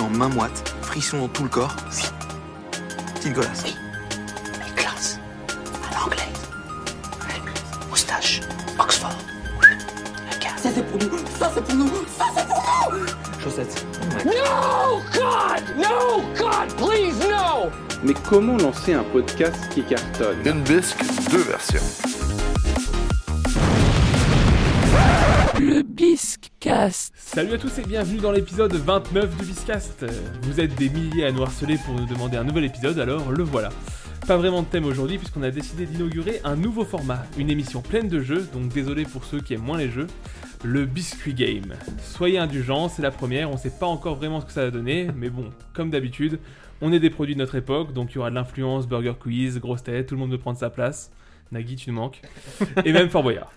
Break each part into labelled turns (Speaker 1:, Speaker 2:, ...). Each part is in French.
Speaker 1: en main moite, frisson dans tout le corps. Oui. Petite golasse.
Speaker 2: Oui. Mais classe. À l'anglais. Moustache. Oxford. Regarde.
Speaker 3: Ça c'est pour nous. Ça c'est pour nous. Ça c'est pour nous.
Speaker 1: Chaussettes.
Speaker 4: No God, no God, please no.
Speaker 5: Mais comment lancer un podcast qui cartonne
Speaker 6: Une bisque, deux versions.
Speaker 7: Le Biscast.
Speaker 8: Salut à tous et bienvenue dans l'épisode 29 du Biscast. Vous êtes des milliers à nous harceler pour nous demander un nouvel épisode, alors le voilà. Pas vraiment de thème aujourd'hui puisqu'on a décidé d'inaugurer un nouveau format, une émission pleine de jeux, donc désolé pour ceux qui aiment moins les jeux, le Biscuit Game. Soyez indulgents, c'est la première, on sait pas encore vraiment ce que ça va donner, mais bon, comme d'habitude, on est des produits de notre époque, donc il y aura de l'influence, burger quiz, grosse tête, tout le monde veut prendre sa place. Nagui, tu nous manques. Et même Fort Boyard.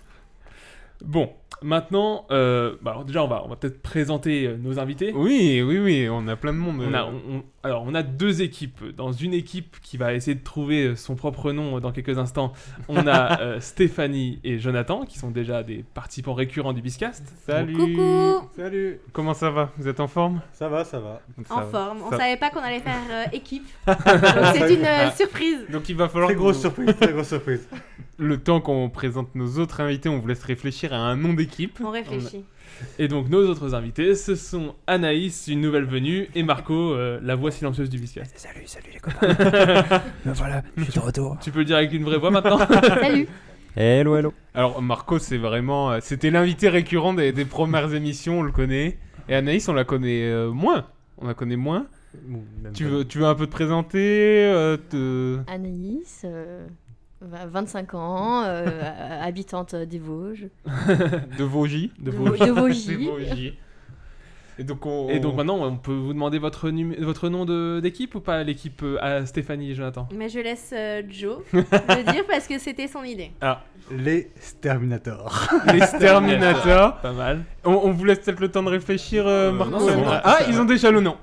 Speaker 8: Bon, maintenant, euh, bah alors déjà on va, on va peut-être présenter euh, nos invités.
Speaker 9: Oui, oui, oui, on a plein de monde. Euh,
Speaker 8: On a, on- on- alors, on a deux équipes. Dans une équipe qui va essayer de trouver son propre nom euh, dans quelques instants, on a euh, Stéphanie et Jonathan, qui sont déjà des participants récurrents du Biscast.
Speaker 9: Salut.
Speaker 10: Coucou.
Speaker 5: Salut
Speaker 9: Comment ça va Vous êtes en forme
Speaker 5: Ça va, ça va.
Speaker 9: Ça
Speaker 10: En
Speaker 9: va.
Speaker 10: forme. On
Speaker 9: Ça-
Speaker 10: savait pas qu'on allait faire euh, équipe. Donc c'est une euh, surprise.
Speaker 9: Donc il va falloir.
Speaker 5: Très
Speaker 9: que
Speaker 8: euh,
Speaker 5: grosse
Speaker 9: vous-
Speaker 5: surprise, très grosse surprise.
Speaker 9: Le temps qu'on présente nos autres invités, on vous laisse réfléchir à un nom d'équipe.
Speaker 10: On réfléchit.
Speaker 8: Et donc, nos autres invités, ce sont Anaïs, une nouvelle venue, et Marco, euh, la voix silencieuse du Biscast.
Speaker 1: Salut, salut les copains. Me voilà, je suis de retour.
Speaker 8: Tu peux le dire avec une vraie voix maintenant
Speaker 10: Salut.
Speaker 11: Hello, hello.
Speaker 9: Alors Marco, c'est vraiment, euh, c'était l'invité récurrent des, des premières émissions, on le connaît. Et Anaïs, on la connaît euh, moins. On la connaît moins. Tu veux, tu veux un peu te présenter euh, te-
Speaker 12: Anaïs, euh, va- 25 ans, euh, euh, habitante des Vosges.
Speaker 9: de Vosgi
Speaker 8: De
Speaker 12: De
Speaker 8: vos-
Speaker 12: Vosges.
Speaker 9: De Vosgi. Et donc on.
Speaker 8: Et donc maintenant, on peut vous demander votre, numé- votre nom de- d'équipe ou pas L'équipe euh, à Stéphanie et Jonathan
Speaker 10: Mais je laisse euh, Joe le dire parce que c'était son idée.
Speaker 5: Les Terminators.
Speaker 9: les Terminators.
Speaker 8: Pas mal.
Speaker 9: on, on vous laisse peut-être le temps de réfléchir, euh,
Speaker 8: Euh,
Speaker 9: Marco.
Speaker 8: non, c'est
Speaker 9: et
Speaker 8: bon. Bah
Speaker 9: moi. ah, ils ont déjà le nom.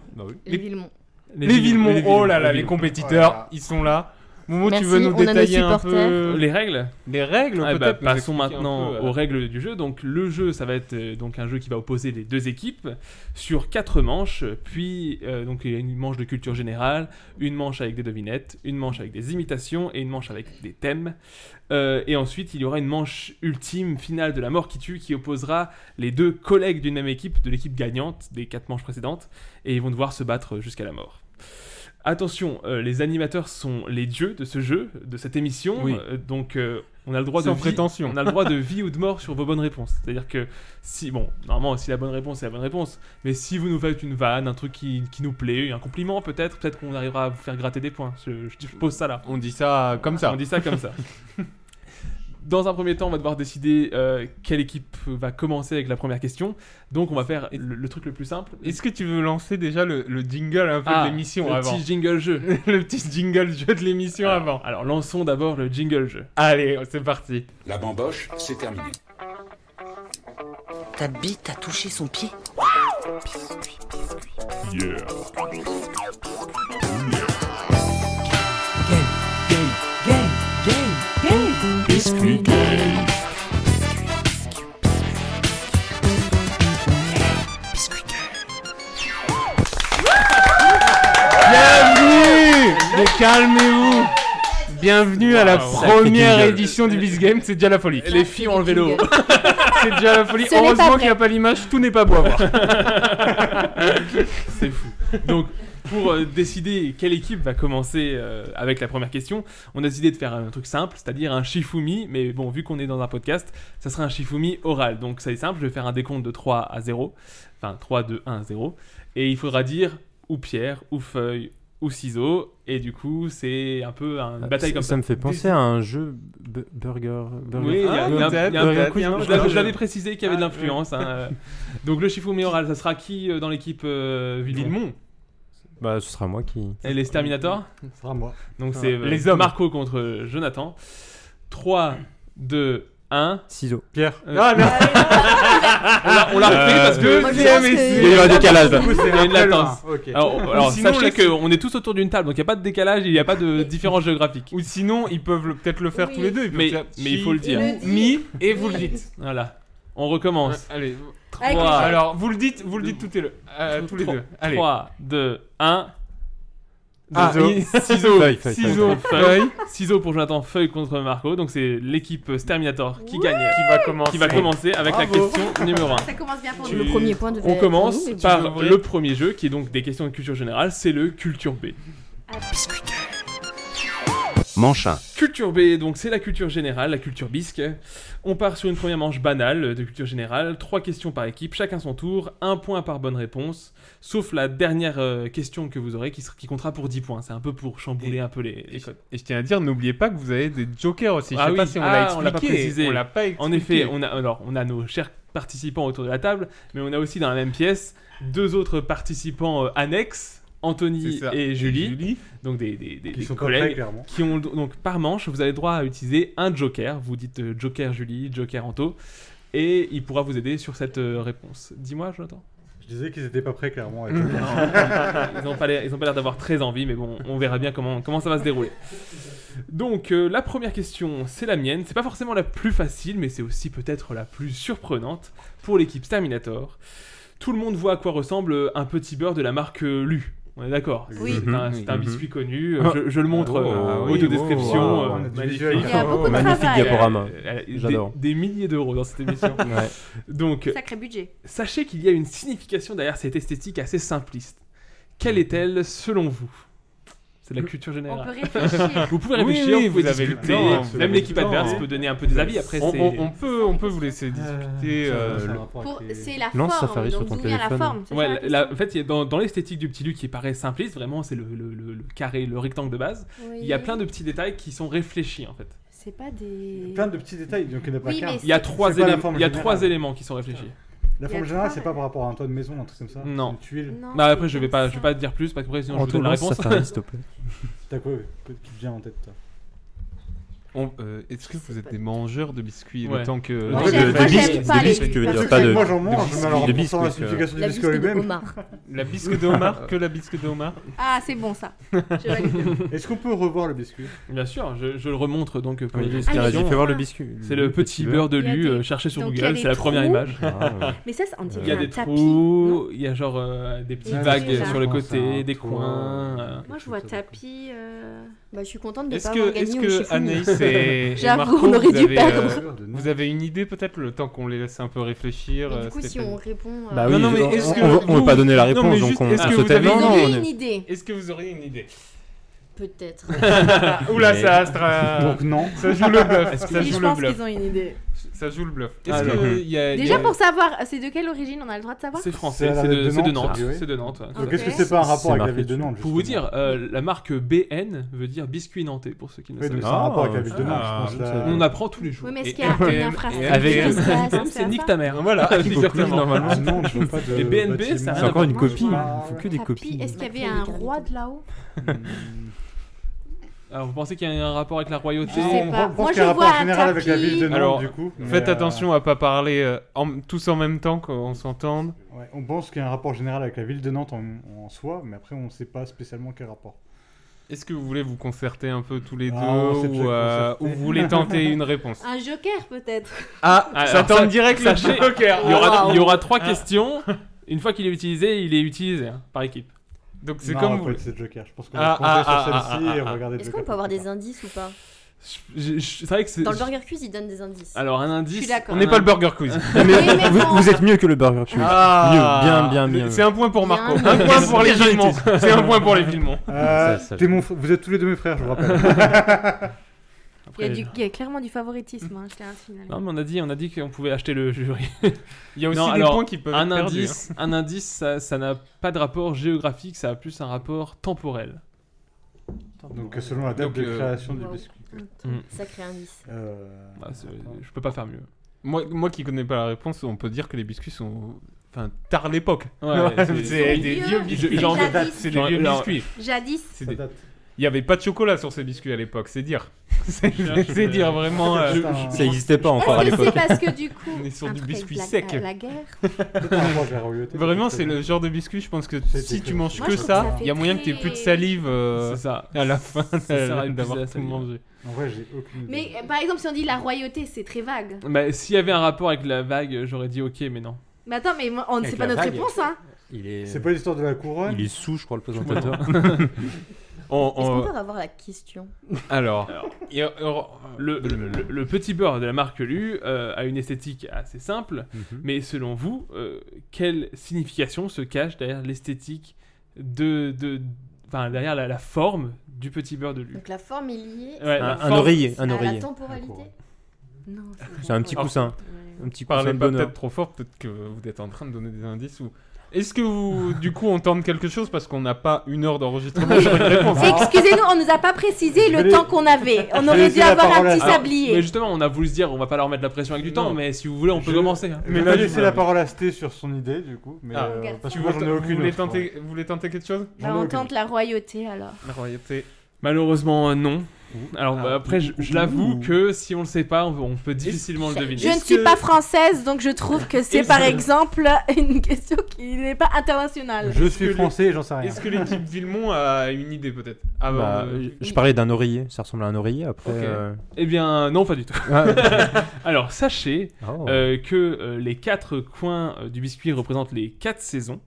Speaker 12: Les Villemont.
Speaker 9: Les, Villemont.
Speaker 8: les
Speaker 9: Oh là là, les,
Speaker 8: Villemont.
Speaker 9: compétiteurs,
Speaker 5: Voilà.
Speaker 9: ils sont là. Momo,
Speaker 12: Merci,
Speaker 9: tu veux nous
Speaker 12: on a nos
Speaker 9: détailler un
Speaker 12: supporters.
Speaker 9: peu les,
Speaker 8: Les règles
Speaker 9: les règles
Speaker 8: Ah,
Speaker 9: peut-être
Speaker 8: bah,
Speaker 9: nous
Speaker 8: Passons
Speaker 9: expliquer un
Speaker 8: maintenant
Speaker 9: peu, euh,
Speaker 8: aux règles du jeu. Donc le jeu, ça va être euh, donc un jeu qui va opposer les deux équipes sur quatre manches. Puis euh, donc il y a une manche de culture générale, une manche avec des devinettes, une manche avec des imitations et une manche avec des thèmes. Euh, et ensuite il y aura une manche ultime finale de la mort qui tue qui opposera les deux collègues d'une même équipe de l'équipe gagnante des quatre manches précédentes et ils vont devoir se battre jusqu'à la mort. Attention, euh, les animateurs sont les dieux de ce jeu, de cette émission,
Speaker 9: Oui.
Speaker 8: euh, donc euh, on a le droit
Speaker 9: Sans
Speaker 8: de vie-
Speaker 9: prétention.
Speaker 8: on a le droit de vie ou de mort sur vos bonnes réponses. C'est-à-dire que si bon, normalement si la bonne réponse c'est la bonne réponse, mais si vous nous faites une vanne, un truc qui, qui nous plaît, un compliment peut-être, peut-être qu'on arrivera à vous faire gratter des points. Je, je- je pose ça là.
Speaker 9: On dit ça comme ça.
Speaker 8: On dit ça comme ça. Dans un premier temps, on va devoir décider euh, quelle équipe va commencer avec la première question. Donc on va faire le, le truc le plus simple.
Speaker 9: Est-ce que tu veux lancer déjà le, le jingle un peu
Speaker 8: Ah,
Speaker 9: de l'émission
Speaker 8: le
Speaker 9: avant
Speaker 8: petit jingle jeu.
Speaker 9: Le petit jingle jeu de l'émission avant.
Speaker 8: Alors lançons d'abord le jingle jeu.
Speaker 9: Allez, c'est parti.
Speaker 6: La bamboche, c'est terminé.
Speaker 2: Ta bite a touché son pied.
Speaker 9: Bienvenue Mais calmez-vous Bienvenue à la
Speaker 8: Wow.
Speaker 9: première
Speaker 8: Sacré jingle.
Speaker 9: édition du Biz Game, c'est déjà la folie.
Speaker 8: Les filles ont enlevé le haut.
Speaker 9: C'est déjà la folie.
Speaker 10: Ce n'est pas
Speaker 9: Heureusement
Speaker 10: vrai.
Speaker 9: qu'il n'y a pas l'image, tout n'est pas beau à voir.
Speaker 8: C'est fou. Donc, pour euh, décider quelle équipe va commencer euh, avec la première question, on a décidé de faire un truc simple, c'est-à-dire un Shifumi. Mais bon, vu qu'on est dans un podcast, ça sera un Shifumi oral. Donc, ça est simple, je vais faire un décompte de 3 à 0. Enfin, 3, 2, 1, 0. Et il faudra dire ou pierre, ou feuille, ou ciseaux. Et du coup, c'est un peu
Speaker 12: Ah,
Speaker 8: une bataille comme ça.
Speaker 11: me fait penser à un jeu bu- burger. burger.
Speaker 8: Oui, il y a-
Speaker 9: Ah,
Speaker 8: il y a un-
Speaker 9: peut-être,
Speaker 8: il y a un-
Speaker 9: peut-être,
Speaker 8: quiz,
Speaker 9: il y a un
Speaker 8: je
Speaker 9: jeu.
Speaker 8: l'avais- je l'avais précisé qu'il y avait de l'influence. hein, euh. Donc le Shifumi oral, ça sera qui euh, dans l'équipe euh, Villemont
Speaker 9: Villemont.
Speaker 11: Bah, ce sera moi qui.
Speaker 8: Et les Terminators
Speaker 5: Ce sera moi.
Speaker 8: Donc c'est euh,
Speaker 9: Ah Les hommes.
Speaker 8: Marco contre Jonathan. 3, 2, 1.
Speaker 11: Ciseaux.
Speaker 9: Pierre.
Speaker 8: Euh,
Speaker 9: Ah non
Speaker 8: Ah, On l'a refait
Speaker 9: Euh,
Speaker 8: parce que.
Speaker 12: Moi, je
Speaker 9: Deuxième
Speaker 12: pense que-
Speaker 9: essai.
Speaker 12: Il y a eu
Speaker 11: un décalage, là.
Speaker 9: Du coup, Ah, c'est
Speaker 8: Il y a eu de
Speaker 9: un peu
Speaker 8: latence.
Speaker 9: loin. Ok.
Speaker 8: Alors, alors,
Speaker 9: sinon,
Speaker 8: sachez
Speaker 9: laisse-
Speaker 8: qu'on est tous autour d'une table, donc il n'y a pas de décalage, il n'y a pas de différence géographique.
Speaker 9: Ou sinon, ils peuvent le- peut-être le faire
Speaker 12: Oui.
Speaker 9: tous les deux. ils peuvent
Speaker 8: Mais-
Speaker 9: faire
Speaker 8: mais il faut le
Speaker 9: chi,
Speaker 8: dire.
Speaker 9: ou, Mi et vous le dites.
Speaker 8: Voilà. On recommence.
Speaker 9: allez,
Speaker 8: Trois.
Speaker 9: Avec les jeux. Alors, vous le dites, vous le dites tout et le- euh, tous les
Speaker 8: Trois-
Speaker 9: deux. Allez.
Speaker 8: 3, 2, 1.
Speaker 9: Ah, il- ciseaux,
Speaker 8: feuille,
Speaker 9: feuille,
Speaker 8: ciseaux,
Speaker 9: feuille, feuille.
Speaker 8: feuille. ciseaux pour Jonathan, feuille contre Marco. Donc c'est l'équipe Terminator qui
Speaker 10: Ouais.
Speaker 8: gagne,
Speaker 9: Qui va commencer.
Speaker 8: qui va commencer avec la
Speaker 9: Bravo.
Speaker 8: question numéro 1.
Speaker 10: Ça commence bien pour
Speaker 8: Tu-
Speaker 10: nous.
Speaker 8: On commence par
Speaker 9: ouvrir.
Speaker 8: le premier jeu qui est donc des questions de culture générale, c'est le Culture B.
Speaker 13: Manchin.
Speaker 8: Culture B, donc c'est la culture générale, la culture bisque. On part sur une première manche banale de culture générale, trois questions par équipe, chacun son tour, un point par bonne réponse, sauf la dernière euh, question que vous aurez qui, sera- qui comptera pour 10 points. C'est un peu pour chambouler un peu les, les codes.
Speaker 9: Et je tiens à dire, n'oubliez pas que vous avez des jokers aussi.
Speaker 8: Ah
Speaker 9: je sais pas
Speaker 8: oui,
Speaker 9: si on
Speaker 8: ah,
Speaker 9: l'a expliqué.
Speaker 8: l'a pas précisé.
Speaker 9: on l'a pas expliqué.
Speaker 8: En effet, on a, alors, on a nos chers participants autour de la table, mais on a aussi dans la même pièce deux autres participants euh, annexes. Anthony
Speaker 9: C'est ça.
Speaker 8: et
Speaker 9: Et
Speaker 8: Julie,
Speaker 9: Julie.
Speaker 8: donc des, des- des-
Speaker 9: Qui
Speaker 8: des
Speaker 9: sont pas prêts,
Speaker 8: collègues
Speaker 9: clairement.
Speaker 8: qui ont donc par manche, vous avez droit à utiliser un joker. Vous dites euh, joker Julie, joker Anto, et il pourra vous aider sur cette euh, réponse. Dis-moi, Jonathan.
Speaker 5: Je disais qu'ils étaient pas prêts, clairement. à être-
Speaker 8: Non, ils n'ont pas l'air ils ont pas l'air d'avoir très envie, mais bon, on verra bien comment, comment ça va se dérouler. Donc, euh, la première question, c'est la mienne. C'est pas forcément la plus facile, mais c'est aussi peut-être la plus surprenante pour l'équipe Terminator. Tout le monde voit à quoi ressemble un petit beurre de la marque euh, Lu. On est d'accord
Speaker 9: Oui.
Speaker 8: C'est un, c'est un
Speaker 9: Mhm.
Speaker 8: biscuit connu. euh,
Speaker 9: Ah.
Speaker 8: Je, je le montre
Speaker 9: Oh,
Speaker 8: euh,
Speaker 9: oui,
Speaker 8: audio
Speaker 9: wow,
Speaker 8: description.
Speaker 9: wow, Ah,
Speaker 8: euh,
Speaker 9: on a du
Speaker 8: magnifique.
Speaker 9: visuel. Il y a beaucoup de
Speaker 11: Magnifique travail. diaporama.
Speaker 8: Euh, des-
Speaker 11: J'adore.
Speaker 8: Des, milliers d'euros dans cette émission. Donc,
Speaker 10: Sacré budget.
Speaker 8: Sachez qu'il y a une signification derrière cette esthétique assez simpliste. Quelle est-elle selon vous C'est de la culture générale.
Speaker 10: On peut réfléchir.
Speaker 8: Vous pouvez
Speaker 9: Oui,
Speaker 8: réfléchir,
Speaker 9: oui,
Speaker 8: vous pouvez
Speaker 9: vous avez le
Speaker 8: discuter.
Speaker 9: temps, vous
Speaker 8: Même
Speaker 9: avez
Speaker 8: l'équipe
Speaker 9: le temps. hein.
Speaker 8: adverse peut donner un peu des avis. Après,
Speaker 9: on,
Speaker 8: c'est-
Speaker 9: on- on peut, on peut vous laisser discuter.
Speaker 8: ça,
Speaker 9: euh,
Speaker 8: ça a
Speaker 9: le-
Speaker 8: rapport
Speaker 10: Pour- C'est la
Speaker 9: Lance
Speaker 10: forme,
Speaker 9: Safari sur
Speaker 10: donc
Speaker 9: ton
Speaker 10: d'où vient la
Speaker 9: téléphone.
Speaker 10: forme c'est
Speaker 8: Ouais,
Speaker 10: ça
Speaker 8: la- la- en fait, il y a dans, dans l'esthétique du petit Luc qui paraît simpliste, vraiment, c'est le, le- le- le carré, le rectangle de base.
Speaker 10: Oui.
Speaker 8: Il y a plein de petits détails qui sont réfléchis en fait.
Speaker 10: C'est pas des.
Speaker 5: Plein de petits détails, donc il n'y en a pas
Speaker 10: Oui,
Speaker 5: qu'un.
Speaker 10: mais
Speaker 8: Il y a
Speaker 10: c'est-
Speaker 8: trois,
Speaker 5: C'est pas la
Speaker 8: éléments-
Speaker 5: forme
Speaker 8: il y a
Speaker 5: générale.
Speaker 8: trois éléments qui sont réfléchis.
Speaker 5: La
Speaker 10: Il y a
Speaker 5: forme générale,
Speaker 10: trois,
Speaker 5: c'est pas par rapport à un toit de maison, un truc comme ça
Speaker 8: Non.
Speaker 5: Une tuile
Speaker 10: Non,
Speaker 8: Bah après, je vais pas, je vais pas dire plus parce que après, sinon je vous donne la réponse.
Speaker 5: T'as quoi euh, qui te vient en tête, toi
Speaker 9: on- euh, Est-ce que vous êtes des mangeurs de biscuits
Speaker 8: Ouais.
Speaker 9: autant que
Speaker 8: Non, j'aime- moi, j'aime pas les biscuits. Parce que moi, j'en mange, mais alors,
Speaker 9: de
Speaker 5: pourtant, la
Speaker 9: biscuits,
Speaker 5: signification
Speaker 9: euh,
Speaker 5: du La biscuit biscuit de lui-même.
Speaker 10: homard.
Speaker 9: La bisque de homard que la bisque de homard.
Speaker 10: Ah, c'est bon ça.
Speaker 5: Est-ce qu'on peut revoir le biscuit
Speaker 8: Bien sûr, je, je le remontre donc euh, pour
Speaker 11: Oui,
Speaker 8: les
Speaker 11: juste, Ah, mais
Speaker 8: illustrations.
Speaker 11: il fait voir le biscuit, le
Speaker 8: C'est le
Speaker 11: petit
Speaker 8: petit beurre de
Speaker 10: Il y a
Speaker 8: lu,
Speaker 10: des-
Speaker 8: euh, cherché sur
Speaker 10: donc il y a
Speaker 8: Google,
Speaker 10: des
Speaker 8: c'est la première
Speaker 10: trous.
Speaker 8: image.
Speaker 10: Ah, ouais. Mais ça, ça, on dirait
Speaker 8: Il y a
Speaker 10: un
Speaker 8: des
Speaker 10: tapis,
Speaker 8: trous, il y a genre euh, des petites
Speaker 10: Ah, c'est
Speaker 8: vagues
Speaker 10: ça.
Speaker 8: sur le
Speaker 10: Je pense à
Speaker 8: côté,
Speaker 10: un
Speaker 8: des
Speaker 10: toit.
Speaker 8: coins. euh.
Speaker 10: Moi, je vois tapis. euh,
Speaker 12: Bah, je suis contente de
Speaker 9: Est-ce
Speaker 12: pas
Speaker 9: que,
Speaker 12: avoir
Speaker 9: est-ce
Speaker 12: gagné.
Speaker 9: que Anaïs et, et Marco,
Speaker 12: J'avoue, on aurait
Speaker 9: vous,
Speaker 12: dû
Speaker 9: avez,
Speaker 12: perdre.
Speaker 9: euh, vous avez une idée peut-être le temps qu'on les laisse un peu réfléchir
Speaker 12: Mais du
Speaker 9: euh,
Speaker 12: coup, si
Speaker 9: Stéphanie
Speaker 12: on répond, euh,
Speaker 11: Bah oui, on- on- on veut
Speaker 9: vous-
Speaker 11: pas donner la
Speaker 9: non,
Speaker 11: réponse,
Speaker 9: mais
Speaker 11: donc
Speaker 9: juste,
Speaker 11: on-
Speaker 9: Est-ce
Speaker 11: on
Speaker 9: que
Speaker 11: se
Speaker 9: vous
Speaker 11: tait.
Speaker 9: avez
Speaker 11: Non,
Speaker 9: une
Speaker 11: non,
Speaker 9: idée
Speaker 11: on est-
Speaker 12: Une idée.
Speaker 9: Est-ce que vous auriez une idée
Speaker 12: Peut-être.
Speaker 8: Ah,
Speaker 9: Oula, ça astre. euh,
Speaker 5: Donc non.
Speaker 9: Ça joue le bluff.
Speaker 5: Est-ce
Speaker 9: Ça
Speaker 10: si,
Speaker 9: joue
Speaker 10: je
Speaker 9: le
Speaker 10: pense
Speaker 9: bluff.
Speaker 10: qu'ils ont une idée.
Speaker 9: Ça joue le bluff.
Speaker 8: Ah,
Speaker 9: Est-ce
Speaker 8: non.
Speaker 9: que il y a- il y
Speaker 10: Déjà
Speaker 9: a-
Speaker 10: pour savoir, c'est de quelle origine on a le droit de savoir
Speaker 8: C'est français,
Speaker 5: C'est la
Speaker 8: c'est de,
Speaker 5: ville de
Speaker 8: c'est de
Speaker 5: Nantes,
Speaker 8: Nantes.
Speaker 5: ça, oui.
Speaker 8: C'est de Nantes. ouais,
Speaker 5: Donc,
Speaker 8: tout à
Speaker 5: est-ce
Speaker 8: fait.
Speaker 5: que c'est pas un rapport C'est avec la marqué ville de dessus. Nantes,
Speaker 8: Pour vous dire, euh, la marque BN veut dire biscuit nantais, pour ceux qui ne
Speaker 5: Oui,
Speaker 8: savent
Speaker 5: donc
Speaker 8: pas.
Speaker 5: c'est un rapport avec la
Speaker 8: Ah,
Speaker 5: ville de Nantes, je pense, là.
Speaker 8: On apprend tous les jours.
Speaker 10: Oui, mais
Speaker 8: Et
Speaker 10: est-ce qu'il y a
Speaker 8: RTM,
Speaker 10: une infrastructure
Speaker 8: et
Speaker 10: qui
Speaker 8: RTM,
Speaker 10: se passe
Speaker 8: comme
Speaker 10: à
Speaker 8: C'est
Speaker 10: ça
Speaker 8: nique ta mère.
Speaker 9: Voilà,
Speaker 8: Ah,
Speaker 9: qui
Speaker 8: exactement.
Speaker 9: conclut normalement.
Speaker 5: Ah non, je veux pas de
Speaker 8: Et BNB,
Speaker 5: bâtiment.
Speaker 8: ça a
Speaker 11: C'est
Speaker 8: rien à
Speaker 11: encore
Speaker 8: voir.
Speaker 11: une copie.
Speaker 5: Ah,
Speaker 11: Il faut que des
Speaker 10: Puis,
Speaker 11: copies.
Speaker 10: Est-ce qu'il y avait un roi de là-haut
Speaker 8: Alors, vous pensez qu'il y a un rapport avec la royauté
Speaker 10: Je sais pas.
Speaker 5: pense
Speaker 10: Moi,
Speaker 5: qu'il
Speaker 10: je
Speaker 5: y a un
Speaker 10: vois
Speaker 5: rapport
Speaker 10: un
Speaker 5: général avec la
Speaker 10: tapis.
Speaker 5: ville de Nantes,
Speaker 9: Alors,
Speaker 5: du coup.
Speaker 9: faites
Speaker 5: mais, euh,
Speaker 9: attention à pas parler euh, en- tous en même temps, qu'on s'entende.
Speaker 5: ouais, on pense qu'il y a un rapport général avec la ville de Nantes en, en soi, mais après, on sait pas spécialement quel rapport.
Speaker 9: Est-ce que vous voulez vous concerter un peu tous les deux
Speaker 5: Ah, on s'est déjà
Speaker 9: ou, euh, ou
Speaker 5: concerté.
Speaker 9: vous voulez tenter une réponse
Speaker 10: Un joker peut-être
Speaker 9: Ah, ça
Speaker 8: Alors,
Speaker 9: tombe
Speaker 8: sa-
Speaker 9: direct le
Speaker 8: sachez,
Speaker 9: joker.
Speaker 8: Il y aura,
Speaker 9: Ah,
Speaker 8: il y aura
Speaker 9: ah.
Speaker 8: trois questions. Une fois qu'il est utilisé, il est utilisé hein, par équipe.
Speaker 9: Donc c'est
Speaker 5: Non,
Speaker 9: comme
Speaker 5: on va
Speaker 9: vous.
Speaker 5: pas
Speaker 9: voulez.
Speaker 5: utiliser le Joker. Je pense qu'on
Speaker 9: Ah,
Speaker 5: va se pencher
Speaker 9: ah,
Speaker 5: sur
Speaker 9: ah,
Speaker 5: celle-ci
Speaker 9: ah,
Speaker 5: et
Speaker 9: ah, ah.
Speaker 5: regarder le
Speaker 12: Est-ce qu'on
Speaker 5: Joker.
Speaker 12: peut avoir des indices ou pas
Speaker 8: Je- je- C'est vrai que c'est.
Speaker 12: Dans le Burger Quiz, ils donnent des indices.
Speaker 8: Alors un indice.
Speaker 12: Je suis d'accord.
Speaker 9: On n'est pas le Burger Quiz.
Speaker 11: Non, mais vous, vous êtes mieux que le burger Quiz.
Speaker 9: Ah.
Speaker 11: mieux, bien, bien, bien.
Speaker 9: C'est un point pour
Speaker 12: Bien,
Speaker 9: Marco.
Speaker 12: bien.
Speaker 9: Un point pour les
Speaker 11: Bien
Speaker 9: filmons.
Speaker 11: mérité.
Speaker 9: C'est un point pour les filmons.
Speaker 5: Euh,
Speaker 11: Ça, ça,
Speaker 5: t'es mon fr- Vous êtes tous les deux mes frères, je vous rappelle.
Speaker 10: il y, a
Speaker 8: Après,
Speaker 10: du- il y a clairement du favoritisme, hein, je tiens à le signaler.
Speaker 8: Non, mais on a dit, on a dit qu'on pouvait acheter le jury.
Speaker 9: Il y a aussi des points qui peuvent
Speaker 8: un
Speaker 9: être perdus, hein.
Speaker 8: indice, Un indice, ça ça n'a pas de rapport géographique, ça a plus un rapport temporel.
Speaker 5: Donc, selon la date
Speaker 9: Donc,
Speaker 5: de
Speaker 9: euh,
Speaker 5: création du
Speaker 12: Wow.
Speaker 5: biscuit.
Speaker 8: Mm.
Speaker 12: Sacré indice.
Speaker 5: Euh,
Speaker 8: Bah, c'est- je peux pas faire mieux.
Speaker 9: Moi, moi qui connais pas la réponse, on peut dire que les biscuits sont. Enfin, tard l'époque.
Speaker 8: Ouais,
Speaker 9: c'est
Speaker 8: c'est-
Speaker 9: des
Speaker 10: Vieux.
Speaker 9: vieux biscuits.
Speaker 10: Genre-
Speaker 9: C'est des
Speaker 8: Genre-
Speaker 9: vieux
Speaker 8: genre-
Speaker 9: biscuits.
Speaker 10: Jadis,
Speaker 9: C'est
Speaker 5: Ça
Speaker 9: des-
Speaker 5: date.
Speaker 9: Il n'y avait pas de chocolat sur ces biscuits à l'époque, c'est dire. C'est
Speaker 8: cherche,
Speaker 9: c'est
Speaker 8: euh,
Speaker 9: dire vraiment. euh,
Speaker 8: je-
Speaker 11: je- Ça existait pas encore à
Speaker 12: Est-ce que c'est
Speaker 11: l'époque.
Speaker 12: parce que du coup.
Speaker 9: On est sur
Speaker 12: un
Speaker 9: du
Speaker 12: truc
Speaker 9: biscuit
Speaker 12: avec
Speaker 9: sec.
Speaker 12: La, la guerre.
Speaker 9: Vraiment, c'est le genre de biscuit, je pense que si tu manges
Speaker 12: Moi,
Speaker 9: que
Speaker 12: je trouve que
Speaker 9: ça,
Speaker 12: ça fait
Speaker 9: il y a moyen que tu plus de
Speaker 12: très-
Speaker 9: salive euh,
Speaker 8: C'est ça.
Speaker 9: à la fin
Speaker 8: Ça sert à épuiser la
Speaker 9: d'avoir tout
Speaker 8: salive.
Speaker 9: mangé.
Speaker 5: En vrai, j'ai aucune
Speaker 12: Mais euh, par exemple, si on dit la royauté, c'est très vague.
Speaker 8: Bah, s'il y avait un rapport avec la vague, j'aurais dit ok, mais non.
Speaker 12: Mais attends, mais moi, on ne
Speaker 8: Avec
Speaker 12: sait pas
Speaker 8: la
Speaker 12: notre
Speaker 8: vague.
Speaker 12: réponse, hein.
Speaker 5: C'est pas l'histoire de la couronne.
Speaker 11: Il est sous, je crois, le présentateur.
Speaker 9: On-
Speaker 12: Est-ce
Speaker 9: on-
Speaker 12: qu'on peut avoir la question
Speaker 9: Alors,
Speaker 8: Et, euh, le, le- le- le petit beurre de la marque Lu euh, a une esthétique assez simple,
Speaker 11: Mhm.
Speaker 8: mais selon vous, euh, quelle signification se cache derrière l'esthétique de, de, enfin derrière la, la forme du petit beurre de Lu
Speaker 12: Donc la forme est liée
Speaker 8: Ouais,
Speaker 11: un,
Speaker 8: la
Speaker 11: un
Speaker 8: forme-
Speaker 11: oreiller, un
Speaker 12: à
Speaker 11: oreiller.
Speaker 12: la temporalité. Non,
Speaker 11: C'est un petit
Speaker 9: Alors,
Speaker 11: coussin.
Speaker 12: Ouais.
Speaker 11: Un petit
Speaker 9: parlez
Speaker 11: coussin de
Speaker 9: Ah, pas
Speaker 11: bonheur.
Speaker 9: peut-être trop fort, peut-être que vous êtes en train de donner des indices ou. Est-ce que vous, du coup, on tente quelque chose parce qu'on n'a pas une heure d'enregistrement sur une réponse
Speaker 5: Ah.
Speaker 12: Excusez-nous, on nous a pas précisé
Speaker 5: Je
Speaker 12: le
Speaker 5: vais-
Speaker 12: temps qu'on avait. On
Speaker 5: vais
Speaker 12: aurait
Speaker 5: laisser
Speaker 12: dû
Speaker 5: la
Speaker 12: avoir
Speaker 5: parole à-
Speaker 12: un petit
Speaker 5: Alors,
Speaker 12: sablier.
Speaker 8: Mais justement, on a voulu se dire, on va pas leur mettre la pression avec du temps,
Speaker 9: Non.
Speaker 8: mais si vous voulez, on peut
Speaker 5: Je-
Speaker 8: commencer. hein.
Speaker 5: Mais
Speaker 9: Mais là,
Speaker 5: là,
Speaker 9: je-
Speaker 5: laisser la parole à Sté sur son idée, du coup. Mais
Speaker 9: Ah.
Speaker 5: euh,
Speaker 12: Regarde.
Speaker 5: parce
Speaker 9: Tu
Speaker 5: que moi,
Speaker 9: veux,
Speaker 5: j'en ai aucune.
Speaker 9: vous, voulez
Speaker 5: autre, ouais.
Speaker 9: tenter, vous voulez tenter quelque chose
Speaker 5: J'en ai
Speaker 12: Bah, on
Speaker 5: aucune.
Speaker 12: tente la royauté alors.
Speaker 9: La royauté.
Speaker 8: Malheureusement, euh, non. Alors
Speaker 9: Ah.
Speaker 8: bah, après, je, je l'avoue que si on le sait pas, on, on peut difficilement le deviner.
Speaker 12: Je ne suis pas française, donc je trouve que c'est par exemple une question qui n'est pas internationale.
Speaker 5: Je
Speaker 9: Est-ce que
Speaker 5: suis
Speaker 9: les-
Speaker 5: français, j'en sais rien.
Speaker 9: Est-ce que l'équipe Villemont a une idée peut-être Avant
Speaker 11: Bah,
Speaker 9: de-
Speaker 8: euh,
Speaker 11: Je parlais d'un oreiller, ça ressemble à un oreiller après.
Speaker 9: Ok.
Speaker 11: euh, Ah.
Speaker 8: Eh bien, non, pas du tout. Alors sachez
Speaker 11: oh.
Speaker 8: euh, que euh, les quatre coins euh, du biscuit représentent les quatre saisons,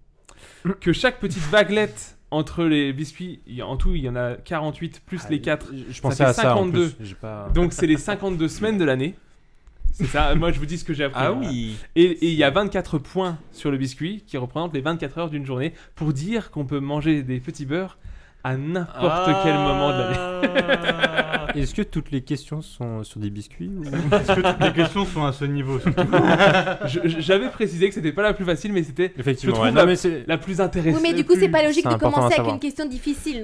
Speaker 8: que chaque petite vaguelette entre les biscuits, il y a- en tout il y en a 48 plus les 4,
Speaker 11: je
Speaker 8: ça
Speaker 11: pensais
Speaker 8: fait
Speaker 11: à ça en
Speaker 8: 52.
Speaker 11: plus. J'ai pas-
Speaker 8: donc c'est les 52 semaines de l'année. C'est ça, moi je vous dis ce que j'ai appris.
Speaker 9: Ah
Speaker 8: voilà.
Speaker 9: oui
Speaker 8: Et et il y a 24 points sur le biscuit qui représentent les 24 heures d'une journée pour dire qu'on peut manger des petits beurres à n'importe
Speaker 11: Ah.
Speaker 8: quel moment de l'année.
Speaker 9: l'année.
Speaker 11: Est-ce que toutes les questions sont sur des biscuits ou-
Speaker 5: Est-ce que toutes les questions sont à ce niveau surtout
Speaker 8: Je- je- J'avais précisé que c'était pas la plus facile, mais c'était je
Speaker 11: Effectivement,
Speaker 8: trouve
Speaker 11: ouais.
Speaker 8: la,
Speaker 11: Non, mais c'est-
Speaker 8: la plus
Speaker 12: Oui,
Speaker 8: intéressante.
Speaker 12: mais du coup, c'est pas
Speaker 11: plus-
Speaker 12: logique
Speaker 11: c'est
Speaker 12: de
Speaker 11: important à
Speaker 12: commencer avec
Speaker 11: savoir.
Speaker 12: une question difficile.
Speaker 11: Oh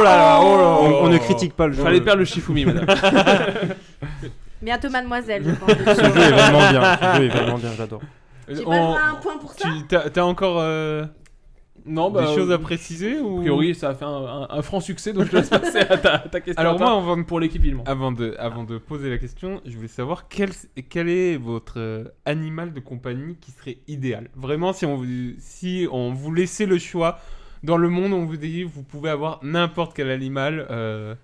Speaker 11: là
Speaker 8: Ah,
Speaker 11: là, oh là
Speaker 9: Oh.
Speaker 11: on, on ne critique pas le jeu.
Speaker 8: Fallait perdre le Shifumi, madame.
Speaker 12: bientôt mademoiselle, je pense.
Speaker 11: Ce jeu est vraiment bien. Ce jeu est vraiment bien, j'adore.
Speaker 12: J'ai pas le
Speaker 9: Euh, On-
Speaker 12: droit à un point pour ça.
Speaker 9: Tu t'as t'as encore euh,
Speaker 8: non, bah,
Speaker 9: des choses à
Speaker 8: euh,
Speaker 9: préciser ou
Speaker 8: A priori, ça a fait un, un- un franc succès, donc je te laisse passer à ta, ta question.
Speaker 9: Alors
Speaker 8: à toi, Ah
Speaker 9: moi, avant de,
Speaker 8: pour l'équipe Villemont.
Speaker 9: avant, de, avant de poser la question, je voulais savoir quel, quel est votre euh, animal de compagnie qui serait idéal. Vraiment, si on, vous- si on vous laissait le choix dans le monde, on vous dit vous pouvez avoir n'importe quel animal euh,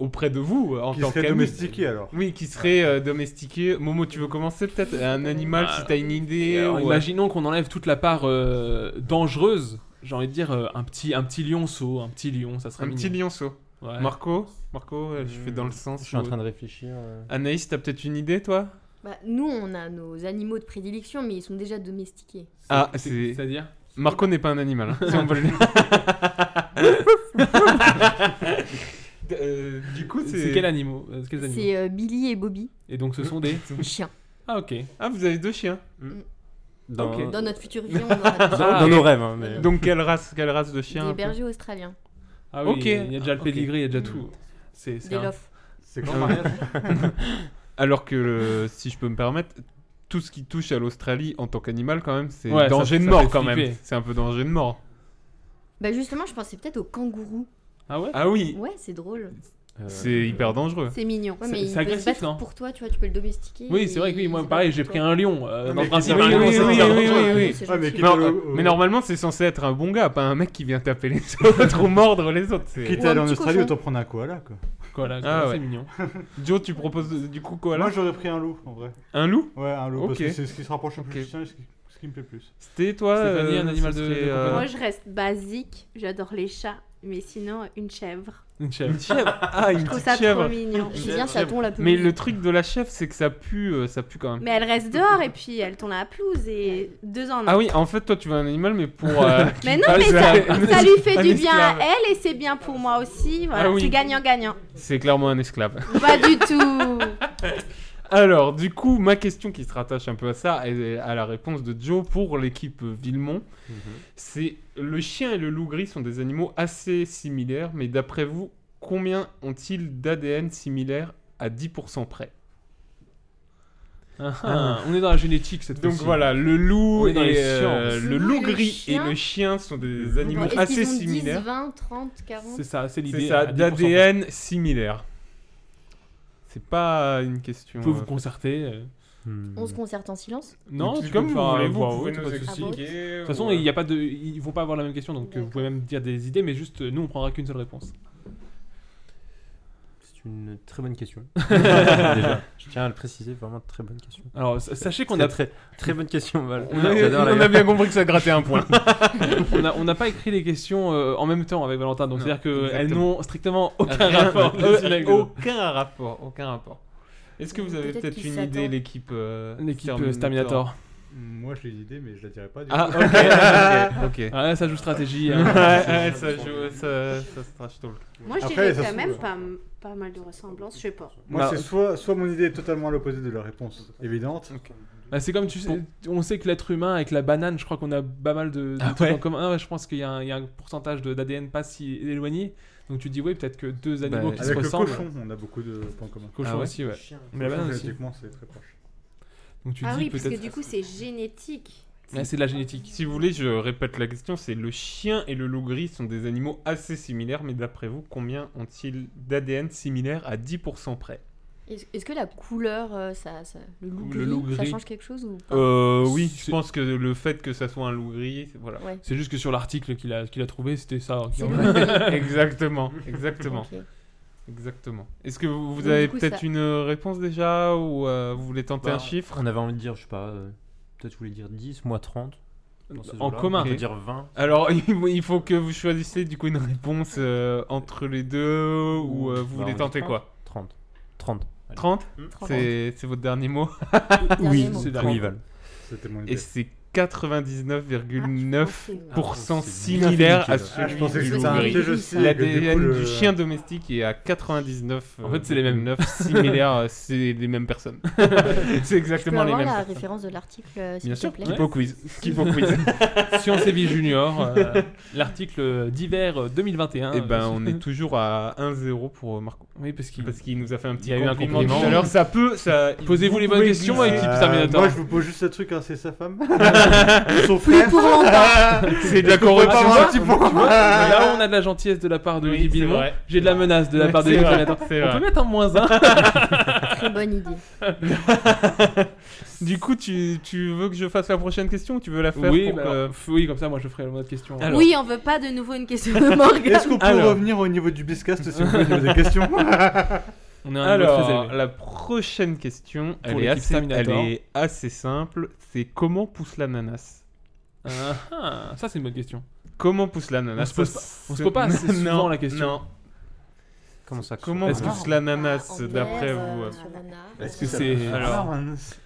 Speaker 9: auprès de vous euh, en
Speaker 5: Qui
Speaker 9: tant
Speaker 5: serait
Speaker 9: qu'ami.
Speaker 5: domestiqué alors
Speaker 9: Oui, qui serait euh, domestiqué. Momo, tu veux commencer peut-être Un animal,
Speaker 8: Ah,
Speaker 9: si t'as une idée
Speaker 8: Alors,
Speaker 9: ou, euh,
Speaker 8: Imaginons qu'on enlève toute la part euh, dangereuse. J'ai envie de dire euh, un petit, un petit lionceau, un petit lion, ça serait
Speaker 9: Un petit
Speaker 8: mignon.
Speaker 9: lionceau.
Speaker 8: Ouais.
Speaker 9: Marco Marco, euh, je fais dans le
Speaker 11: Je
Speaker 9: sens.
Speaker 11: suis en
Speaker 9: où-
Speaker 11: train de réfléchir. euh.
Speaker 9: Anaïs, t'as peut-être une idée, toi
Speaker 12: Bah, nous, on a nos animaux de prédilection, mais ils sont déjà domestiqués.
Speaker 9: Ah,
Speaker 8: C'est-
Speaker 9: c'est...
Speaker 8: C'est-à-dire
Speaker 9: Marco n'est pas un animal, hein, si on peut le dire. Euh, du coup, c'est...
Speaker 8: C'est quel animaux euh, quels animaux
Speaker 12: C'est euh, Billy et Bobby,
Speaker 8: Et donc ce sont des.
Speaker 12: chiens.
Speaker 8: Ah ok.
Speaker 9: Ah, vous avez deux chiens.
Speaker 11: Dans,
Speaker 8: Ok.
Speaker 11: dans,
Speaker 12: Dans notre future vie, on aura des-
Speaker 8: Ah,
Speaker 11: dans
Speaker 8: ok.
Speaker 11: nos rêves. hein, mais-
Speaker 9: Donc, quelle race, quelle race de chien un
Speaker 12: des
Speaker 9: peu
Speaker 12: bergers australiens,
Speaker 8: Ah oui,
Speaker 9: Ok.
Speaker 8: Il y a déjà le
Speaker 9: Ok. Ah
Speaker 8: pedigree, il y a déjà tout. C'est c'est
Speaker 12: des
Speaker 8: un-
Speaker 12: lofs.
Speaker 5: C'est quand le mariage
Speaker 9: Alors que, euh, si je peux me permettre, tout ce qui touche à l'Australie en tant qu'animal, quand même, c'est
Speaker 8: Ouais, ça-
Speaker 9: danger de
Speaker 8: ça
Speaker 9: mort,
Speaker 8: fait
Speaker 9: quand même.
Speaker 8: flipper.
Speaker 9: C'est un peu danger de mort.
Speaker 12: Bah justement, je pensais peut-être aux kangourous.
Speaker 8: Ah ouais.
Speaker 9: Ah oui,
Speaker 12: Ouais, c'est drôle.
Speaker 11: Euh,
Speaker 9: c'est hyper dangereux.
Speaker 12: C'est mignon. Ouais,
Speaker 8: C'est-
Speaker 12: mais il
Speaker 8: c'est
Speaker 12: peut
Speaker 8: agressif,
Speaker 12: se battre
Speaker 8: non
Speaker 12: pour toi, tu vois, tu peux le domestiquer.
Speaker 8: Oui, c'est vrai que oui, moi pareil, j'ai pris un lion. euh, dans
Speaker 5: Non, mais
Speaker 8: le principe,
Speaker 5: qui
Speaker 8: un
Speaker 5: t'a-
Speaker 8: lion,
Speaker 5: oui,
Speaker 8: c'est
Speaker 5: oui,
Speaker 8: un
Speaker 9: oui,
Speaker 8: danger.
Speaker 9: oui, oui.
Speaker 5: Ouais, mais qui
Speaker 9: Non,
Speaker 5: t'a-
Speaker 9: euh,
Speaker 5: euh,
Speaker 9: mais normalement, c'est censé être un bon gars, pas un mec qui vient taper les autres ou mordre les autres. c'est-
Speaker 5: Quitte
Speaker 12: Ou
Speaker 5: à
Speaker 12: un
Speaker 5: aller en
Speaker 12: petit
Speaker 5: Australie,
Speaker 12: cochon.
Speaker 5: autant prendre un koala quoi.
Speaker 8: Voilà,
Speaker 9: Ah
Speaker 8: c'est
Speaker 9: ouais.
Speaker 8: mignon.
Speaker 9: Joe, tu proposes euh, du coup quoi là
Speaker 5: Moi j'aurais pris un loup en vrai.
Speaker 9: Un loup
Speaker 5: Ouais, un loup parce
Speaker 9: Ok.
Speaker 5: que c'est ce qui se rapproche le plus
Speaker 9: Ok.
Speaker 5: du chien et ce qui, ce qui me plaît le plus.
Speaker 9: C'était toi
Speaker 8: Stéphanie,
Speaker 9: euh,
Speaker 8: un animal
Speaker 9: ce
Speaker 8: de-
Speaker 9: serait,
Speaker 8: de
Speaker 9: euh,
Speaker 8: compagnie
Speaker 10: Moi, je reste basique. J'adore les chats. Mais sinon, une chèvre.
Speaker 8: Une chèvre.
Speaker 9: Ah, une
Speaker 10: Je trouve
Speaker 9: petite
Speaker 10: ça trop
Speaker 9: chèvre.
Speaker 10: mignon.
Speaker 12: Je suis bien chaton la
Speaker 9: Mais le truc de la chèvre, c'est que ça pue, euh, ça pue quand même.
Speaker 10: Mais elle reste dehors et puis elle tourne à la pelouse et deux ans.
Speaker 9: Ah oui, en fait, toi, tu veux un animal, mais pour. euh,
Speaker 10: Mais non,
Speaker 9: Ah,
Speaker 10: mais
Speaker 9: c'est
Speaker 10: ça,
Speaker 9: un-
Speaker 10: ça lui fait
Speaker 9: un
Speaker 10: du bien
Speaker 9: esclave.
Speaker 10: à elle et c'est bien pour moi aussi. Voilà,
Speaker 9: Ah oui.
Speaker 10: c'est gagnant-gagnant.
Speaker 9: C'est clairement un esclave.
Speaker 10: Pas du tout.
Speaker 9: Alors, du coup, ma question qui se rattache un peu à ça et à la réponse de Joe pour l'équipe Villemont,
Speaker 8: Mhm.
Speaker 9: c'est le chien et le loup gris sont des animaux assez similaires, mais d'après vous, combien ont-ils d'ADN similaire à 10% près
Speaker 8: Ah, ah, on est dans la génétique cette
Speaker 9: Donc
Speaker 8: fois-ci.
Speaker 9: voilà, le loup
Speaker 8: On est dans les
Speaker 9: et euh,
Speaker 8: sciences. Mmh.
Speaker 9: le
Speaker 12: Le loup
Speaker 9: loup
Speaker 12: et le
Speaker 9: gris et
Speaker 12: chien.
Speaker 9: le chien sont des animaux
Speaker 12: Donc, est-ce
Speaker 9: assez
Speaker 12: qu'ils ont 10,
Speaker 9: similaires.
Speaker 12: 20, 30, 40
Speaker 8: C'est ça, c'est l'idée.
Speaker 9: ça,
Speaker 8: à 10%.
Speaker 9: d'ADN similaire. C'est pas une question.
Speaker 8: Vous pouvez vous
Speaker 9: euh,
Speaker 8: concerter. euh.
Speaker 11: hmm,
Speaker 12: On se concerte en silence
Speaker 8: Non,
Speaker 9: Tu-
Speaker 8: tu
Speaker 9: comme
Speaker 8: peux
Speaker 9: vous
Speaker 8: faire
Speaker 9: voulez,
Speaker 8: un
Speaker 9: vous
Speaker 8: voix
Speaker 9: pouvez
Speaker 8: haute,
Speaker 9: nous
Speaker 8: pas de souci.
Speaker 9: expliquer,
Speaker 8: De
Speaker 12: Ah
Speaker 8: toute façon,
Speaker 9: ou, euh,
Speaker 8: il y a pas de, ils vont pas avoir la même question, donc euh, vous pouvez même dire des idées, mais juste euh, nous on prendra qu'une seule réponse.
Speaker 11: C'est une très bonne question. Déjà, je tiens à le préciser, vraiment très bonne question.
Speaker 8: Alors, sa- sachez qu'on
Speaker 11: Très,
Speaker 8: a-
Speaker 11: très très bonne question, Val.
Speaker 8: On a-
Speaker 11: J'adore,
Speaker 8: on
Speaker 11: la-
Speaker 8: a bien compris que ça grattait un point. on n'a on n'a pas écrit les questions euh, en même temps avec Valentin, donc
Speaker 9: Non,
Speaker 8: c'est-à-dire qu'elles
Speaker 9: exactement.
Speaker 8: n'ont strictement aucun
Speaker 9: Rien,
Speaker 8: rapport.
Speaker 9: euh,
Speaker 8: les unes avec les autres.
Speaker 9: aucun rapport, aucun rapport. Est-ce que vous avez
Speaker 12: Peut-être
Speaker 9: peut-être
Speaker 12: qu'il
Speaker 9: une
Speaker 12: s'attend.
Speaker 9: idée, l'équipe euh,
Speaker 8: L'équipe, euh, Terminator.
Speaker 5: Moi, je l'ai l'idée, mais je la dirai pas. Du
Speaker 9: Ah,
Speaker 5: coup.
Speaker 9: ok, ok, ok.
Speaker 8: Ah, là, ça joue stratégie,
Speaker 9: Ouais,
Speaker 8: hein.
Speaker 9: ouais, ça joue, ça, ça se trash talk.
Speaker 10: Moi, je
Speaker 5: Après,
Speaker 10: dirais
Speaker 5: ça
Speaker 10: quand
Speaker 5: se
Speaker 10: même
Speaker 5: trouve.
Speaker 10: pas, pas mal de ressemblances, je sais pas.
Speaker 5: Moi,
Speaker 8: Bah,
Speaker 5: c'est soit, soit mon idée est totalement à l'opposé de la réponse évidente.
Speaker 8: Bah, c'est comme tu sais, on sait que l'être humain avec la banane, je crois qu'on a pas mal de, de
Speaker 9: Ah
Speaker 8: trucs
Speaker 9: ouais
Speaker 8: en commun. Ah ouais, je pense qu'il y, a un- il y a un pourcentage de- d'ADN pas si éloigné. Donc tu dis oui, peut-être que deux animaux qui se
Speaker 5: Bah, Avec le
Speaker 8: ressemblent.
Speaker 5: cochon, on a beaucoup de points communs.
Speaker 8: Cochon
Speaker 9: Ah ouais
Speaker 8: aussi, ouais.
Speaker 5: Chien.
Speaker 8: Mais la banane aussi.
Speaker 5: Génétiquement, c'est très proche.
Speaker 8: Donc tu
Speaker 10: ah
Speaker 8: dis
Speaker 10: oui, parce que
Speaker 8: peut-être.
Speaker 10: du coup, c'est génétique.
Speaker 8: Ouais, c'est de la génétique.
Speaker 9: Si vous voulez, je répète la question, c'est le chien et le loup gris sont des animaux assez similaires, mais d'après vous, combien ont-ils d'ADN similaire à 10% près
Speaker 12: Est-ce est-ce que la couleur, euh, ça, ça- le, loup
Speaker 8: Le
Speaker 12: gris,
Speaker 8: loup
Speaker 12: ça
Speaker 8: gris.
Speaker 12: change quelque chose ou pas
Speaker 9: Euh, oui,
Speaker 8: C'est-
Speaker 9: je pense que le fait que ça soit un loup gris, c'est- voilà.
Speaker 12: Ouais.
Speaker 8: C'est juste que sur l'article qu'il a, qu'il a trouvé, c'était ça. hein, qui
Speaker 12: C'est
Speaker 8: en-
Speaker 12: le loup gris.
Speaker 9: exactement, exactement,
Speaker 12: Ok.
Speaker 9: exactement. Est-ce que vous, vous
Speaker 12: Donc,
Speaker 9: avez
Speaker 12: du coup,
Speaker 9: peut-être
Speaker 12: ça-
Speaker 9: une euh, réponse déjà ou euh, vous voulez tenter
Speaker 11: Bah,
Speaker 9: un chiffre
Speaker 11: On avait envie de dire, je sais pas, euh, peut-être je voulais dire 10, moi 30. dans ces
Speaker 8: En
Speaker 11: eaux-là.
Speaker 8: commun.
Speaker 11: On peut
Speaker 9: Ok.
Speaker 11: dire 20.
Speaker 9: Alors, il faut que vous choisissiez du coup une réponse euh, entre les deux ou euh, vous
Speaker 11: Bah, on
Speaker 9: voulez
Speaker 11: dit
Speaker 9: tenter
Speaker 11: 30.
Speaker 9: quoi
Speaker 11: 30. 30. Allez.
Speaker 9: 30
Speaker 12: 30.
Speaker 9: C'est c'est votre dernier mot
Speaker 12: Dernier
Speaker 11: Oui,
Speaker 12: mot.
Speaker 8: c'est
Speaker 11: oui,
Speaker 8: trente.
Speaker 11: Val.
Speaker 5: C'était mon idée.
Speaker 9: Et c'est 99,9%
Speaker 10: Ah,
Speaker 11: bien
Speaker 9: similaire à
Speaker 11: ridicule.
Speaker 9: celui
Speaker 5: Ah, je pensais que
Speaker 9: du
Speaker 5: c'était un
Speaker 9: loup-gris.
Speaker 5: piège aussi. et que du
Speaker 9: L'ADN
Speaker 5: coup,
Speaker 9: du,
Speaker 5: le-
Speaker 9: chien domestique est à euh, 99.
Speaker 8: En fait, c'est les mêmes.
Speaker 9: 9 similaires, euh, c'est les mêmes personnes. c'est
Speaker 12: Je peux
Speaker 9: exactement les
Speaker 12: avoir
Speaker 9: mêmes.
Speaker 12: la
Speaker 9: personnes.
Speaker 12: référence de l'article, euh, s'il
Speaker 9: Bien
Speaker 12: te
Speaker 9: sûr,
Speaker 12: plaît
Speaker 9: Skip au quiz. Skip au quiz.
Speaker 8: Science et vie junior, euh, l'article d'hiver euh, 2021.
Speaker 5: Eh
Speaker 9: Et ben,
Speaker 8: euh,
Speaker 9: on est toujours à 1-0 pour euh, Marco.
Speaker 8: Oui, parce qu'il.
Speaker 9: Parce qu'il nous a fait un petit
Speaker 8: Il y a eu un
Speaker 9: compliment
Speaker 8: compliment.
Speaker 9: tout à l'heure. Ça peut. Ça...
Speaker 8: Posez-vous
Speaker 9: vous
Speaker 8: les bonnes
Speaker 9: pouvez
Speaker 8: questions,
Speaker 9: glisser.
Speaker 8: équipe
Speaker 5: Euh,
Speaker 8: Terminator.
Speaker 5: Moi, je vous pose juste un truc, hein, c'est sa femme. Son frère.
Speaker 9: C'est de la
Speaker 5: Faut pas
Speaker 9: corruption.
Speaker 5: avoir un petit point.
Speaker 8: Ah, Tu vois, là, on a de la gentillesse de la part de
Speaker 9: Oui,
Speaker 8: Olivier
Speaker 9: c'est
Speaker 8: Villemon.
Speaker 9: vrai.
Speaker 8: J'ai de la menace de la
Speaker 9: Ouais,
Speaker 8: part de
Speaker 9: c'est
Speaker 8: Olivier
Speaker 9: vrai,
Speaker 8: Villemon.
Speaker 9: c'est
Speaker 8: On
Speaker 9: vrai.
Speaker 8: peut mettre un moins 1.
Speaker 12: Très bonne idée.
Speaker 9: Du coup, tu, tu veux que je fasse la prochaine question ou tu veux la faire
Speaker 8: Oui,
Speaker 9: pour
Speaker 8: bah,
Speaker 9: que-
Speaker 8: alors, f- oui, comme ça, moi, je ferai le mot de question.
Speaker 9: Alors.
Speaker 10: Oui, on veut pas de nouveau une question de Morgan.
Speaker 5: Est-ce qu'on peut
Speaker 9: Alors.
Speaker 5: revenir au niveau du biscast, s'il vous plaît, au niveau des questions
Speaker 8: On est à un niveau très
Speaker 9: Alors,
Speaker 8: élevé.
Speaker 9: la prochaine question, elle est,
Speaker 8: l'équipe
Speaker 9: assez, elle
Speaker 8: Terminator.
Speaker 9: est assez simple. C'est comment pousse l'ananas
Speaker 8: Ah, ah, ça, c'est une bonne question.
Speaker 9: Comment pousse l'ananas
Speaker 8: On se pose
Speaker 9: Ça,
Speaker 8: pas- on se pose pas assez
Speaker 9: Non,
Speaker 8: souvent la question.
Speaker 9: non.
Speaker 11: Comment ça
Speaker 9: Comment
Speaker 8: Est-ce que-
Speaker 9: pousse l'ananas
Speaker 12: Ah, en
Speaker 9: d'après
Speaker 12: vert,
Speaker 9: vous
Speaker 12: euh,
Speaker 9: euh
Speaker 12: sur un arbre.
Speaker 8: Est-ce que c'est.
Speaker 9: Alors,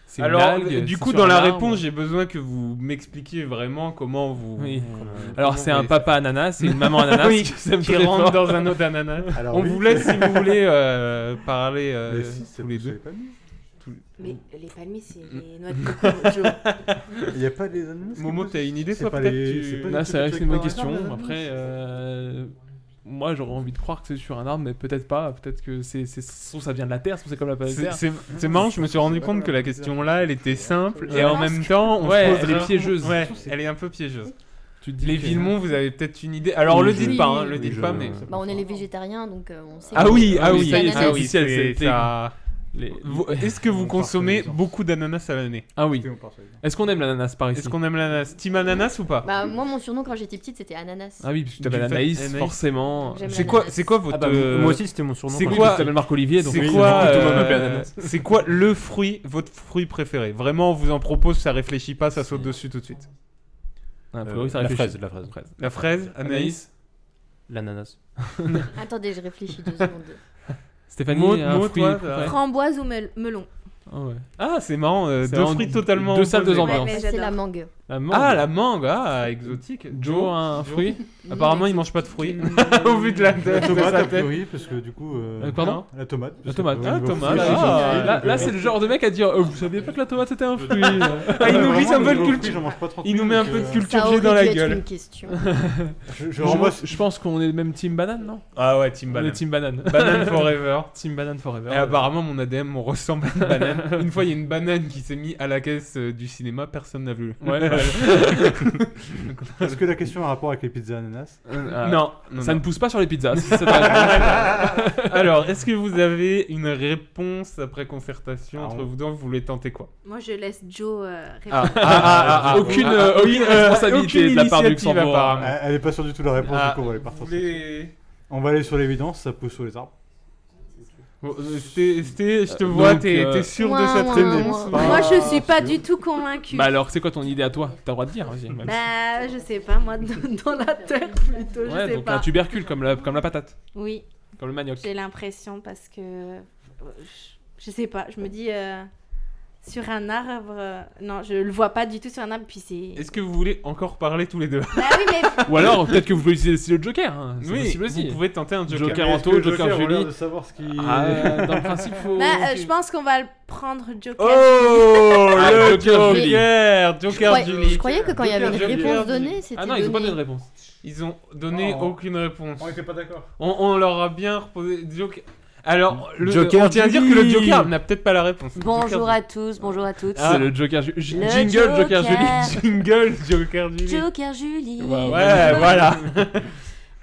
Speaker 8: c'est une
Speaker 9: alors, euh,
Speaker 8: algue,
Speaker 9: du
Speaker 8: c'est
Speaker 9: coup,
Speaker 8: sur
Speaker 9: dans
Speaker 8: un
Speaker 9: la
Speaker 8: arbre
Speaker 9: réponse, j'ai besoin que vous m'expliquiez vraiment comment vous.
Speaker 8: Oui.
Speaker 9: comment-
Speaker 11: Euh,
Speaker 9: comment
Speaker 8: Alors, c'est un
Speaker 9: vous-
Speaker 8: papa ananas et une maman ananas
Speaker 9: Oui,
Speaker 8: qui s'aiment
Speaker 9: qui
Speaker 8: très
Speaker 9: rentre
Speaker 8: fort. Ah
Speaker 9: dans un autre ananas.
Speaker 5: Alors,
Speaker 9: On
Speaker 5: oui.
Speaker 9: vous laisse si vous voulez euh, parler euh,
Speaker 5: Mais si, c'est-
Speaker 9: tous les
Speaker 5: vous savez
Speaker 9: deux.
Speaker 5: pas, nous.
Speaker 10: Mais les palmiers, c'est
Speaker 8: Mm.
Speaker 10: les noix de coco, Joe.
Speaker 5: Il n'y a pas des animaux
Speaker 9: Momo, t'as une idée
Speaker 5: C'est
Speaker 9: toi
Speaker 5: pas
Speaker 9: peut-être
Speaker 5: les-
Speaker 9: tu-
Speaker 5: c'est pas
Speaker 8: Là, Ah, c'est vrai que c'est une bonne question.
Speaker 5: Exactement.
Speaker 8: Après, euh, moi, j'aurais envie de croire que c'est sur un arbre, mais peut-être pas. Peut-être que c'est, c'est, ça se trouve, ça vient de la terre, ça se trouve, c'est comme la planète
Speaker 9: C'est-
Speaker 8: Terre.
Speaker 9: C'est c'est marrant, je me suis rendu compte que la question là, elle était simple et en même temps, on se
Speaker 8: Ouais,
Speaker 9: pose
Speaker 8: elle est
Speaker 9: rare-
Speaker 8: piégeuse.
Speaker 9: Ouais, elle est un peu piégeuse.
Speaker 8: Tu te dis
Speaker 9: Les
Speaker 8: que-
Speaker 9: Villemont, vous avez peut-être une idée. Alors le
Speaker 12: Oui,
Speaker 9: dites
Speaker 12: je-
Speaker 9: pas, hein, le
Speaker 12: oui,
Speaker 9: dites
Speaker 11: je-
Speaker 9: pas, mais.
Speaker 12: Bah, on est les végétariens, donc euh, on sait.
Speaker 9: Ah
Speaker 12: que-
Speaker 9: oui, ah
Speaker 8: Oui,
Speaker 9: oui,
Speaker 8: ça y est,
Speaker 9: ah
Speaker 8: c'est
Speaker 9: oui,
Speaker 8: officiel,
Speaker 9: c'est-
Speaker 8: c'est-
Speaker 9: ça-
Speaker 8: les-
Speaker 9: Vous- Est-ce que vous
Speaker 5: On part sur
Speaker 9: consommez
Speaker 5: les gens.
Speaker 9: beaucoup d'ananas à l'année
Speaker 8: Ah oui. Est-ce qu'on aime l'ananas par ici
Speaker 9: Est-ce qu'on aime l'ananas Team ananas ou pas
Speaker 12: Bah, moi, mon surnom quand j'étais petite, c'était Ananas.
Speaker 8: Ah oui, parce que tu
Speaker 9: Du
Speaker 8: t'appelles
Speaker 9: fait-
Speaker 8: Anaïs,
Speaker 9: Anaïs.
Speaker 8: forcément.
Speaker 12: J'aime
Speaker 9: C'est quoi,
Speaker 12: l'ananas.
Speaker 9: c'est quoi votre
Speaker 11: Ah bah,
Speaker 9: euh,
Speaker 11: Moi aussi, c'était mon surnom.
Speaker 9: c'est
Speaker 11: quand
Speaker 8: Oui,
Speaker 11: j'étais
Speaker 8: parce
Speaker 9: quoi-
Speaker 8: que tu t'appelles Marc Olivier, donc.
Speaker 9: C'est
Speaker 11: Oui,
Speaker 9: quoi,
Speaker 11: j'ai beaucoup de
Speaker 9: euh,
Speaker 11: tomates et ananas.
Speaker 9: c'est quoi le fruit, votre fruit préféré Vraiment, on vous en propose, ça réfléchit pas, ça saute dessus tout de suite.
Speaker 8: Ah, a
Speaker 11: Euh,
Speaker 8: priori, ça
Speaker 11: la
Speaker 8: réfléchit.
Speaker 11: fraise, la fraise.
Speaker 9: La fraise, Anaïs,
Speaker 11: L'ananas.
Speaker 12: Attendez, je réfléchis deux secondes.
Speaker 8: Stéphanie,
Speaker 9: Maud,
Speaker 8: un
Speaker 9: Maud,
Speaker 8: fruit
Speaker 9: toi,
Speaker 8: préféré
Speaker 9: t'as-
Speaker 10: Framboise ou mel- melon
Speaker 8: Ah ouais.
Speaker 9: Ah, c'est marrant, euh,
Speaker 8: C'est
Speaker 9: deux
Speaker 8: vraiment
Speaker 9: fruits totalement.
Speaker 8: deux salles, deux
Speaker 9: opposées.
Speaker 8: ambiances.
Speaker 10: Ouais, mais
Speaker 12: Ça, C'est
Speaker 10: j'adore.
Speaker 12: la mangue.
Speaker 8: La mangue.
Speaker 9: Ah, la mangue, ah, exotique.
Speaker 8: Joe, un
Speaker 9: Joe.
Speaker 8: fruit
Speaker 9: Apparemment, il mange pas de fruits. Au vu de la, de- de
Speaker 5: La tomate,
Speaker 9: sa
Speaker 5: a
Speaker 9: tête.
Speaker 5: priori, parce que du coup. euh,
Speaker 9: Euh, pardon
Speaker 5: La tomate.
Speaker 8: La
Speaker 5: parce que,
Speaker 8: tomate,
Speaker 5: au
Speaker 8: ah,
Speaker 5: niveau
Speaker 8: tomate.
Speaker 5: fruit,
Speaker 8: ah,
Speaker 5: c'est
Speaker 8: là,
Speaker 5: gentil,
Speaker 8: là,
Speaker 5: donc,
Speaker 8: c'est
Speaker 5: euh,
Speaker 8: le genre de mec à dire euh, Vous saviez pas que la tomate était un fruit
Speaker 9: Ah, il nous
Speaker 5: Vraiment,
Speaker 9: glisse un peu de
Speaker 5: niveau fruit,
Speaker 9: culture.
Speaker 5: j'en mange pas 30
Speaker 9: Il nous met un
Speaker 5: donc,
Speaker 9: peu de
Speaker 5: euh,
Speaker 9: culture
Speaker 12: Ça
Speaker 9: G dans
Speaker 12: aurait
Speaker 9: la
Speaker 12: dû être
Speaker 9: gueule.
Speaker 12: une question.
Speaker 5: Je, je
Speaker 8: Je,
Speaker 5: renvoie-
Speaker 8: je pense qu'on est le même team banane, non
Speaker 9: Ah ouais, Team
Speaker 8: On est
Speaker 9: Banane.
Speaker 8: team banane.
Speaker 9: Banane Forever. Eh bah.
Speaker 8: team banane forever.
Speaker 9: Et apparemment, mon ADM, on ressemble à une banane. Une fois, il y a une banane qui s'est mise à la caisse euh, du cinéma, personne n'a vu.
Speaker 8: Ouais.
Speaker 5: Est-ce que la question a un rapport avec les pizzas ananas
Speaker 8: Ah,
Speaker 9: Euh, non, non,
Speaker 8: ça
Speaker 9: non.
Speaker 8: ne pousse pas sur les pizzas. si c'est ta réponse.
Speaker 9: Alors, est-ce que vous avez une réponse après concertation
Speaker 5: Ah,
Speaker 9: entre
Speaker 5: on-
Speaker 9: vous deux Vous voulez tenter quoi
Speaker 10: Moi, je laisse Joe euh,
Speaker 9: Ah,
Speaker 10: répondre.
Speaker 9: ah, ah, ah,
Speaker 8: Aucune,
Speaker 9: ah,
Speaker 8: euh,
Speaker 9: ah,
Speaker 8: aucune
Speaker 9: euh,
Speaker 8: responsabilité
Speaker 9: aucune
Speaker 8: de la part du Ah,
Speaker 9: initiative,
Speaker 8: Luxembourg.
Speaker 9: apparemment.
Speaker 5: Elle elle est pas sûre du tout la réponse,
Speaker 9: Ah,
Speaker 5: du coup, on va aller partir
Speaker 9: vous
Speaker 5: sur ça.
Speaker 9: voulez-
Speaker 5: On va aller sur l'évidence, ça pousse sous les arbres.
Speaker 9: Bon, euh, Sté, Sté, je te
Speaker 8: Euh,
Speaker 9: vois,
Speaker 8: donc,
Speaker 9: t'es
Speaker 8: euh,
Speaker 9: t'es sûr de
Speaker 12: Ouin,
Speaker 9: cette
Speaker 12: ouin,
Speaker 9: réponse
Speaker 12: ouin.
Speaker 8: Ah,
Speaker 9: Bah,
Speaker 10: Moi, je suis pas du tout convaincue.
Speaker 8: bah
Speaker 10: Bah,
Speaker 8: alors, c'est quoi ton idée à toi T'as le droit de dire aussi. même.
Speaker 10: je sais pas, moi, dans, dans la terre plutôt, Bah, je
Speaker 8: ouais,
Speaker 10: sais
Speaker 8: donc
Speaker 10: pas.
Speaker 8: un tubercule comme la, comme la patate,
Speaker 10: Oui,
Speaker 8: comme le manioc.
Speaker 10: j'ai l'impression parce que. euh, Je, je sais pas, je me dis. euh, sur un arbre. euh, non, je le vois pas du tout sur un arbre, puis c'est.
Speaker 9: Est-ce que vous voulez encore parler tous les deux
Speaker 10: Bah oui, mais
Speaker 8: Ou alors, peut-être que vous pouvez utiliser aussi le joker. hein, c'est
Speaker 9: Oui,
Speaker 8: possible aussi.
Speaker 9: vous pouvez tenter un joker.
Speaker 8: Joker.
Speaker 5: Mais
Speaker 8: Anto,
Speaker 5: est-ce que le
Speaker 8: Joker,
Speaker 5: Joker, on a l'air
Speaker 8: Julie.
Speaker 5: de savoir ce qui.
Speaker 8: Ah, euh, dans le principe, faut.
Speaker 10: Bah, euh, je pense qu'on va le prendre Joker.
Speaker 9: Oh,
Speaker 8: Ah,
Speaker 9: le
Speaker 8: Joker
Speaker 9: Joker,
Speaker 8: Julie.
Speaker 9: Joker,
Speaker 12: Je croyais-
Speaker 9: Julie.
Speaker 12: Je croyais que quand il y avait une
Speaker 9: Joker,
Speaker 12: réponse
Speaker 9: Julie.
Speaker 12: donnée, c'était
Speaker 8: ah non, ils ont pas donné de
Speaker 12: donné.
Speaker 8: réponse.
Speaker 9: Ils ont donné
Speaker 5: Oh.
Speaker 9: aucune réponse.
Speaker 5: était pas d'accord.
Speaker 9: On, on leur a bien reposé Joker. Alors, le
Speaker 11: Joker
Speaker 9: on tient à dire que le
Speaker 11: Julie.
Speaker 9: Joker n'a peut-être pas la réponse.
Speaker 12: Bonjour
Speaker 9: Joker-
Speaker 12: à tous, bonjour à toutes.
Speaker 8: Ah. C'est le Joker. Ju- Ju-
Speaker 12: Le
Speaker 8: jingle Joker,
Speaker 12: Joker.
Speaker 8: Julie.
Speaker 9: Jingle Joker Julie.
Speaker 12: Joker Julie.
Speaker 8: Ouais,
Speaker 9: Ouais, voilà.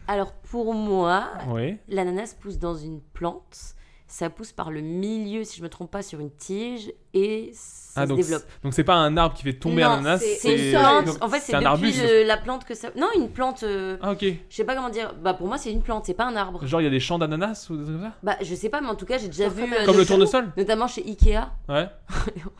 Speaker 13: Alors pour moi,
Speaker 8: Oui.
Speaker 13: l'ananas pousse dans une plante. Ça pousse par le milieu, si je me trompe pas, sur une tige et ça
Speaker 8: Ah,
Speaker 13: se
Speaker 8: donc,
Speaker 13: développe.
Speaker 8: c'est- donc c'est pas un arbre qui fait tomber
Speaker 13: Non,
Speaker 8: un ananas,
Speaker 13: c'est-
Speaker 8: c'est
Speaker 13: une plante.
Speaker 8: donc
Speaker 13: En fait, c'est
Speaker 8: un
Speaker 13: depuis
Speaker 8: arbuste.
Speaker 13: le- la plante que ça. Non, une plante. euh,
Speaker 8: Ah ok.
Speaker 13: Je sais pas comment dire. Bah pour moi, c'est une plante, c'est pas un arbre.
Speaker 8: Genre il y a des champs d'ananas ou des trucs comme ça.
Speaker 13: Bah je sais pas, mais en tout cas, j'ai déjà vu. euh,
Speaker 8: Comme le
Speaker 13: notamment-
Speaker 8: tournesol.
Speaker 13: Notamment chez Ikea,
Speaker 8: Ouais.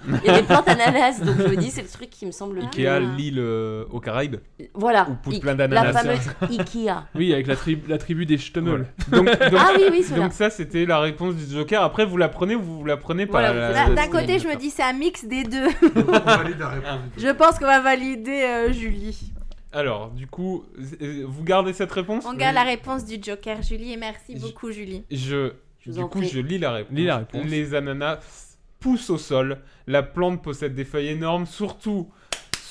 Speaker 13: il y a des plantes ananas, donc je me dis c'est le truc qui me semble. le
Speaker 9: Ikea, l'île euh, aux Caraïbes.
Speaker 13: plus- Voilà.
Speaker 9: Ou pousse
Speaker 13: I-
Speaker 9: plein d'ananas.
Speaker 13: Ah. La fameuse Ikea.
Speaker 8: Oui, avec la, tribu- la tribu des Stummel.
Speaker 9: Donc, donc-
Speaker 13: Ah oui, oui, cela.
Speaker 9: donc ça, c'était la réponse du Joker. Après, vous la prenez ou vous la prenez pas.
Speaker 13: Voilà,
Speaker 9: la-
Speaker 13: c'est
Speaker 10: Là,
Speaker 9: la-
Speaker 10: Bah, D'un
Speaker 9: la-
Speaker 10: côté, je me dis c'est un mix des deux.
Speaker 5: On valide la réponse.
Speaker 10: Je pense qu'on va valider euh, Julie.
Speaker 9: Alors, du coup, euh, vous gardez cette réponse
Speaker 10: On garde la réponse du Joker, Julie, et merci beaucoup, Julie.
Speaker 9: Je,
Speaker 13: Je vous
Speaker 9: du
Speaker 13: en
Speaker 9: coup,
Speaker 13: prie.
Speaker 9: je lis la réponse.
Speaker 8: Lis la réponse.
Speaker 9: Les ananas poussent au sol. La plante possède des feuilles énormes, surtout.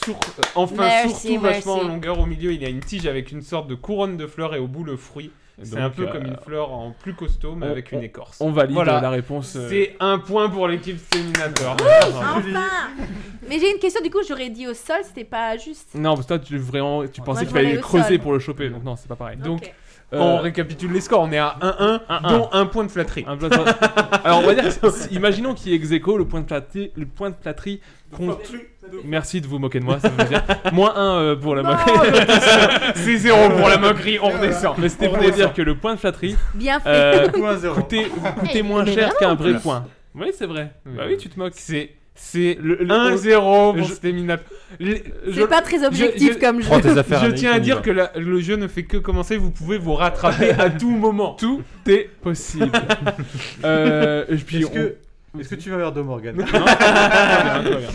Speaker 9: sur- euh, enfin,
Speaker 13: Merci,
Speaker 9: surtout
Speaker 13: merci.
Speaker 9: vachement en longueur. Au milieu, il y a une tige avec une sorte de couronne de fleurs et au bout, le fruit. C'est
Speaker 8: Donc,
Speaker 9: un peu
Speaker 8: euh,
Speaker 9: comme une fleur en plus costaud, mais
Speaker 8: on-
Speaker 9: avec une écorce.
Speaker 8: On valide
Speaker 9: Voilà.
Speaker 8: euh, la réponse. euh,
Speaker 9: C'est un point pour l'équipe Séminator.
Speaker 10: Enfin Mais j'ai une question, du coup, j'aurais dit au sol, c'était pas juste.
Speaker 8: Non, parce que toi tu vraiment, tu pensais
Speaker 10: je
Speaker 8: qu'il fallait
Speaker 10: voulais au
Speaker 8: creuser
Speaker 10: sol.
Speaker 8: pour le choper, donc non, c'est pas pareil.
Speaker 9: Donc,
Speaker 10: Ok.
Speaker 8: Euh,
Speaker 9: On récapitule les scores, on est à 1-1,
Speaker 8: 1-1.
Speaker 9: dont un point de flatterie.
Speaker 8: un plat de- Alors on va dire, que si- imaginons qu'il y ait ex aequo, le point de flatterie, le point de flatterie compte. Merci de vous moquer de moi, ça veut dire moins 1 pour la moquerie.
Speaker 10: Oh,
Speaker 9: C'est 0 pour la moquerie, on redescend.
Speaker 8: Mais c'était
Speaker 9: On
Speaker 8: pour
Speaker 9: redescend.
Speaker 8: dire que le point de flatterie
Speaker 10: Bien fait.
Speaker 8: euh,
Speaker 5: Point zéro.
Speaker 8: coûtait, coûtait
Speaker 12: Eh,
Speaker 8: moins
Speaker 12: mais
Speaker 8: cher
Speaker 12: vraiment,
Speaker 8: qu'un vrai
Speaker 9: plus.
Speaker 8: point. Oui, c'est vrai.
Speaker 9: Oui.
Speaker 8: Bah oui, tu te moques.
Speaker 9: C'est c'est
Speaker 8: Le- le-
Speaker 9: 1-0 pour
Speaker 8: je-
Speaker 9: Stéminator. Le-
Speaker 10: C'est pas très objectif
Speaker 9: je-
Speaker 10: comme jeu.
Speaker 11: Prends tes affaires.
Speaker 9: Je
Speaker 11: Anaïs,
Speaker 9: tiens à
Speaker 11: on y
Speaker 9: dire
Speaker 11: va.
Speaker 9: que la- le jeu ne fait que commencer, vous pouvez vous rattraper à tout moment.
Speaker 8: Tout est possible. euh, et puis
Speaker 5: Est-ce
Speaker 8: on-
Speaker 5: que, est-ce que tu vas vers de Morgan Ah,
Speaker 8: Non, tout va Ah, bien, tout va bien.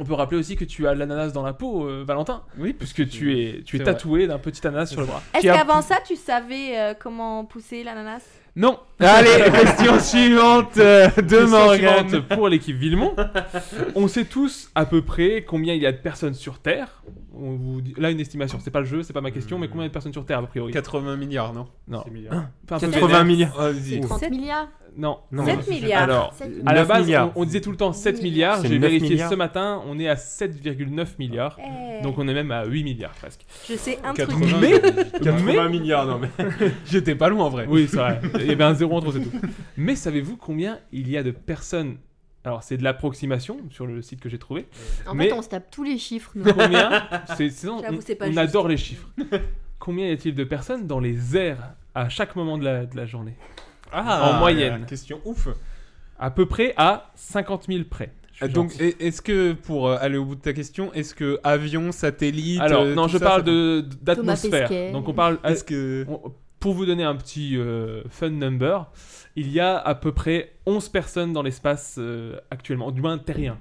Speaker 8: On peut rappeler aussi que tu as l'ananas dans la peau, euh, Valentin,
Speaker 9: Oui,
Speaker 8: puisque tu es, tu es
Speaker 9: C'est
Speaker 8: tatoué d'un petit ananas sur le bras.
Speaker 10: Est-ce
Speaker 9: qui a-
Speaker 10: qu'avant ça, tu savais euh, comment pousser l'ananas
Speaker 9: Non. Allez, question suivante euh, de
Speaker 8: Question
Speaker 9: Morgane.
Speaker 8: suivante pour l'équipe Villemont. On sait tous à peu près combien il y a de personnes sur Terre. On vous dit- Là, une estimation, c'est pas le jeu, c'est pas ma question, mais combien il y a de personnes sur Terre a priori
Speaker 9: 80 milliards, non
Speaker 8: Non,
Speaker 5: C'est milliard.
Speaker 8: pas un peu
Speaker 9: 80
Speaker 8: vénère.
Speaker 9: milliards.
Speaker 12: C'est 30
Speaker 10: Sept-
Speaker 12: milliards.
Speaker 8: Non,
Speaker 9: Non,
Speaker 10: 7 milliards.
Speaker 8: alors.
Speaker 12: Sept
Speaker 8: À la
Speaker 11: 9
Speaker 8: base,
Speaker 11: milliards.
Speaker 8: on, on disait tout le temps 7 milliards.
Speaker 11: C'est
Speaker 8: J'ai
Speaker 11: 9
Speaker 8: vérifié
Speaker 11: milliards.
Speaker 8: ce matin, on est à 7,9 milliards.
Speaker 10: Eh,
Speaker 8: Donc on est même à 8 milliards presque.
Speaker 10: Je sais un truc.
Speaker 9: 80
Speaker 8: Mais-
Speaker 9: 80 milliards, non mais. J'étais pas loin en vrai.
Speaker 8: Oui, c'est vrai. Il y avait un zéro entre, c'est tout. Mais savez-vous combien il y a de personnes Alors, c'est de l'approximation sur le site que j'ai trouvé.
Speaker 12: En
Speaker 8: Mais-
Speaker 12: fait, on se tape tous les chiffres. nous.
Speaker 8: Combien c'est, c'est- on,
Speaker 10: J'avoue, c'est pas
Speaker 8: on
Speaker 10: juste.
Speaker 8: adore les chiffres. Combien y a-t-il de personnes dans les airs à chaque moment de la, de la journée
Speaker 9: Ah,
Speaker 8: En moyenne.
Speaker 9: Question ouf.
Speaker 8: À peu près à 50 000 près. Je suis
Speaker 9: Donc,
Speaker 8: gentil.
Speaker 9: e- est-ce que, pour euh, aller au bout de ta question, est-ce que avion, satellite.
Speaker 8: alors
Speaker 9: euh,
Speaker 8: non,
Speaker 9: tout
Speaker 8: je
Speaker 9: ça,
Speaker 8: parle
Speaker 9: ça compte
Speaker 8: de, d'atmosphère.
Speaker 12: Pesquet.
Speaker 8: Donc on parle. euh,
Speaker 9: Est-ce que.
Speaker 8: on- Pour vous donner un petit euh, fun number, il y a à peu près 11 personnes dans l'espace euh, actuellement, du moins terrien.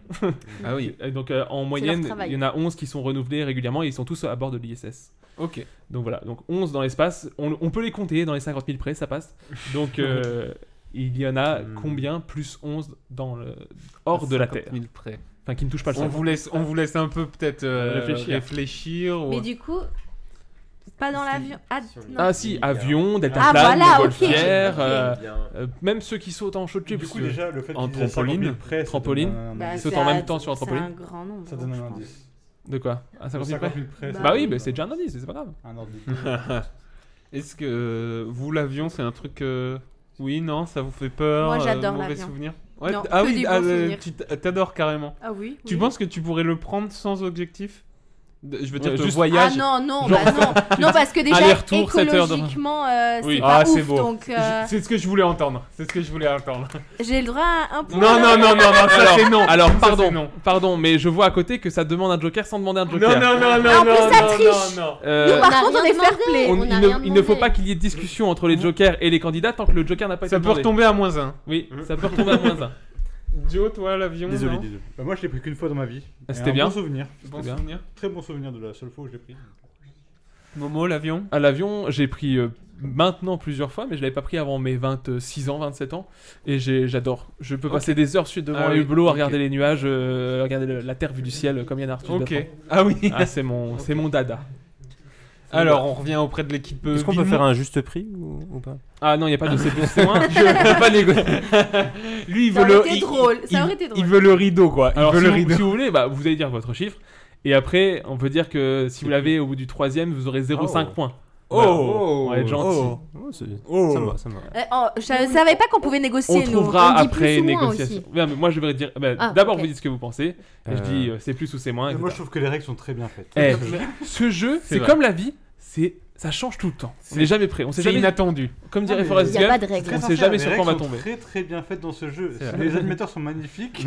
Speaker 9: Ah oui.
Speaker 8: Et Donc euh, en
Speaker 9: leur
Speaker 8: moyenne,
Speaker 9: travail.
Speaker 8: il y en a 11 qui sont renouvelés régulièrement et ils sont tous à bord de l'ISS.
Speaker 9: Ok.
Speaker 8: Donc voilà, donc 11 dans l'espace, on, on peut les compter dans les 50 000 près, ça passe. Donc euh, il y en a
Speaker 9: Hmm.
Speaker 8: combien plus 11 dans le, hors de la
Speaker 9: 50
Speaker 8: Terre
Speaker 9: 000 près.
Speaker 8: Enfin, qui ne touche pas le
Speaker 9: on
Speaker 8: sol.
Speaker 9: vous laisse, on vous laisse un peu peut-être euh, réfléchir.
Speaker 8: Réfléchir.
Speaker 9: ou-
Speaker 10: Mais du coup, pas dans l'avion. Ah, non.
Speaker 8: Ah si,
Speaker 9: hein.
Speaker 8: avion,
Speaker 10: Ah,
Speaker 8: deltaplane,
Speaker 10: voilà, ok.
Speaker 8: montgolfière,
Speaker 10: Ok.
Speaker 8: euh,
Speaker 10: Bien.
Speaker 8: euh, même ceux qui sautent en chauteuil,
Speaker 5: Du coup,
Speaker 8: parce que-
Speaker 5: déjà, le fait
Speaker 8: en
Speaker 5: qu'ils aient 50
Speaker 8: trampoline,
Speaker 5: 000 près, ça
Speaker 8: trampoline,
Speaker 5: donne un-
Speaker 10: Bah,
Speaker 8: ils sautent
Speaker 10: ça-
Speaker 8: en même temps sur un
Speaker 10: c'est
Speaker 8: trampoline.
Speaker 10: un grand nombre,
Speaker 5: Ça donne
Speaker 10: je
Speaker 5: un
Speaker 10: pense.
Speaker 5: indice.
Speaker 8: De quoi À 50 000 près
Speaker 5: 50 000 près, ça
Speaker 8: Bah
Speaker 5: donne
Speaker 8: oui,
Speaker 5: un
Speaker 8: mais c'est déjà un
Speaker 5: indice.
Speaker 8: indice, c'est pas grave.
Speaker 5: Un Ah, ordre
Speaker 9: Est-ce que euh, vous l'avion c'est un truc euh, oui non ça vous fait peur
Speaker 10: Moi,
Speaker 9: euh,
Speaker 10: j'adore
Speaker 9: mauvais
Speaker 10: l'avion.
Speaker 9: souvenir Ouais,
Speaker 10: Non,
Speaker 9: t- ah
Speaker 10: que
Speaker 9: oui
Speaker 10: des
Speaker 9: ah,
Speaker 10: bons
Speaker 9: euh,
Speaker 10: souvenirs.
Speaker 9: tu t- t'adores carrément.
Speaker 10: Ah oui,
Speaker 9: Tu
Speaker 10: oui.
Speaker 9: penses que tu pourrais le prendre sans objectif De- Je veux dire
Speaker 8: Ouais,
Speaker 9: de
Speaker 8: juste-
Speaker 9: voyage.
Speaker 10: Ah non, non,
Speaker 9: Genre-
Speaker 10: bah non. Non, parce que déjà,
Speaker 9: Aller-retour, sept heures de-
Speaker 10: écologiquement, euh, c'est
Speaker 9: Oui.
Speaker 10: pas
Speaker 9: ah, c'est
Speaker 10: ouf,
Speaker 9: beau.
Speaker 10: donc, euh,
Speaker 9: Je- C'est ce que je voulais entendre. C'est ce que je voulais entendre.
Speaker 10: J'ai le droit à un point.
Speaker 9: Non, non, non, non, non, ça
Speaker 8: alors,
Speaker 9: c'est non.
Speaker 8: alors,
Speaker 9: Ça,
Speaker 8: pardon,
Speaker 9: c'est non.
Speaker 8: pardon, mais je vois à côté que ça demande un joker sans demander un
Speaker 9: Non,
Speaker 8: joker.
Speaker 9: non, non, non,
Speaker 10: Ah, en
Speaker 9: non,
Speaker 10: plus, ça
Speaker 9: non,
Speaker 10: triche.
Speaker 9: non, non.
Speaker 8: Euh,
Speaker 10: Nous, par
Speaker 12: on a
Speaker 10: contre, on
Speaker 12: rien
Speaker 10: est fair play.
Speaker 8: on-
Speaker 12: on
Speaker 8: il,
Speaker 12: a
Speaker 8: ne,
Speaker 12: rien
Speaker 8: il ne faut
Speaker 12: demandé.
Speaker 8: pas qu'il y ait de discussion entre les jokers et les candidats tant que le joker n'a pas
Speaker 9: Mm. Ça
Speaker 8: été
Speaker 9: peut
Speaker 8: demandé.
Speaker 9: retomber à moins 1.
Speaker 8: Oui, ça peut retomber à moins 1.
Speaker 9: Joe, toi, l'avion
Speaker 5: Désolé,
Speaker 9: non
Speaker 5: désolé. Bah, moi, je l'ai pris qu'une fois dans ma vie.
Speaker 8: Ah,
Speaker 5: Et
Speaker 8: c'était
Speaker 5: un
Speaker 8: bien.
Speaker 5: Bon souvenir.
Speaker 9: Bon C'était bien. souvenir.
Speaker 5: Très bon souvenir de la seule fois où je l'ai pris.
Speaker 9: Momo, l'avion
Speaker 8: À l'avion, j'ai pris euh, maintenant plusieurs fois, mais je l'avais pas pris avant mes 26 ans, 27 ans. Et j'ai- j'adore. Je peux
Speaker 9: Ok.
Speaker 8: passer des heures suite devant
Speaker 9: Ah
Speaker 8: un
Speaker 9: oui,
Speaker 8: hublot à
Speaker 9: ok.
Speaker 8: regarder les nuages, euh, regarder le- la terre vue du ciel, euh, comme Yann Arthus.
Speaker 9: Ok.
Speaker 8: d'Affran.
Speaker 9: Ah oui.
Speaker 8: c'est mon, c'est mon dada.
Speaker 9: Alors, on revient auprès de l'équipe. euh,
Speaker 11: Est-ce qu'on peut
Speaker 9: Villemot
Speaker 11: faire un juste prix ou, ou pas
Speaker 8: Ah non, il n'y a pas de c'est plus, c'est moins.
Speaker 9: Je peux pas négocier. Lui, il
Speaker 10: Ça
Speaker 9: veut le.
Speaker 10: aurait été
Speaker 9: il-
Speaker 10: drôle,
Speaker 9: il-
Speaker 10: ça aurait été drôle.
Speaker 9: Il veut le rideau, quoi. Il
Speaker 8: Alors,
Speaker 9: veut
Speaker 8: si,
Speaker 9: le
Speaker 8: vous,
Speaker 9: rideau.
Speaker 8: si vous voulez, bah, vous allez dire votre chiffre. Et après, on peut dire que si vous l'avez au bout du troisième, vous aurez 0,5
Speaker 11: Oh.
Speaker 8: points.
Speaker 11: Oh.
Speaker 8: Voilà. on va être gentil.
Speaker 11: Oh. Oh, c'est-
Speaker 9: Oh.
Speaker 11: Ça me va, ça me va.
Speaker 10: Euh, oh, je savais pas qu'on pouvait
Speaker 8: On
Speaker 10: négocier. nous.
Speaker 8: trouvera
Speaker 10: On dit plus
Speaker 8: après
Speaker 10: ou moins
Speaker 8: négociation.
Speaker 10: aussi.
Speaker 8: Ouais, mais moi, je vais dire. bah,
Speaker 10: Ah,
Speaker 8: D'abord,
Speaker 10: ok.
Speaker 8: vous dites ce que vous pensez. Et je
Speaker 5: Euh,
Speaker 8: dis euh, c'est plus ou c'est moins.
Speaker 5: mais
Speaker 8: etc.
Speaker 5: moi, je trouve que les règles sont très bien faites.
Speaker 8: Eh,
Speaker 5: C'est
Speaker 8: ce jeu,
Speaker 5: C'est
Speaker 8: c'est
Speaker 5: vrai.
Speaker 8: comme la vie, c'est ça change tout le temps. On
Speaker 9: C'est-
Speaker 8: n'est jamais prêt. On sait
Speaker 9: c'est
Speaker 8: jamais
Speaker 9: inattendu.
Speaker 8: Comme dirait
Speaker 5: Ah, mais-
Speaker 8: Forrest
Speaker 5: Y a
Speaker 8: Gump,
Speaker 5: pas de règles.
Speaker 8: on
Speaker 5: très
Speaker 8: sait
Speaker 5: sincère,
Speaker 8: jamais
Speaker 5: les
Speaker 8: sur
Speaker 5: règles
Speaker 8: quoi on va
Speaker 5: sont
Speaker 8: tomber.
Speaker 5: Très très bien faites dans ce jeu.
Speaker 8: C'est vrai.
Speaker 5: Les animateurs sont magnifiques.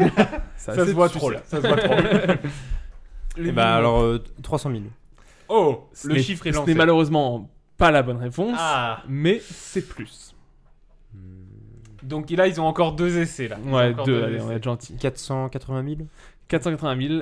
Speaker 8: Ça,
Speaker 9: Ça se
Speaker 8: c'est
Speaker 9: voit
Speaker 8: tout
Speaker 9: trop,
Speaker 8: ça.
Speaker 9: là. Ça se voit trop.
Speaker 11: Eh ben alors, euh, 300 000.
Speaker 9: Oh,
Speaker 8: Ce
Speaker 9: le
Speaker 8: n'est-
Speaker 9: chiffre est
Speaker 8: Ce
Speaker 9: lancé.
Speaker 8: n'est malheureusement pas la bonne réponse,
Speaker 9: Ah.
Speaker 8: mais c'est plus.
Speaker 9: Donc là, ils ont encore deux essais, là. Ils ont
Speaker 8: Ouais,
Speaker 9: encore
Speaker 8: deux, allez,
Speaker 9: essais.
Speaker 8: on va être gentil.
Speaker 11: 480 000
Speaker 8: 480 000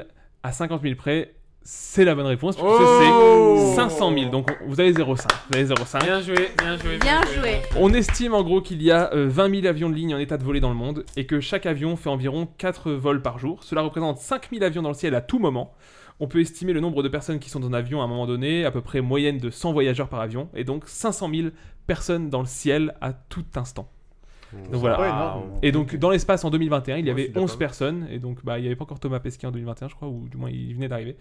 Speaker 8: à 50 000 près, c'est la bonne réponse, puisque
Speaker 9: Oh.
Speaker 8: c'est 500 000. Donc on- vous avez 0,5. Vous avez 0,5.
Speaker 9: Bien joué, bien joué.
Speaker 10: Bien joué.
Speaker 8: On estime en gros qu'il y a euh, 20 000 avions de ligne en état de voler dans le monde et que chaque avion fait environ 4 vols par jour. Cela représente 5 000 avions dans le ciel à tout moment. On peut estimer le nombre de personnes qui sont en avion à un moment donné, à peu près moyenne de 100 voyageurs par avion, et donc 500 000 personnes dans le ciel à tout instant.
Speaker 5: Mmh.
Speaker 8: Donc voilà.
Speaker 5: pas énorme.
Speaker 8: Et donc dans l'espace en 2021, il y avait 11
Speaker 9: c'est pas mal.
Speaker 8: personnes, et donc bah, il n'y avait pas encore Thomas Pesquet en 2021, je crois, ou du moins il venait d'arriver.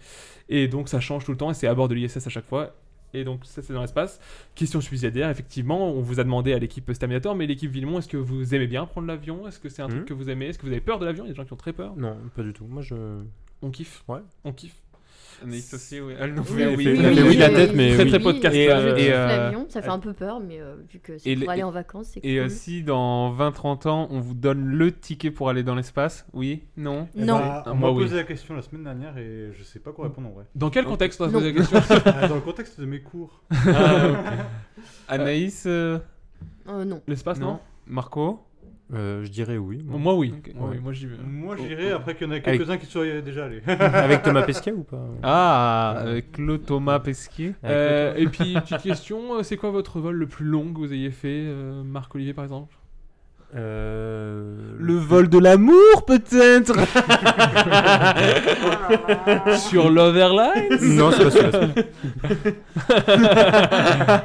Speaker 8: Et donc ça change tout le temps, et c'est à bord de l'ISS à chaque fois. Et donc ça c'est dans l'espace. Question subsidiaire, effectivement, on vous a demandé à l'équipe Staminator, mais l'équipe Villemont, est-ce que vous aimez bien prendre l'avion Est-ce que c'est un
Speaker 11: Mhm.
Speaker 9: Hmm.
Speaker 8: truc que vous aimez Est-ce que vous avez peur de l'avion Il y a des gens qui ont très peur.
Speaker 11: Non, pas du tout. Moi, je.
Speaker 8: On kiffe.
Speaker 11: Ouais.
Speaker 8: On kiffe.
Speaker 9: Anaïs aussi, oui. Elle nous
Speaker 11: Oui,
Speaker 9: fait oui.
Speaker 11: oui, oui, oui, la tête, mais
Speaker 8: Très
Speaker 11: oui.
Speaker 8: très podcast.
Speaker 9: Et,
Speaker 8: euh,
Speaker 9: euh,
Speaker 8: et, euh,
Speaker 12: L'avion, ça fait un peu peur, mais euh, vu que c'est
Speaker 9: Et
Speaker 12: pour
Speaker 9: le-
Speaker 12: aller en vacances, c'est cool.
Speaker 8: Mmh.
Speaker 9: Et euh, si dans 20-30 ans, on vous donne le ticket pour aller dans l'espace Oui Non
Speaker 5: Eh ben, on
Speaker 8: Moi,
Speaker 5: m'a
Speaker 8: oui.
Speaker 5: posé la question la semaine dernière et je sais pas quoi répondre en vrai.
Speaker 8: Dans quel contexte on va se
Speaker 5: Non.
Speaker 8: poser la question
Speaker 5: Ah, Dans le contexte de mes cours.
Speaker 9: Ah, ok. Anaïs euh,
Speaker 12: Euh, non.
Speaker 8: L'espace, non,
Speaker 9: Marco
Speaker 11: Euh, je dirais oui. mais-
Speaker 8: Moi oui.
Speaker 9: Ok.
Speaker 8: Moi, oui, moi j'y vais.
Speaker 5: Moi j'irai après qu'il y en a
Speaker 11: Avec-
Speaker 5: quelques-uns qui soient déjà allés.
Speaker 11: Avec Thomas Pesquet ou pas
Speaker 9: Ah, avec le Thomas Pesquier.
Speaker 11: Avec
Speaker 8: Euh, et puis, petite question, euh, c'est quoi votre vol le plus long que vous ayez fait, euh, Marc-Olivier par exemple
Speaker 11: Euh,
Speaker 9: Le vol de l'amour, peut-être
Speaker 8: Sur l'Overline
Speaker 11: Non, c'est pas celui-là.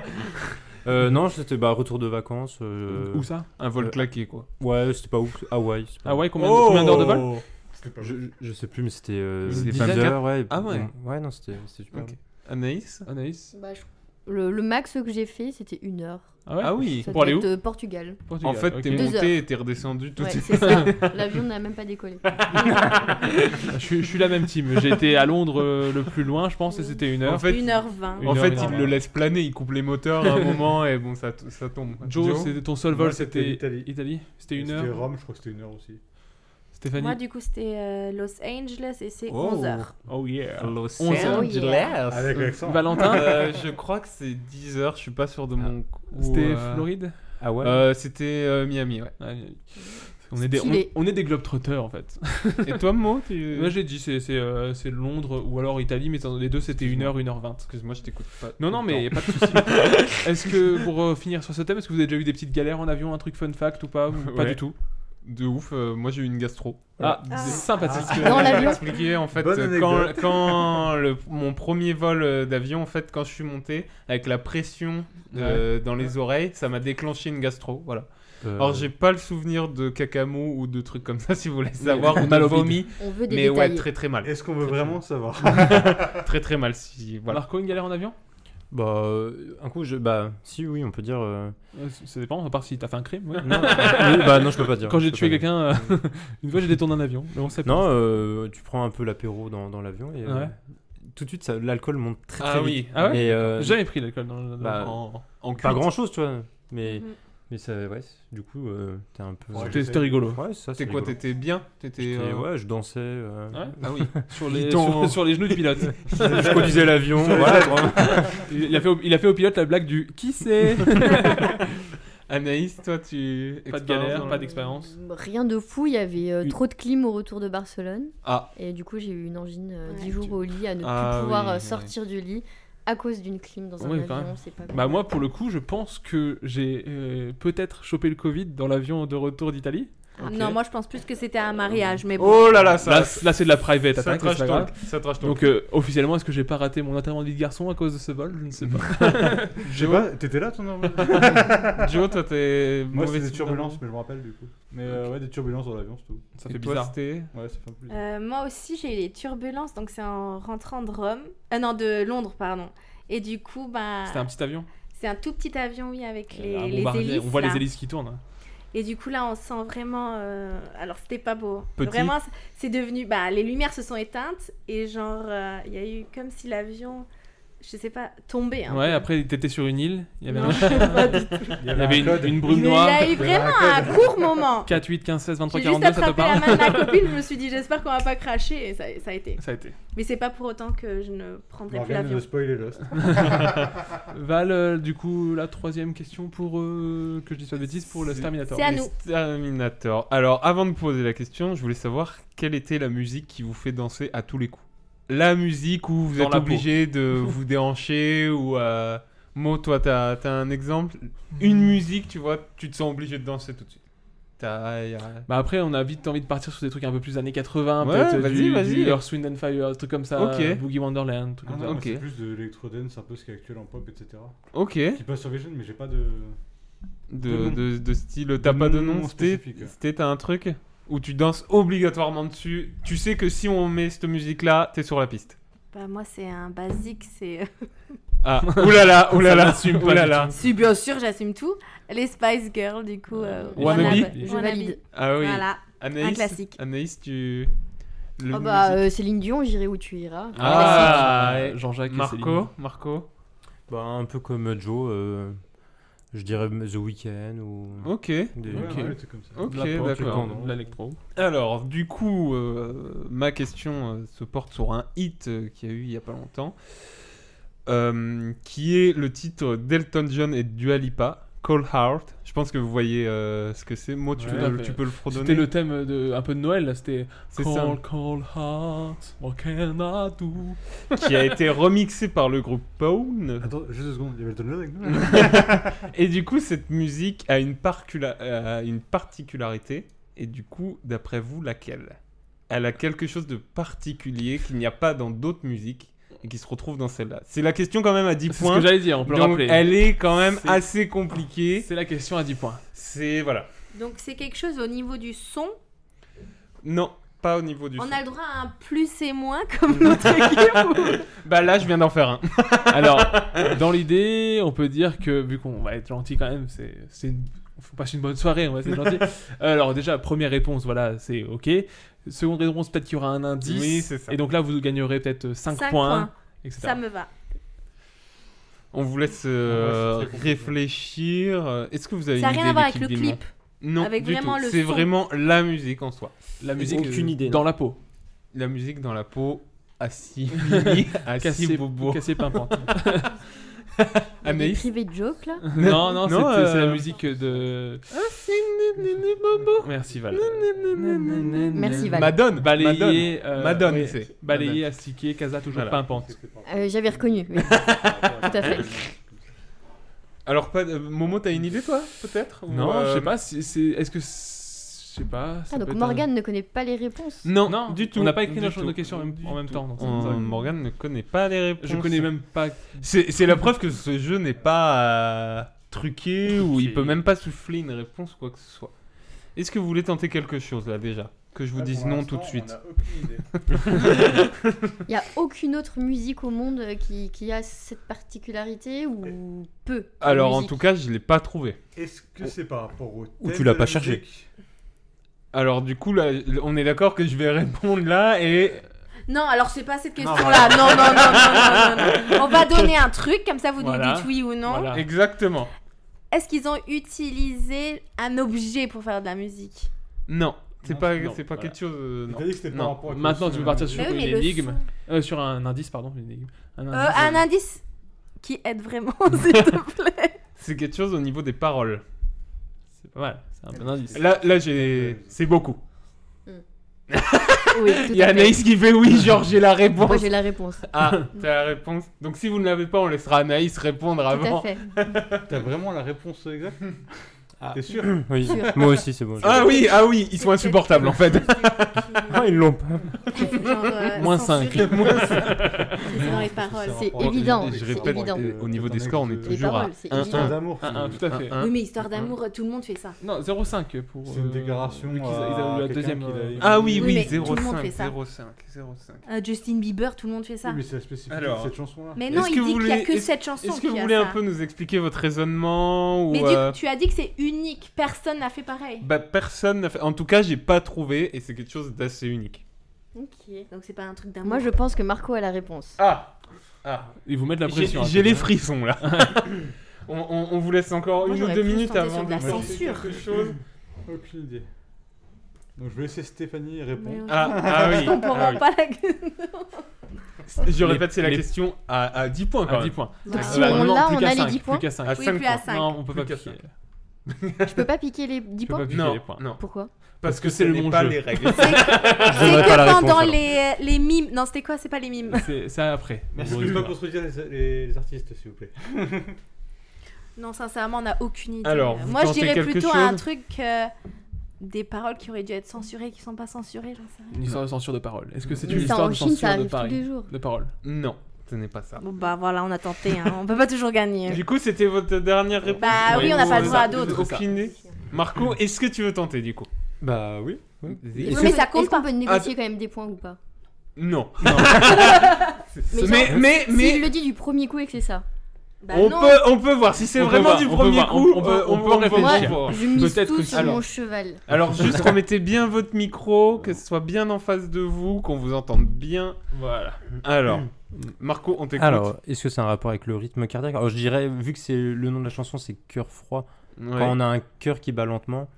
Speaker 11: euh, non, c'était bah, retour de vacances. euh,
Speaker 8: Où ça
Speaker 9: Un vol
Speaker 11: euh,
Speaker 9: claqué, quoi.
Speaker 11: Ouais, c'était pas ouf. Hawaï. c'est pas- Oh
Speaker 8: Hawaï, Ah combien, de- combien d'heures de vol
Speaker 11: je, je- je sais plus, mais c'était euh,
Speaker 9: C'était
Speaker 11: 10
Speaker 9: pas
Speaker 11: heures,
Speaker 9: quatre
Speaker 11: ouais.
Speaker 9: Ah ouais.
Speaker 11: on- Ouais, non, c'était c'était super.
Speaker 9: Ok. Anaïs
Speaker 8: Anaïs
Speaker 12: Bah, je- le, le max que j'ai fait, c'était une heure.
Speaker 8: Ah ouais
Speaker 9: Ah oui.
Speaker 12: Ça
Speaker 8: Pour aller
Speaker 12: doit
Speaker 8: où
Speaker 12: être, euh, Portugal.
Speaker 8: Portugal,
Speaker 9: En fait,
Speaker 8: ok.
Speaker 9: t'es
Speaker 12: Deux
Speaker 9: monté
Speaker 12: heures.
Speaker 9: et t'es redescendu tout de
Speaker 12: Ouais,
Speaker 9: suite.
Speaker 12: c'est ça. L'avion n'a même pas décollé.
Speaker 8: je, suis- je suis la même team. J'ai été à Londres euh, le plus loin, je pense, et c'était une heure.
Speaker 9: En fait,
Speaker 10: 1h20.
Speaker 8: Une
Speaker 9: En
Speaker 8: heure,
Speaker 9: fait,
Speaker 8: une heure.
Speaker 9: il le laisse planer, il coupe les moteurs à un moment et bon, ça, t- ça tombe.
Speaker 8: Joe, c'était ton seul
Speaker 5: Moi,
Speaker 8: vol,
Speaker 5: c'était
Speaker 8: c'était
Speaker 5: l'Italie.
Speaker 8: Italie. C'était une
Speaker 5: C'était
Speaker 8: heure.
Speaker 5: Rome, je crois que c'était une heure aussi.
Speaker 8: Stéphanie
Speaker 10: Moi, du coup, c'était euh, Los Angeles et c'est
Speaker 8: Oh.
Speaker 10: 11h.
Speaker 8: Oh yeah.
Speaker 9: Los
Speaker 8: 11 heures.
Speaker 9: Angeles.
Speaker 8: Oh yeah. Avec l'accent. Valentin
Speaker 9: Euh, Je crois que c'est 10 heures, je suis pas sûr de mon coup.
Speaker 8: C'était Floride Ah,
Speaker 9: Ah ouais
Speaker 8: Euh,
Speaker 9: C'était euh, Miami, ouais.
Speaker 8: On est, des, on,
Speaker 9: Stylé.
Speaker 8: on est des globetrotters en fait.
Speaker 9: Et toi, Mo tu-
Speaker 8: Moi j'ai dit c'est c'est, euh, c'est Londres ou alors Italie, mais dans les deux c'était 1h, 1h20. Excuse-moi, je t'écoute pas. Non, non,
Speaker 9: le
Speaker 8: mais y a
Speaker 9: temps.
Speaker 8: pas de souci. est-ce que pour euh, finir sur ce thème, est-ce que vous avez déjà eu des petites galères en avion, un truc fun fact ou pas ou Pas
Speaker 9: Ouais.
Speaker 8: du tout.
Speaker 9: De ouf, euh, moi j'ai eu une gastro. Euh,
Speaker 8: Ah, Ah. c'est sympathique.
Speaker 9: Parce que
Speaker 8: Dans
Speaker 9: je vais
Speaker 8: l'avion.
Speaker 9: expliquer, en fait,
Speaker 8: Bonne
Speaker 9: euh, quand,
Speaker 8: anecdote.
Speaker 9: quand le- mon premier vol euh, d'avion, en fait, quand je suis monté, avec la pression euh, dans les oreilles, ça m'a déclenché une gastro. Voilà.
Speaker 11: Euh.
Speaker 9: Alors j'ai pas le souvenir de cacamo ou de trucs comme ça si vous voulez savoir ou de
Speaker 8: Mal au bide.
Speaker 9: vomi,
Speaker 8: On veut des
Speaker 9: mais ouais
Speaker 8: détails.
Speaker 9: très très mal.
Speaker 5: Est-ce qu'on veut vraiment savoir
Speaker 9: très très mal si voilà.
Speaker 8: Marco, une galère en avion
Speaker 11: Bah, euh, un coup, je. Bah, si, oui, on peut dire. euh,
Speaker 8: Euh, c- Ça dépend, à part si t'as fait un crime. ouais.
Speaker 11: Non. Oui, bah non, je peux pas dire.
Speaker 8: Quand j'ai
Speaker 11: Je peux
Speaker 8: tué
Speaker 11: pas dire.
Speaker 8: quelqu'un, euh, une fois j'ai détourné un avion, mais on sait pas.
Speaker 11: Non, euh, tu prends un peu l'apéro dans, dans l'avion et euh,
Speaker 8: Ouais.
Speaker 11: tout de suite ça- l'alcool monte très
Speaker 8: Ah
Speaker 11: très
Speaker 8: oui.
Speaker 11: vite.
Speaker 8: Ah ouais
Speaker 11: Et, euh,
Speaker 9: euh,
Speaker 8: J'ai jamais pris l'alcool dans- dans-
Speaker 9: Bah,
Speaker 8: en- en
Speaker 11: Pas
Speaker 8: cuite.
Speaker 11: grand chose, tu vois. Mais,
Speaker 8: Mhm.
Speaker 11: mais ça, ouais, c'est- du coup, euh, t'es un peu.
Speaker 8: Ouais, C'était- c'était rigolo.
Speaker 11: Ouais, c'est ça.
Speaker 9: T'es
Speaker 11: c'est
Speaker 9: quoi,
Speaker 11: rigolo.
Speaker 9: t'étais bien T'étais,
Speaker 11: J'étais-
Speaker 9: euh,
Speaker 11: Ouais, je dansais. euh,
Speaker 9: Ouais Ah oui.
Speaker 8: Sur les,
Speaker 9: Dis-donc.
Speaker 8: sur, sur les genoux du pilote.
Speaker 11: Je conduisais l'avion,
Speaker 8: Sur les
Speaker 11: voilà,
Speaker 8: genoux. il, il a fait au, il a fait au pilote la blague du qui c'est
Speaker 9: Anaïs, toi tu.
Speaker 8: Pas de
Speaker 9: expérience
Speaker 8: galère,
Speaker 9: dans
Speaker 8: pas
Speaker 9: la-
Speaker 8: d'expérience.
Speaker 12: Euh, Rien de fou, il y avait euh, trop de clim au retour de Barcelone.
Speaker 9: Ah.
Speaker 12: Et du coup, j'ai eu une angine euh,
Speaker 10: Ouais.
Speaker 12: 10 jours au lit à ne
Speaker 8: Ah
Speaker 12: plus pouvoir
Speaker 8: oui,
Speaker 12: euh,
Speaker 8: ouais.
Speaker 12: sortir du lit à cause d'une clim dans un
Speaker 8: Ouais, quand
Speaker 12: avion.
Speaker 8: même.
Speaker 12: C'est pas
Speaker 8: bah moi pour le coup je pense que j'ai euh, peut-être chopé le Covid dans l'avion de retour d'Italie.
Speaker 10: Non, moi, je pense plus que c'était un mariage, mais bon.
Speaker 9: Oh là là, ça-
Speaker 8: là, c- là, c'est de la private
Speaker 9: ça
Speaker 8: attaque,
Speaker 9: trash
Speaker 8: c'est pas
Speaker 9: talk,
Speaker 8: grave.
Speaker 9: ça trash talk.
Speaker 8: Donc euh, officiellement est-ce que j'ai pas raté mon enterrement de vie de garçon à cause de ce vol Je ne sais pas.
Speaker 5: Je sais pas, t'étais là ton envol
Speaker 8: euh,
Speaker 9: Joe, toi t'es. mauvais
Speaker 5: Moi c'était des
Speaker 9: souvenir.
Speaker 5: turbulences, mais je me rappelle du coup. Mais euh, ouais, des turbulences dans l'avion, c'est tout.
Speaker 8: Ça
Speaker 9: Et
Speaker 8: fait
Speaker 9: toi,
Speaker 8: bizarre.
Speaker 9: c'était-
Speaker 5: Ouais, ça fait un peu bizarre.
Speaker 10: Euh, moi aussi, j'ai eu des turbulences, donc c'est en rentrant de Rome. Ah non, de Londres, pardon. Et du coup, bah.
Speaker 8: C'était un petit avion
Speaker 10: C'est un tout petit avion, oui, avec les,
Speaker 9: Ah,
Speaker 8: Un
Speaker 10: les
Speaker 9: bah,
Speaker 8: bombardier,
Speaker 10: hélices.
Speaker 8: On voit
Speaker 10: là.
Speaker 8: les hélices qui tournent. hein.
Speaker 10: Et du coup, là, on sent vraiment. euh, Alors, c'était pas beau.
Speaker 8: Petit.
Speaker 10: Vraiment, c- c'est devenu. Bah, les lumières se sont éteintes et genre, euh, il y a eu comme si l'avion, je sais pas, tombait. hein. un
Speaker 8: Ouais,
Speaker 10: peu.
Speaker 8: après t'étais sur une île, il y avait,
Speaker 10: Ah, Non,
Speaker 8: un-
Speaker 10: je sais pas du tout.
Speaker 8: Il y avait
Speaker 10: un
Speaker 8: une,
Speaker 10: code.
Speaker 8: une brume
Speaker 10: Mais
Speaker 8: noire.
Speaker 10: il y a eu vraiment un court moment.
Speaker 8: 4, 8, 15, 16, 23,
Speaker 10: J'ai juste
Speaker 8: 42, ça te
Speaker 10: attrapé
Speaker 8: parle
Speaker 10: la main de ma copine, je me suis dit, j'espère qu'on va pas cracher et ça, ça a été.
Speaker 8: Ça a été.
Speaker 10: Mais c'est pas pour autant que je ne prendrai plus
Speaker 5: Morgane
Speaker 10: l'avion.
Speaker 5: de spoiler Lost.
Speaker 8: Ah, Val, euh, du coup, la troisième question pour euh, que je dise pas de bêtises pour le Terminator.
Speaker 10: C'est à
Speaker 9: Les
Speaker 10: nous.
Speaker 9: Terminator. Alors, avant de poser la question, je voulais savoir quelle était la musique qui vous fait danser à tous les coups. La musique où vous
Speaker 8: Dans
Speaker 9: êtes
Speaker 8: la
Speaker 9: obligé de vous déhancher ou. Euh... Mo, toi, t'as as un exemple
Speaker 8: Hmm.
Speaker 9: Une musique, tu vois, tu te sens obligé de danser tout de suite. T'as- y a-
Speaker 8: Bah après, on a vite envie de partir sur des trucs un peu plus années 80,
Speaker 9: Ouais,
Speaker 8: peut-être
Speaker 9: vas-y,
Speaker 8: du,
Speaker 9: vas-y.
Speaker 8: du Earth, Wind and Fire, des trucs comme ça,
Speaker 9: Ok.
Speaker 8: euh, Boogie Wonderland, trucs
Speaker 5: Ah
Speaker 8: comme
Speaker 5: non,
Speaker 8: ça.
Speaker 5: moi, C'est plus de l'électro-dance, un peu ce qui est actuel en pop, etc.
Speaker 9: Ok.
Speaker 5: Qui passe sur Vision, mais j'ai pas de.
Speaker 9: de,
Speaker 5: nom.
Speaker 9: de, de style t'as pas de nom Sté
Speaker 5: spécifique, ouais.
Speaker 9: Sté, t'as un truc où tu danses obligatoirement dessus tu sais que si on met cette musique là t'es sur la piste
Speaker 10: Bah, moi, c'est un basique, c'est. euh,
Speaker 9: ah oulala
Speaker 8: Ça
Speaker 9: oulala
Speaker 8: l'assume pas
Speaker 9: oulala
Speaker 8: du
Speaker 10: Si, bien sûr, j'assume tout. Les Spice Girls, du coup. euh,
Speaker 9: Wannabe
Speaker 10: Wannabe. Wannabe.
Speaker 9: ah oui
Speaker 10: Voilà.
Speaker 9: Anaïs,
Speaker 10: Un classique.
Speaker 9: Anaïs tu le
Speaker 12: Oh bah,
Speaker 9: musique-
Speaker 12: euh, Céline Dion, j'irai où tu iras.
Speaker 9: ah
Speaker 8: Classique.
Speaker 12: euh,
Speaker 8: Jean-Jacques et Céline.
Speaker 9: Marco Marco
Speaker 11: Bah, un peu comme euh, Joe, euh, je dirais The Weeknd ou.
Speaker 9: Ok.
Speaker 11: Des-
Speaker 9: Ok.
Speaker 5: ouais, c'est comme ça.
Speaker 9: Ok,
Speaker 11: De la pop,
Speaker 9: d'accord.
Speaker 11: tout le temps.
Speaker 8: L'électro.
Speaker 9: Alors, du coup, euh, ma question euh, se porte sur un hit euh, qu'il y a eu il y a pas longtemps, euh, qui est le titre d'Elton John et Dua Lipa, Cold Heart. Je pense que vous voyez euh, ce que c'est. Moi, tu,
Speaker 8: Ouais,
Speaker 9: peux,
Speaker 8: tout à
Speaker 9: tu
Speaker 8: fait.
Speaker 9: peux le fredonner.
Speaker 8: C'était le thème de, un peu de Noël, là, c'était
Speaker 9: C'est
Speaker 8: Call,
Speaker 9: ça.
Speaker 8: Call Heart, what can I do
Speaker 9: qui a été remixé par le groupe Pone.
Speaker 5: Attends, juste deux secondes, il y avait le tonneau avec nous
Speaker 9: et du coup, cette musique a une, parcula- a une particularité. Et du coup, d'après vous, laquelle Elle a quelque chose de particulier qu'il n'y a pas dans d'autres musiques et qui se retrouve dans celle-là. C'est la question quand même à 10
Speaker 8: C'est ce
Speaker 9: points.
Speaker 8: que j'allais dire, on peut le
Speaker 9: Donc,
Speaker 8: rappeler.
Speaker 9: Elle est quand même
Speaker 8: C'est-
Speaker 9: assez compliquée.
Speaker 8: C'est la question à 10 points.
Speaker 9: C'est voilà.
Speaker 10: Donc, c'est quelque chose au niveau du son.
Speaker 9: Non, pas au niveau du
Speaker 10: On
Speaker 9: son.
Speaker 10: a le droit à un plus et moins comme notre équipe. ou-
Speaker 9: Bah là, je viens d'en faire un.
Speaker 8: Alors, dans l'idée, on peut dire que, vu qu'on va être gentil quand même, c'est, c'est une- faut passer une bonne soirée, on va essayer d'être gentil. Alors, déjà, première réponse, voilà, c'est OK. Seconde réponse, peut-être qu'il y aura un indice.
Speaker 9: Oui, c'est ça.
Speaker 8: Et donc là, vous gagnerez peut-être 5 points,
Speaker 10: Cinq points.
Speaker 8: etc.
Speaker 10: Ça me va.
Speaker 9: On vous laisse euh,
Speaker 8: Ouais, c'est très compliqué.
Speaker 9: réfléchir. Est-ce que vous avez
Speaker 10: Ça a
Speaker 9: une idée
Speaker 10: rien à voir
Speaker 9: de
Speaker 10: avec
Speaker 9: l'équipe
Speaker 10: le
Speaker 9: Guillemot
Speaker 10: clip.
Speaker 9: Non,
Speaker 10: Avec
Speaker 9: du
Speaker 10: vraiment
Speaker 9: tout.
Speaker 10: le
Speaker 9: C'est
Speaker 10: son.
Speaker 9: vraiment la musique en soi. La
Speaker 8: Ils
Speaker 9: musique
Speaker 8: ont aucune
Speaker 9: euh,
Speaker 8: idée,
Speaker 9: dans
Speaker 8: non
Speaker 9: la peau. La musique dans la peau, assis, mini, assis
Speaker 8: Cassé-
Speaker 9: bobo.
Speaker 8: cassé pimpante.
Speaker 9: Anaïs
Speaker 12: Privé de joke là
Speaker 8: Non, non, c'est
Speaker 9: euh,
Speaker 8: c'est la musique de. Merci Val.
Speaker 9: Euh,
Speaker 12: Merci, Val.
Speaker 9: Madone.
Speaker 8: Balayer.
Speaker 9: Madone. Madone,
Speaker 8: oui,
Speaker 9: c'est.
Speaker 8: Balayer, astiquer, casa toujours
Speaker 9: Voilà.
Speaker 8: pimpante.
Speaker 12: Euh, J'avais reconnu. oui. Tout à fait.
Speaker 9: Alors, pas de- Momo, t'as une idée toi, peut-être Ou,
Speaker 8: Non,
Speaker 9: euh,
Speaker 8: je sais pas, c'est- c'est- est-ce que. c'est- Je sais pas. ça
Speaker 12: Ah, donc
Speaker 8: peut être un-
Speaker 12: Morgane ne connaît pas les réponses.
Speaker 9: Non,
Speaker 8: Non,
Speaker 9: du tout.
Speaker 8: on n'a pas écrit
Speaker 9: Du
Speaker 8: nos-
Speaker 9: tout.
Speaker 8: nos questions en même-
Speaker 9: Du
Speaker 8: en même
Speaker 9: tout.
Speaker 8: temps, donc c'est
Speaker 9: Euh,
Speaker 8: pour ça que-
Speaker 9: Morgane ne connaît pas les réponses.
Speaker 8: Je connais même pas.
Speaker 9: C'est c'est la preuve que ce jeu n'est pas euh, truqué ou il peut même pas souffler une réponse ou quoi que ce soit. Est-ce que vous voulez tenter quelque chose là déjà Que je vous
Speaker 5: Là,
Speaker 9: dise
Speaker 5: pour
Speaker 9: non
Speaker 5: l'instant,
Speaker 9: tout de suite.
Speaker 12: Il n'y a aucune autre musique au monde euh, qui, qui a cette particularité ou peu. de
Speaker 9: Alors en
Speaker 12: musique.
Speaker 9: tout cas, je l'ai pas trouvé.
Speaker 5: Est-ce que c'est par rapport au.
Speaker 11: Ou
Speaker 5: thème
Speaker 11: tu l'as
Speaker 5: de
Speaker 11: pas
Speaker 5: la
Speaker 11: cherché.
Speaker 5: musique
Speaker 9: Alors du coup là, on est d'accord que je vais répondre là et
Speaker 10: Non, alors c'est pas cette question-là. Non, non, non, non, non, non, non. On va donner un truc, comme ça vous
Speaker 9: Voilà.
Speaker 10: nous dites oui ou non.
Speaker 9: Voilà. Exactement.
Speaker 10: Est-ce qu'ils ont utilisé un objet pour faire de la musique
Speaker 9: Non, c'est pas
Speaker 8: non,
Speaker 9: c'est pas
Speaker 8: voilà.
Speaker 9: quelque chose euh, non.
Speaker 5: T'as dit que c'était par
Speaker 9: Non.
Speaker 5: rapport à-
Speaker 8: Maintenant, tu veux partir sur
Speaker 10: Mais Bah oui,
Speaker 8: une
Speaker 10: mais le
Speaker 8: énigme. Euh, sur un indice, pardon, une énigme. Un
Speaker 10: Euh,
Speaker 8: indice,
Speaker 10: Un
Speaker 8: euh,
Speaker 10: indice qui aide vraiment, s'il te plaît.
Speaker 9: C'est quelque chose au niveau des paroles.
Speaker 8: C'est pas mal, c'est un bon indice.
Speaker 9: Là, là j'ai. C'est beaucoup.
Speaker 12: Oui,
Speaker 9: Il y a Anaïs qui fait oui, genre j'ai la réponse.
Speaker 12: Moi j'ai la réponse.
Speaker 9: Ah, t'as la réponse. Donc si vous ne l'avez pas, on laissera Anaïs répondre
Speaker 12: Tout à
Speaker 9: avant.
Speaker 12: fait.
Speaker 5: T'as vraiment la réponse exacte T'es sûr
Speaker 11: Oui, moi aussi c'est bon. je-
Speaker 9: Ah oui, ah oui, ils sont insupportables
Speaker 8: hein.
Speaker 9: en fait.
Speaker 11: Ah, ils l'ont pas.
Speaker 10: Genre, euh,
Speaker 9: Moins
Speaker 10: censuré.
Speaker 9: cinq. Moins
Speaker 10: C'est dans les paroles, c'est
Speaker 9: Oh,
Speaker 10: évident.
Speaker 9: Je
Speaker 10: c'est
Speaker 9: répète,
Speaker 10: évident.
Speaker 9: euh, au niveau des scores, on est
Speaker 10: Les
Speaker 9: toujours à
Speaker 10: paroles, c'est
Speaker 9: 1
Speaker 10: évident.
Speaker 9: un.
Speaker 5: d'amour,
Speaker 8: Un, un, tout à fait.
Speaker 10: Oui, mais histoire d'amour, tout le monde fait ça.
Speaker 8: Non, 0,5 pour.
Speaker 5: C'est une
Speaker 8: euh,
Speaker 5: déclaration
Speaker 8: vu qu'ils-
Speaker 5: à
Speaker 8: ils avaient eu la
Speaker 5: quelqu'un
Speaker 8: deuxième euh,
Speaker 5: qui
Speaker 8: qu'il
Speaker 5: l'a-
Speaker 8: a-
Speaker 9: Ah oui,
Speaker 10: Oui,
Speaker 9: oui,
Speaker 10: mais tout le monde
Speaker 9: 0,5,
Speaker 10: fait
Speaker 9: 0,5,
Speaker 10: ça.
Speaker 9: 0,5.
Speaker 10: Euh, Justin Bieber, tout le monde fait ça.
Speaker 5: Oui, mais c'est la spécificité
Speaker 9: Alors.
Speaker 5: de cette chanson-là.
Speaker 10: Mais non,
Speaker 9: Est-ce
Speaker 10: il
Speaker 9: que
Speaker 10: dit
Speaker 9: vous
Speaker 10: qu'il n'y a
Speaker 9: voulez-
Speaker 10: que
Speaker 9: est-ce-
Speaker 10: cette chanson
Speaker 9: Est-ce que
Speaker 10: qui
Speaker 9: vous
Speaker 10: a
Speaker 9: voulez un
Speaker 10: ça.
Speaker 9: peu nous expliquer votre raisonnement ou
Speaker 10: Mais du-
Speaker 9: euh,
Speaker 10: tu as dit que c'est unique, personne n'a fait pareil.
Speaker 9: bah, personne n'a fait... En tout cas, j'ai pas trouvé et c'est quelque chose d'assez unique.
Speaker 10: Ok. Donc c'est pas un truc d'amour.
Speaker 12: Moi je pense que Marco a la réponse.
Speaker 9: Ah Ah
Speaker 8: Ils vous mettent la
Speaker 9: J'ai
Speaker 8: pression. hein,
Speaker 9: j'ai les
Speaker 8: frères.
Speaker 9: frissons là. on, on- on vous laisse encore
Speaker 10: Moi,
Speaker 9: une ou
Speaker 10: j'aurais
Speaker 9: deux
Speaker 10: plus
Speaker 9: minutes
Speaker 10: tenté
Speaker 9: avant
Speaker 10: sur de la
Speaker 9: de lancer
Speaker 10: censure.
Speaker 9: quelque chose.
Speaker 5: Aucune idée. Donc je vais laisser Stéphanie
Speaker 10: Mais
Speaker 5: répondre.
Speaker 10: ouais.
Speaker 9: Ah, ah oui.
Speaker 10: Je comprends
Speaker 9: ah oui.
Speaker 10: pas la
Speaker 9: Je
Speaker 8: Les-
Speaker 9: répète, c'est la
Speaker 8: les-
Speaker 9: question à, à 10 points quand
Speaker 8: À 10
Speaker 9: même.
Speaker 8: points.
Speaker 12: Donc
Speaker 10: Ah,
Speaker 12: si
Speaker 10: bah,
Speaker 12: on
Speaker 8: non,
Speaker 12: l'a,
Speaker 8: plus
Speaker 12: on
Speaker 8: qu'à
Speaker 12: a les
Speaker 8: cinq,
Speaker 12: 10 points.
Speaker 8: Plus qu'à 5.
Speaker 9: À
Speaker 10: Oui,
Speaker 9: 5
Speaker 10: plus à
Speaker 9: points.
Speaker 10: 5.
Speaker 8: Non, on peut pas
Speaker 9: Plus qu'à
Speaker 8: piquer.
Speaker 12: Je peux pas piquer les 10
Speaker 8: Je peux
Speaker 12: points
Speaker 8: pas piquer
Speaker 9: Non,
Speaker 8: les points.
Speaker 9: non.
Speaker 12: Pourquoi
Speaker 9: Parce que
Speaker 8: ce
Speaker 9: c'est
Speaker 8: n'est
Speaker 9: les
Speaker 8: pas
Speaker 9: pas les
Speaker 8: les
Speaker 9: règles.
Speaker 10: C'est
Speaker 11: donnerai pas la
Speaker 10: que
Speaker 11: réponse,
Speaker 10: pendant
Speaker 11: alors.
Speaker 10: les, euh, les mimes. Non, c'était quoi C'est pas les mimes.
Speaker 8: C'est c'est après.
Speaker 5: Merci
Speaker 8: Bon,
Speaker 5: de ne
Speaker 8: on
Speaker 5: pas
Speaker 8: va.
Speaker 5: contredire les, les- les artistes, s'il vous plaît.
Speaker 10: Non, sincèrement, on n'a aucune idée.
Speaker 9: Alors,
Speaker 10: Euh,
Speaker 9: vous
Speaker 10: Moi, je
Speaker 9: tentez
Speaker 10: dirais
Speaker 9: quelque
Speaker 10: plutôt
Speaker 9: chose
Speaker 10: un truc. euh, Des paroles qui auraient dû être censurées, qui sont pas censurées, j'en sais rien.
Speaker 8: Une histoire de censure de parole. Est-ce que c'est
Speaker 12: Mais
Speaker 8: une
Speaker 12: ça,
Speaker 8: histoire
Speaker 12: en
Speaker 8: de
Speaker 12: Chine, ça
Speaker 8: censure de
Speaker 12: arrive tous les
Speaker 8: parole
Speaker 12: jours.
Speaker 8: De parole.
Speaker 9: Non, ce n'est pas ça.
Speaker 10: Bon, bah voilà, on a tenté, hein. on peut pas toujours gagner.
Speaker 9: Du coup, c'était votre dernière réponse.
Speaker 10: Bah oui, on n'a pas le
Speaker 9: Vous
Speaker 10: droit à
Speaker 9: avez
Speaker 10: d'autres.
Speaker 9: Aucune idée. Marco, est-ce que tu veux tenter du coup
Speaker 11: Bah oui. oui.
Speaker 9: Est-ce
Speaker 12: mais
Speaker 9: que-
Speaker 10: ça compte
Speaker 12: Est-ce qu'on
Speaker 10: pas.
Speaker 12: peut négocier quand même des points ou pas
Speaker 9: Non.
Speaker 12: Mais
Speaker 9: Mais,
Speaker 12: genre,
Speaker 9: mais, mais,
Speaker 12: S'il le dit du premier coup et que c'est ça.
Speaker 10: Bah
Speaker 9: on,
Speaker 10: non.
Speaker 9: peut, on peut voir. Si c'est
Speaker 8: On peut
Speaker 9: vraiment
Speaker 8: voir,
Speaker 9: du
Speaker 8: on peut
Speaker 9: premier
Speaker 8: voir,
Speaker 9: coup,
Speaker 8: on- on peut-
Speaker 9: euh,
Speaker 8: on peut
Speaker 9: va voir.
Speaker 8: réfléchir.
Speaker 9: On va voir.
Speaker 12: Je mise
Speaker 8: Peut-être
Speaker 12: tout
Speaker 8: que-
Speaker 12: sur
Speaker 9: alors-
Speaker 12: mon cheval.
Speaker 9: Alors, juste remettez bien votre micro, que ce soit bien en face de vous, qu'on vous entende bien.
Speaker 8: Voilà.
Speaker 9: Alors, Marco, on t'écoute.
Speaker 11: Alors, est-ce que c'est un rapport avec le rythme cardiaque Alors, je dirais, vu que c'est le nom de la chanson, c'est cœur froid.
Speaker 9: Ouais.
Speaker 11: Quand on a un cœur qui bat lentement,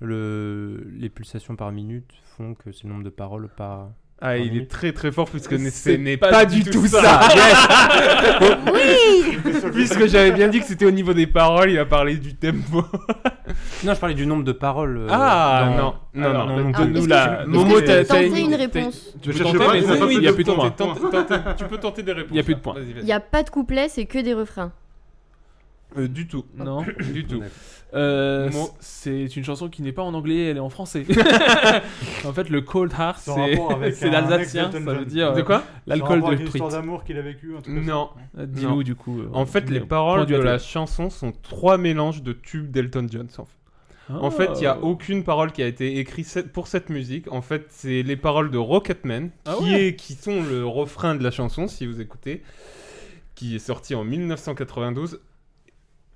Speaker 11: le... les pulsations par minute font que c'est le nombre de paroles par.
Speaker 9: Ah, il est
Speaker 11: minute.
Speaker 9: très très fort puisque
Speaker 8: C'est
Speaker 9: ce n'est pas, du tout ça. Yes. puisque j'avais bien dit que c'était au niveau des paroles, il a parlé du tempo.
Speaker 11: Non, je parlais du nombre de paroles. euh,
Speaker 9: ah
Speaker 11: dans-
Speaker 9: non, non,
Speaker 11: Alors,
Speaker 9: non,
Speaker 11: non, non,
Speaker 9: donne-nous
Speaker 12: est-ce
Speaker 9: la.
Speaker 11: que-
Speaker 9: Momo,
Speaker 12: est-ce que
Speaker 9: t'as
Speaker 12: tu peux
Speaker 9: t'as
Speaker 12: tenter une
Speaker 9: t'as-
Speaker 12: réponse
Speaker 8: Tu peux
Speaker 9: Je
Speaker 8: tenter,
Speaker 9: sais pas,
Speaker 8: mais
Speaker 9: mais
Speaker 8: ça,
Speaker 9: oui,
Speaker 8: il
Speaker 9: oui,
Speaker 8: n'y a
Speaker 9: tu
Speaker 8: plus de
Speaker 9: peux
Speaker 8: points.
Speaker 9: tenter- tenter- tenter- Tu peux tenter des réponses.
Speaker 8: Il y a plus de points.
Speaker 9: Vas-y,
Speaker 12: Il
Speaker 9: vas-y.
Speaker 12: n'y a pas de couplet, c'est que des refrains.
Speaker 9: Euh, Du tout.
Speaker 8: Non.
Speaker 9: Du tout.
Speaker 8: Euh,
Speaker 9: Moi-
Speaker 8: c'est une chanson qui n'est pas en anglais, elle est en français. en fait, le cold heart,
Speaker 5: Sans
Speaker 8: c'est
Speaker 5: rapport avec
Speaker 8: c'est
Speaker 5: un
Speaker 8: l'alsacien, ça
Speaker 5: ex d'Elton
Speaker 8: veut
Speaker 5: John.
Speaker 8: dire
Speaker 9: De
Speaker 8: euh,
Speaker 9: quoi
Speaker 8: l'alcool
Speaker 5: Par rapport à
Speaker 8: de
Speaker 5: une histoire
Speaker 8: Prit.
Speaker 5: d'amour qu'il a vécu, un truc comme ça.
Speaker 9: Non.
Speaker 8: Dis-nous du coup. euh,
Speaker 9: En fait, les
Speaker 8: on-
Speaker 9: paroles
Speaker 8: point du
Speaker 9: de la
Speaker 8: athlète.
Speaker 9: chanson sont trois mélanges de tubes d'Elton John. en fait. En fait, il n'y
Speaker 8: Ah. Oh.
Speaker 9: a aucune parole qui a été écrite ce- pour cette musique. En fait, c'est les paroles de Rocketman,
Speaker 8: Ah
Speaker 9: qui,
Speaker 8: ouais.
Speaker 9: est, qui sont le refrain de la chanson, si vous écoutez, qui est sorti en 1992,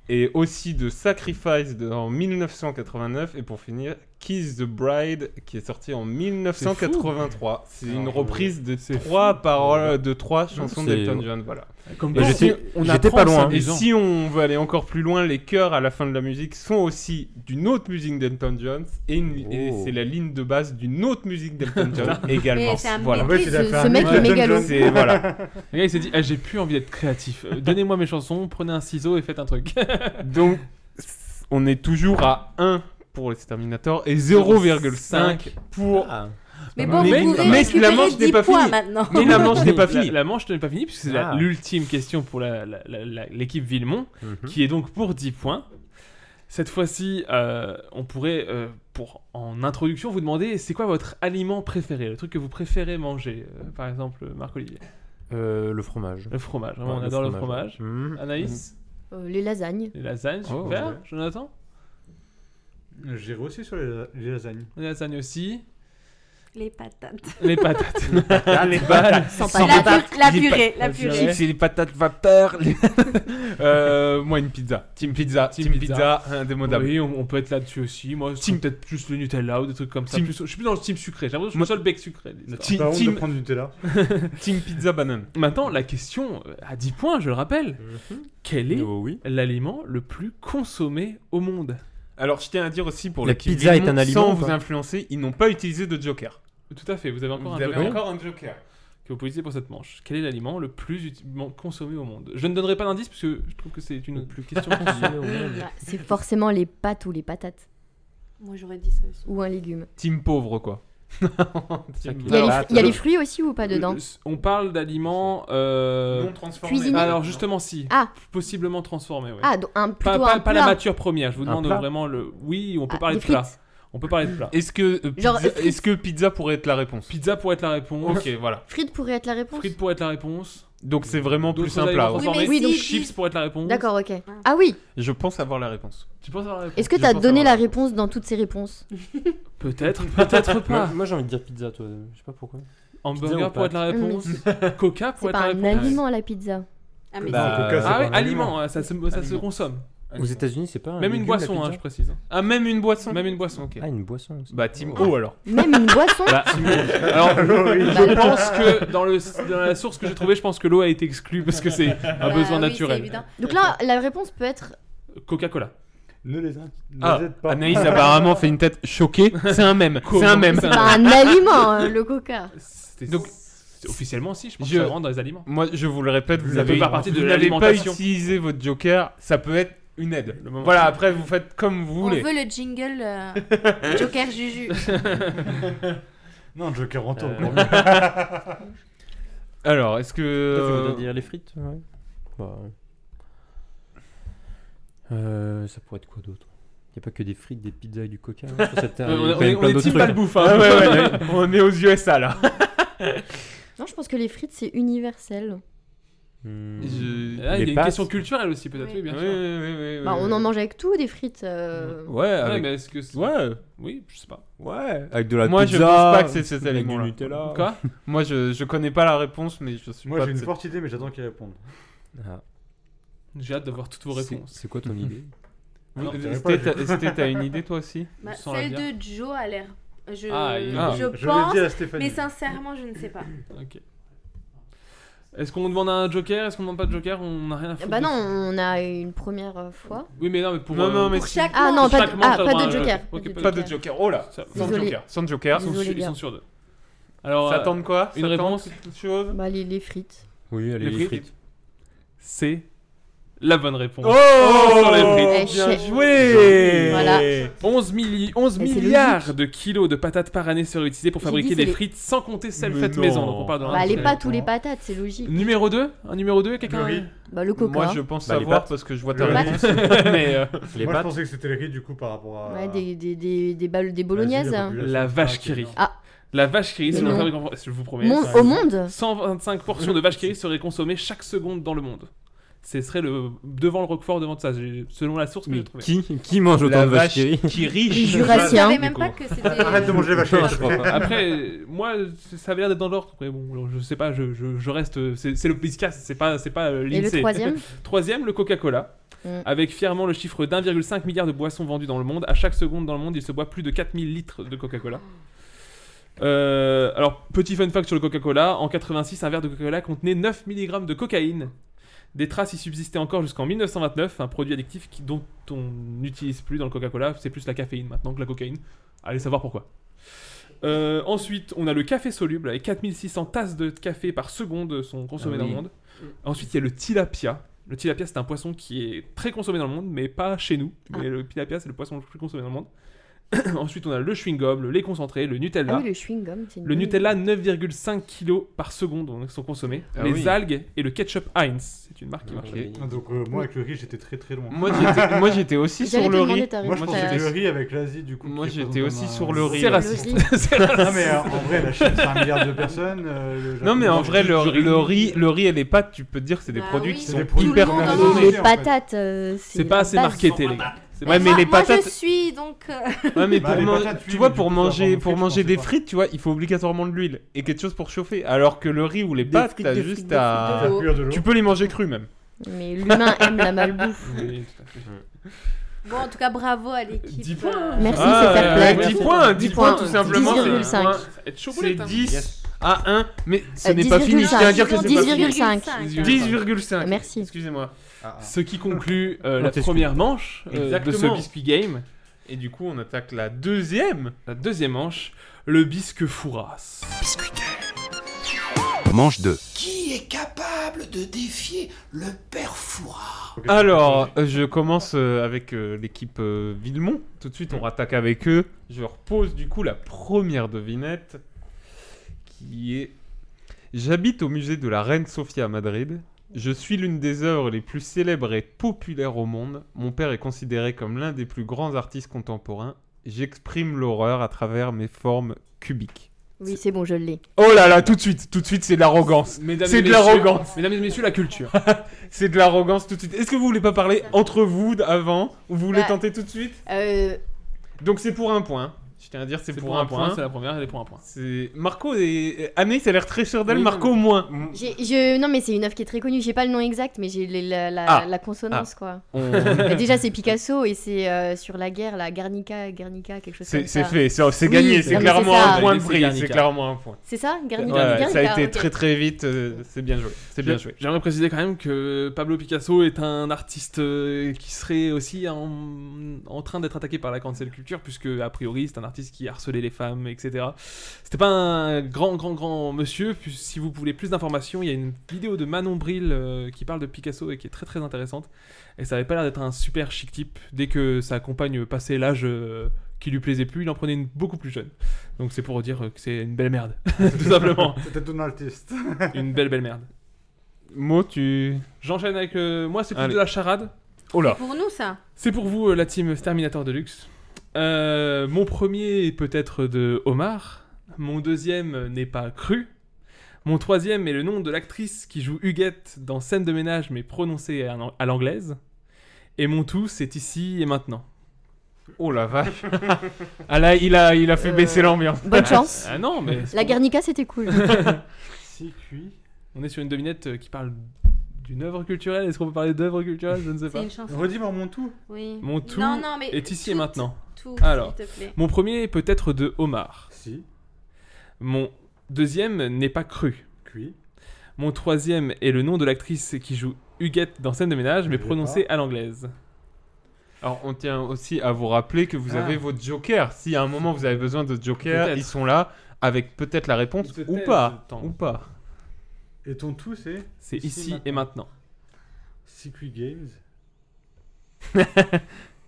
Speaker 9: et aussi de Sacrifice de- en 1989, et pour finir, Kiss the Bride, qui est sorti en 1983. C'est
Speaker 8: Alors,
Speaker 9: une
Speaker 8: je-
Speaker 9: reprise de trois paroles, de trois chansons
Speaker 11: C'est-
Speaker 9: d'Elton John. Voilà.
Speaker 8: Comme
Speaker 9: Et
Speaker 8: quoi,
Speaker 9: Euh, j'étais-
Speaker 8: on- on
Speaker 9: j'étais
Speaker 8: apprend
Speaker 9: pas
Speaker 8: ça
Speaker 9: loin. hein.
Speaker 8: des
Speaker 9: Et
Speaker 8: gens.
Speaker 9: si on veut aller encore plus loin, les chœurs à la fin de la musique sont aussi d'une autre musique d'Elton John et, une- et
Speaker 11: Oh.
Speaker 9: c'est la ligne de base d'une autre musique d'Elton John également.
Speaker 12: Mais c'est un
Speaker 9: Voilà.
Speaker 12: medley, En fait, il a ce- fait un ce mec Elton est mégalo. John.
Speaker 9: C'est- voilà.
Speaker 8: Le gars, il s'est dit, Ah, j'ai plus envie d'être créatif. Euh, Donnez-moi mes chansons, prenez un ciseau et faites un truc.
Speaker 9: Donc, on est toujours à 1 pour les Terminator et 0,5 pour.
Speaker 11: Ah.
Speaker 8: Mais bon, vous pouvez récupérer
Speaker 9: la manche
Speaker 8: 10
Speaker 9: n'est pas
Speaker 8: points
Speaker 9: finie.
Speaker 8: maintenant.
Speaker 9: Mais la manche n'est pas
Speaker 8: La-
Speaker 9: finie.
Speaker 8: la manche n'est pas finie, puisque c'est la-
Speaker 9: Ah.
Speaker 8: l'ultime question pour la- la- la- la- l'équipe Villemont,
Speaker 9: Mhm.
Speaker 8: qui est donc pour 10 points. Cette fois-ci, euh, on pourrait, euh, pour, en introduction, vous demander c'est quoi votre aliment préféré, le truc que vous préférez manger, euh, par exemple, Marc-Olivier.
Speaker 11: Euh, le fromage.
Speaker 8: Le fromage, vraiment,
Speaker 11: Ouais,
Speaker 8: on adore le fromage.
Speaker 11: Mhm.
Speaker 8: Anaïs
Speaker 12: Euh, les lasagnes.
Speaker 8: Les lasagnes,
Speaker 11: Oh,
Speaker 8: super.
Speaker 11: ouais.
Speaker 8: Jonathan
Speaker 5: J'irai aussi sur les, les lasagnes.
Speaker 8: Les lasagnes aussi.
Speaker 10: Les patates.
Speaker 8: Les patates.
Speaker 9: les
Speaker 8: balles.
Speaker 9: patates.
Speaker 10: Sans Sans patates. patates. La purée, la purée.
Speaker 9: C'est les patates vapeur. les- Euh, moi, une pizza. Team pizza. Team, pizza. indémodable.
Speaker 8: Oui, on, on peut être là-dessus aussi. Moi, c'est peut-être plus le Nutella ou des trucs comme ça.
Speaker 9: Team-
Speaker 8: Plus- je suis plus dans le team sucré. J'ai l'impression que je suis
Speaker 9: Moi-
Speaker 8: le seul bec sucré. de l'histoire.
Speaker 9: Team- Pas honte de team- prendre du
Speaker 5: Nutella.
Speaker 9: team pizza banane.
Speaker 8: Maintenant, la question euh, à 10 points, je le rappelle.
Speaker 11: Hmm.
Speaker 8: Quel est
Speaker 11: Oh,
Speaker 8: l'aliment le plus consommé au monde
Speaker 9: Alors, je tiens à dire aussi pour
Speaker 11: La
Speaker 9: l'équipe
Speaker 11: pizza est
Speaker 9: Villemont,
Speaker 11: un aliment
Speaker 9: Sans
Speaker 11: ou
Speaker 9: vous
Speaker 11: pas
Speaker 9: influencer, ils n'ont pas utilisé de joker.
Speaker 8: Tout à fait, vous avez encore,
Speaker 9: Vous
Speaker 8: un,
Speaker 9: avez
Speaker 8: joker
Speaker 9: encore un joker.
Speaker 8: que vous pouvez utiliser pour cette manche. Quel est l'aliment le plus uti- man- consommé au monde Je ne donnerai pas d'indice parce que je trouve que c'est une plus question consommée au monde.
Speaker 12: Bah, c'est forcément les pâtes ou les patates.
Speaker 10: Moi, j'aurais dit ça aussi.
Speaker 12: Ou un légume.
Speaker 9: Team pauvre, quoi.
Speaker 12: Il y, a les, fr-
Speaker 8: euh,
Speaker 12: il y a les fruits aussi ou pas dedans
Speaker 8: Le- Euh, On parle d'aliments euh,
Speaker 9: Non transformés.
Speaker 12: Cuisinés.
Speaker 8: Alors justement si.
Speaker 12: Ah.
Speaker 8: Possiblement transformés. ouais.
Speaker 12: Ah, donc un-
Speaker 8: pas,
Speaker 12: plutôt
Speaker 8: pas-
Speaker 12: un
Speaker 8: pas la
Speaker 12: plat.
Speaker 8: matière première. Je vous
Speaker 9: Un
Speaker 8: demande
Speaker 9: plat.
Speaker 8: vraiment le. Oui, on peut
Speaker 12: Ah,
Speaker 8: parler de
Speaker 12: des
Speaker 8: plat.
Speaker 12: frites.
Speaker 8: On peut parler de plat.
Speaker 9: Est-ce que, euh,
Speaker 12: Genre,
Speaker 9: pizza-
Speaker 12: frites.
Speaker 9: est-ce que pizza pourrait être la réponse
Speaker 8: Pizza pourrait être la réponse.
Speaker 9: Ok, voilà.
Speaker 12: Frites pourrait être la réponse.
Speaker 8: Frites pourrait être la réponse.
Speaker 9: Donc c'est vraiment plus
Speaker 8: D'autres
Speaker 9: simple
Speaker 8: aliments
Speaker 9: à avoir.
Speaker 12: Oui, mais
Speaker 8: transformés.
Speaker 12: si, si.
Speaker 8: Chips pourrait être la réponse.
Speaker 12: D'accord, ok. Ah oui
Speaker 9: Je pense avoir la réponse.
Speaker 8: Tu penses avoir la réponse
Speaker 12: Est-ce que
Speaker 8: Je
Speaker 12: t'as
Speaker 8: pense
Speaker 12: donné
Speaker 8: avoir
Speaker 12: la réponse dans toutes ces réponses
Speaker 8: Peut-être, peut-être
Speaker 9: Ah.
Speaker 8: pas.
Speaker 11: Moi, moi, j'ai envie de dire pizza, toi. Je sais pas pourquoi. Pizza
Speaker 8: Hamburger
Speaker 11: ou
Speaker 8: pourrait être la
Speaker 12: pâtes
Speaker 8: réponse. Coca
Speaker 12: Mm. C'est
Speaker 8: pourrait être
Speaker 12: pas
Speaker 8: la
Speaker 12: un
Speaker 8: réponse.
Speaker 12: aliment la pizza.
Speaker 10: Ah, mais
Speaker 11: Bah,
Speaker 8: Ah
Speaker 11: Coca, c'est pas
Speaker 8: oui,
Speaker 11: un
Speaker 8: aliment,
Speaker 11: aliment.
Speaker 8: hein, ça se, ça se
Speaker 11: Aliment. Ah,
Speaker 8: consomme.
Speaker 11: Aux États-Unis, c'est pas un
Speaker 8: Même une
Speaker 11: légume, la
Speaker 8: boisson, hein,
Speaker 11: pizza
Speaker 8: je précise.
Speaker 9: Ah, même une boisson
Speaker 8: Même une boisson, ok.
Speaker 11: Ah, une boisson aussi.
Speaker 9: Bah, team O alors.
Speaker 12: Même une boisson
Speaker 9: Bah,
Speaker 8: Alors, je pense que dans, le, dans la source que j'ai trouvée, je pense que l'eau a été exclue parce que c'est un
Speaker 12: Bah
Speaker 8: besoin
Speaker 12: oui, c'est
Speaker 8: naturel.
Speaker 12: évident. Donc là, la réponse peut être.
Speaker 8: Coca-Cola.
Speaker 5: Ne les, in- ne
Speaker 9: Ah,
Speaker 5: les aide pas.
Speaker 9: Anaïs apparemment fait une tête choquée. C'est un même. C'est un même.
Speaker 12: C'est pas un aliment, euh, le coca.
Speaker 8: Donc, officiellement, si, je pense
Speaker 9: Je-
Speaker 8: que ça rentre dans les aliments.
Speaker 9: Moi, je vous le répète, vous
Speaker 8: Ça peut
Speaker 9: n'avez
Speaker 8: faire partie de
Speaker 9: vous n'avez pas
Speaker 8: l'alimentation.
Speaker 9: utilisé votre joker. Ça peut être une aide.
Speaker 8: moment-
Speaker 9: Voilà, après, vous faites comme vous
Speaker 10: On
Speaker 9: voulez.
Speaker 10: veut le jingle euh, Joker Juju.
Speaker 5: Non, Joker rentre
Speaker 11: Euh,
Speaker 5: encore
Speaker 9: Alors, est-ce que.
Speaker 11: Toi, tu voudrais dire les frites ouais. Bah, ouais. Euh, ça pourrait être quoi d'autre Il n'y a pas que des frites, des pizzas et du coca. hein, sur cette
Speaker 8: Euh,
Speaker 11: terre,
Speaker 9: Ouais,
Speaker 11: il y a
Speaker 9: Euh, on est-
Speaker 11: quand
Speaker 9: on est-
Speaker 11: même
Speaker 9: on
Speaker 11: plein
Speaker 9: est
Speaker 11: d'autres
Speaker 9: team
Speaker 11: trucs.
Speaker 9: Balbouffe, hein.
Speaker 11: Ah ouais, ouais, ouais.
Speaker 9: On est aux USA là.
Speaker 12: Non, je pense que les frites, c'est universel.
Speaker 8: Euh.
Speaker 11: Hmm.
Speaker 9: Je-
Speaker 8: Là, il y a
Speaker 11: Les
Speaker 8: une
Speaker 11: pâtes.
Speaker 8: question culturelle aussi, peut-être, oui, bien
Speaker 9: Oui,
Speaker 8: sûr.
Speaker 9: oui, oui, oui,
Speaker 12: Bah,
Speaker 9: oui.
Speaker 12: on en mange avec tout, des frites. euh,
Speaker 9: Ouais,
Speaker 8: Ouais,
Speaker 9: avec...
Speaker 8: mais est-ce que. c'est-
Speaker 9: Ah ouais,
Speaker 8: Oui, je sais pas.
Speaker 11: ouais, avec de la
Speaker 9: Moi,
Speaker 11: pizza.
Speaker 9: je pense pas que c'est cet
Speaker 11: avec
Speaker 9: aliment.
Speaker 11: du Nutella.
Speaker 8: Quoi
Speaker 9: Moi, je, je connais pas la réponse, mais je suis
Speaker 5: Moi,
Speaker 9: pas
Speaker 5: j'ai
Speaker 9: de
Speaker 5: une
Speaker 9: cette-
Speaker 5: forte idée, mais j'attends qu'il réponde.
Speaker 11: Ah,
Speaker 8: J'ai hâte d'avoir toutes vos
Speaker 11: c'est-
Speaker 8: réponses.
Speaker 11: C'est quoi ton idée
Speaker 8: Non,
Speaker 9: Vous-
Speaker 5: je dirais
Speaker 9: Esté,
Speaker 5: pas,
Speaker 9: t'as- Esté, t'as une idée toi aussi
Speaker 10: Bah,
Speaker 8: Sans la
Speaker 10: celle
Speaker 8: bière.
Speaker 10: de Joe a l'air. Je,
Speaker 8: Ah, il-
Speaker 9: ah,
Speaker 10: je
Speaker 5: je l'ai
Speaker 10: pense,
Speaker 5: dit à Stéphanie.
Speaker 10: mais sincèrement, je ne sais pas.
Speaker 8: Ok. Est-ce qu'on demande un joker Est-ce qu'on demande pas de joker On n'a rien à foutre.
Speaker 12: Bah
Speaker 8: de-
Speaker 12: non, on a une première euh, fois.
Speaker 8: Oui, mais non, mais pour.
Speaker 9: Non, non, mais
Speaker 12: Pour
Speaker 9: si-
Speaker 12: chaque Ah non, pas de-
Speaker 8: Chaque manche,
Speaker 12: ah,
Speaker 8: t'as
Speaker 12: pas
Speaker 8: droit
Speaker 12: de
Speaker 8: à un
Speaker 12: joker,
Speaker 8: euh, Ok,
Speaker 12: pas de
Speaker 9: pas de joker. Oh là,
Speaker 8: Ça-
Speaker 9: sans
Speaker 12: Désolé.
Speaker 9: joker, sans joker.
Speaker 8: Ils sont,
Speaker 12: Désolé,
Speaker 8: su- ils
Speaker 12: les
Speaker 8: sont
Speaker 12: gars.
Speaker 8: sûrs d'eux. Alors, euh,
Speaker 9: S'attendent quoi
Speaker 8: une
Speaker 9: S'attendent
Speaker 8: réponse
Speaker 9: quelque chose
Speaker 12: Bah, les, les frites.
Speaker 11: Oui, allez,
Speaker 8: Les
Speaker 11: les,
Speaker 8: frites.
Speaker 11: frites.
Speaker 8: c'est la bonne réponse.
Speaker 9: Oh,
Speaker 8: sur les
Speaker 12: Eh,
Speaker 8: frites.
Speaker 12: chef.
Speaker 9: joué
Speaker 12: Voilà.
Speaker 8: 11, milli- 11
Speaker 12: Mais c'est
Speaker 8: milliards de kilos de patates par année seraient utilisés pour
Speaker 12: J'ai
Speaker 8: fabriquer
Speaker 12: dit,
Speaker 8: des
Speaker 12: c'est les-
Speaker 8: frites sans compter celles
Speaker 9: Mais
Speaker 8: faites
Speaker 9: non.
Speaker 8: maison. Donc on parle de
Speaker 12: Bah, les
Speaker 8: l'industrie.
Speaker 12: pâtes ou les patates, c'est logique.
Speaker 8: Numéro 2 Un numéro 2 Quelqu'un
Speaker 5: Le riz.
Speaker 12: Bah, le coca.
Speaker 9: Moi, je pense
Speaker 11: Bah, les
Speaker 9: savoir
Speaker 11: pâtes.
Speaker 9: parce que je vois ta
Speaker 5: Le riz.
Speaker 9: réponse. mais euh,
Speaker 11: Les
Speaker 5: Moi, je
Speaker 11: pâtes.
Speaker 5: pensais que c'était les riz, du coup, par rapport à.
Speaker 12: Ouais, des, des, des, des, bal- des bolognaises. hein.
Speaker 8: La vache qui rit.
Speaker 12: Ah.
Speaker 8: La vache qui rit, c'est
Speaker 12: Mais
Speaker 8: une
Speaker 12: non.
Speaker 8: fabrique en France, je vous promets.
Speaker 12: Mon-
Speaker 8: ça-
Speaker 12: au monde
Speaker 8: 125 portions de vache qui rit seraient consommées chaque seconde dans le monde. Ce serait le, devant le Roquefort, devant ça, j'ai- selon la source que j'ai trouvée.
Speaker 11: Qui, qui mange autant
Speaker 9: la
Speaker 11: de
Speaker 9: vache
Speaker 11: vaches
Speaker 9: qui
Speaker 11: qui
Speaker 12: Les
Speaker 9: rit.
Speaker 10: Je savais
Speaker 12: jurassiens.
Speaker 10: même pas
Speaker 9: Nico.
Speaker 10: que c'était.
Speaker 5: Arrête de manger la vache qui rit.
Speaker 11: je crois pas.
Speaker 8: Après, euh, moi, c- ça avait l'air d'être dans l'ordre. Mais bon, alors, je sais pas, je, je- je reste. C'est c'est le podcast, c'est pas, c'est pas euh,
Speaker 12: Et le
Speaker 8: l'INSEE.
Speaker 12: troisième
Speaker 8: Troisième, le Coca-Cola. Avec fièrement le chiffre d'1,5 milliard de boissons vendues dans le monde, à chaque seconde dans le monde, il se boit plus de 4000 litres de Coca-Cola. Euh, alors, petit fun fact sur le Coca-Cola, en 86, un verre de Coca-Cola contenait 9 mg de cocaïne. Des traces y subsistaient encore jusqu'en 1929, un produit addictif qui- dont on n'utilise plus dans le Coca-Cola, c'est plus la caféine maintenant que la cocaïne. Allez savoir pourquoi. Euh, ensuite, on a le café soluble avec 4600 tasses de café par seconde sont consommées
Speaker 9: Ah
Speaker 8: dans le
Speaker 9: oui.
Speaker 8: monde. Ensuite, il y a le tilapia. Le tilapia, c'est un poisson qui est très consommé dans le monde, mais pas chez nous.
Speaker 12: Ah.
Speaker 8: Mais le tilapia, c'est le poisson le plus consommé dans le monde. Ensuite, on a le chewing-gum, le lait concentré, le Nutella.
Speaker 12: Ah oui, le chewing-gum, c'est une
Speaker 8: Le
Speaker 12: bonne
Speaker 8: Nutella, 9,5 kg par seconde donc, sont consommés.
Speaker 9: Ah
Speaker 8: les
Speaker 9: oui.
Speaker 8: algues et le ketchup Heinz. C'est une marque qui marche.
Speaker 5: Ah, donc euh, moi avec le riz j'étais très très loin.
Speaker 9: Moi, j'étais- moi, j'étais aussi J'allais sur te le demander riz. ta
Speaker 5: Moi je
Speaker 9: réponse,
Speaker 5: pensais que
Speaker 9: euh,
Speaker 5: le riz avec l'Asie du coup.
Speaker 9: Moi,
Speaker 5: qui est
Speaker 9: j'étais aussi
Speaker 5: présenté comme
Speaker 9: sur
Speaker 5: un-
Speaker 9: le riz. Ah,
Speaker 8: C'est raciste. C'est
Speaker 5: Non mais euh,
Speaker 8: raciste.
Speaker 5: en vrai la Chine c'est un milliard de personnes. euh, le
Speaker 9: Non
Speaker 5: Japon,
Speaker 9: mais en
Speaker 5: je-
Speaker 9: vrai
Speaker 5: je-
Speaker 9: le,
Speaker 5: je-
Speaker 9: le riz, le riz et les pâtes, tu peux te dire que c'est des
Speaker 12: Bah
Speaker 9: produits
Speaker 12: oui.
Speaker 9: qui
Speaker 12: C'est
Speaker 9: sont
Speaker 12: des produits
Speaker 9: hyper
Speaker 12: tout le monde en
Speaker 9: consommés.
Speaker 12: mange. Les patates, euh, c'est
Speaker 9: c'est pas
Speaker 12: la
Speaker 9: assez
Speaker 12: base.
Speaker 9: marketé les gars.
Speaker 12: Mais
Speaker 9: Ouais mais
Speaker 12: moi-
Speaker 9: les
Speaker 12: moi,
Speaker 9: patates
Speaker 12: je suis donc. euh,
Speaker 9: Ouais, mais
Speaker 5: Bah,
Speaker 9: pour
Speaker 5: les
Speaker 9: man-
Speaker 5: patates, oui,
Speaker 9: tu
Speaker 5: mais
Speaker 9: vois,
Speaker 5: du
Speaker 9: pour
Speaker 5: coup, faut avoir
Speaker 9: manger,
Speaker 5: des
Speaker 9: pour
Speaker 5: frites, je
Speaker 9: manger
Speaker 5: pensais
Speaker 9: des
Speaker 5: pas.
Speaker 9: frites, tu vois, il faut obligatoirement de l'huile et quelque chose pour chauffer. Alors que le riz ou les pâtes,
Speaker 11: frites,
Speaker 9: t'as
Speaker 11: des
Speaker 9: juste
Speaker 11: frites, des
Speaker 5: Ah,
Speaker 9: à.
Speaker 11: frites, de l'eau.
Speaker 9: Tu peux les manger crus même.
Speaker 12: Mais l'humain aime la malbouffe.
Speaker 8: Oui, tout à fait.
Speaker 12: Ah,
Speaker 10: Bon, en tout cas, bravo à l'équipe.
Speaker 8: 10 points.
Speaker 12: Merci,
Speaker 9: Ah,
Speaker 12: c'est fair
Speaker 9: ouais,
Speaker 12: play.
Speaker 9: 10 points, 10 points tout simplement. c'est-
Speaker 12: 10,5.
Speaker 9: ouais,
Speaker 8: être chaud
Speaker 9: C'est
Speaker 8: boulette, hein.
Speaker 9: 10
Speaker 8: Yes.
Speaker 9: à 1, mais ce
Speaker 12: Euh,
Speaker 9: n'est pas fini. Je tiens à dire que c'est pas fini.
Speaker 12: 10,5.
Speaker 9: 10,5.
Speaker 12: Merci.
Speaker 9: Excusez-moi.
Speaker 8: Ce qui conclut euh,
Speaker 9: Non,
Speaker 8: la
Speaker 9: t'excuses.
Speaker 8: première manche euh, de ce
Speaker 9: Exactement.
Speaker 8: biscuit game.
Speaker 9: Et du coup, on attaque la deuxième.
Speaker 8: La deuxième manche, le bisque fourras. Biscuit
Speaker 14: Manche 2.
Speaker 3: Qui est capable de défier le père Fourat
Speaker 9: Alors, euh, je commence euh, avec euh, l'équipe euh, Villemont. Tout de suite,
Speaker 8: Mm.
Speaker 9: on rattaque avec eux. Je repose du coup la première devinette qui est J'habite au musée de la Reine Sofia à Madrid. Je suis l'une des œuvres les plus célèbres et populaires au monde. Mon père est considéré comme l'un des plus grands artistes contemporains. J'exprime l'horreur à travers mes formes cubiques.
Speaker 12: Oui, c'est bon, je l'ai.
Speaker 9: Oh là là, tout de suite, tout de suite, c'est de l'arrogance.
Speaker 8: Mesdames et
Speaker 9: C'est de
Speaker 8: messieurs-
Speaker 9: l'arrogance.
Speaker 8: Mesdames et messieurs, la culture.
Speaker 9: c'est de l'arrogance tout de suite. Est-ce que vous voulez pas parler entre vous d- avant ou vous voulez
Speaker 12: Bah,
Speaker 9: tenter tout de suite
Speaker 12: Euh,
Speaker 9: Donc c'est pour un point. Je tiens à dire c'est pour, un point.
Speaker 8: C'est la première, elle est pour un point.
Speaker 9: C'est Marco et Anaïs a l'air très sûre d'elle,
Speaker 8: Oui,
Speaker 9: Marco moins.
Speaker 12: j'ai- je... Non, mais c'est une œuvre qui est très connue. J'ai pas le nom exact, mais j'ai les- la, la-
Speaker 9: Ah.
Speaker 12: la consonance,
Speaker 9: Ah.
Speaker 12: quoi.
Speaker 9: On-
Speaker 12: Bah, déjà, c'est Picasso et c'est euh, sur la guerre, la Guernica, Guernica, quelque chose
Speaker 9: C'est
Speaker 12: comme
Speaker 9: c'est
Speaker 12: ça.
Speaker 9: fait, c'est c'est
Speaker 12: Oui,
Speaker 9: gagné,
Speaker 12: non,
Speaker 9: c'est
Speaker 12: mais
Speaker 9: clairement
Speaker 12: ça.
Speaker 9: un point de
Speaker 8: C'est
Speaker 9: prix,
Speaker 8: Guernica.
Speaker 9: c'est clairement un point.
Speaker 12: C'est ça Guernica,
Speaker 9: Ouais,
Speaker 12: Guernica,
Speaker 9: Ça a été
Speaker 12: ok.
Speaker 9: très très vite, euh, c'est bien joué, c'est bien joué.
Speaker 8: J'aimerais préciser quand même que Pablo Picasso est un artiste euh, qui serait aussi en, en train d'être attaqué par la cancel culture, puisque a priori c'est un artiste qui harcelait les femmes, etc. C'était pas un grand, grand, grand monsieur. puis si vous voulez plus d'informations, il y a une vidéo de Manon Bril euh, qui parle de Picasso et qui est très très intéressante. Et ça avait pas l'air d'être un super chic type. Dès que sa compagne passait l'âge euh, qui lui plaisait plus, il en prenait une beaucoup plus jeune. Donc c'est pour dire euh, que c'est une belle merde, tout simplement.
Speaker 5: C'était Donald Tist.
Speaker 8: Une belle belle merde.
Speaker 9: Mot, tu.
Speaker 8: J'enchaîne avec euh, moi, c'est plus
Speaker 9: Allez.
Speaker 8: de la charade.
Speaker 9: Oh là.
Speaker 10: Pour nous, ça.
Speaker 8: C'est pour vous, euh, la team Terminator Deluxe. Euh, mon premier est peut-être de Omar. Mon deuxième n'est pas cru. Mon troisième est le nom de l'actrice qui joue Huguette dans Scène de ménage, mais prononcée à l'ang- à l'anglaise. Et mon tout, c'est ici et maintenant.
Speaker 9: Oh la vache. ah là, il a, il a fait baisser l'ambiance.
Speaker 12: Euh, Bonne chance.
Speaker 8: Ah non, mais.
Speaker 12: La Guernica, c'était cool.
Speaker 5: Si cuit.
Speaker 8: On est sur une devinette euh, qui parle d'une œuvre culturelle. Est-ce qu'on peut parler d'œuvre culturelle Je ne sais pas.
Speaker 10: une chanson.
Speaker 5: Redis-moi mon tout.
Speaker 10: Oui.
Speaker 8: Mon tout
Speaker 10: Non, non, mais
Speaker 8: est ici et
Speaker 10: tout,
Speaker 8: maintenant.
Speaker 10: tout,
Speaker 8: Alors,
Speaker 10: s'il te plaît.
Speaker 8: mon premier est peut-être de homard.
Speaker 5: Si.
Speaker 8: Mon deuxième n'est pas cru.
Speaker 5: Cuit.
Speaker 8: Mon troisième est le nom de l'actrice qui joue Huguette dans Scène de ménage, mais
Speaker 9: l'ai
Speaker 8: prononcée à l'anglaise.
Speaker 9: Alors, on tient aussi à vous rappeler que vous
Speaker 8: Ah.
Speaker 9: avez votre joker. Si à un moment vous avez besoin de joker,
Speaker 8: Peut-être.
Speaker 9: ils sont là avec peut-être la réponse
Speaker 5: Ils se
Speaker 9: ou
Speaker 5: taisent
Speaker 9: pas.
Speaker 5: le temps.
Speaker 9: Ou pas.
Speaker 5: Et ton tout c'est
Speaker 8: C'est ici et maintenant.
Speaker 5: Si cuit games.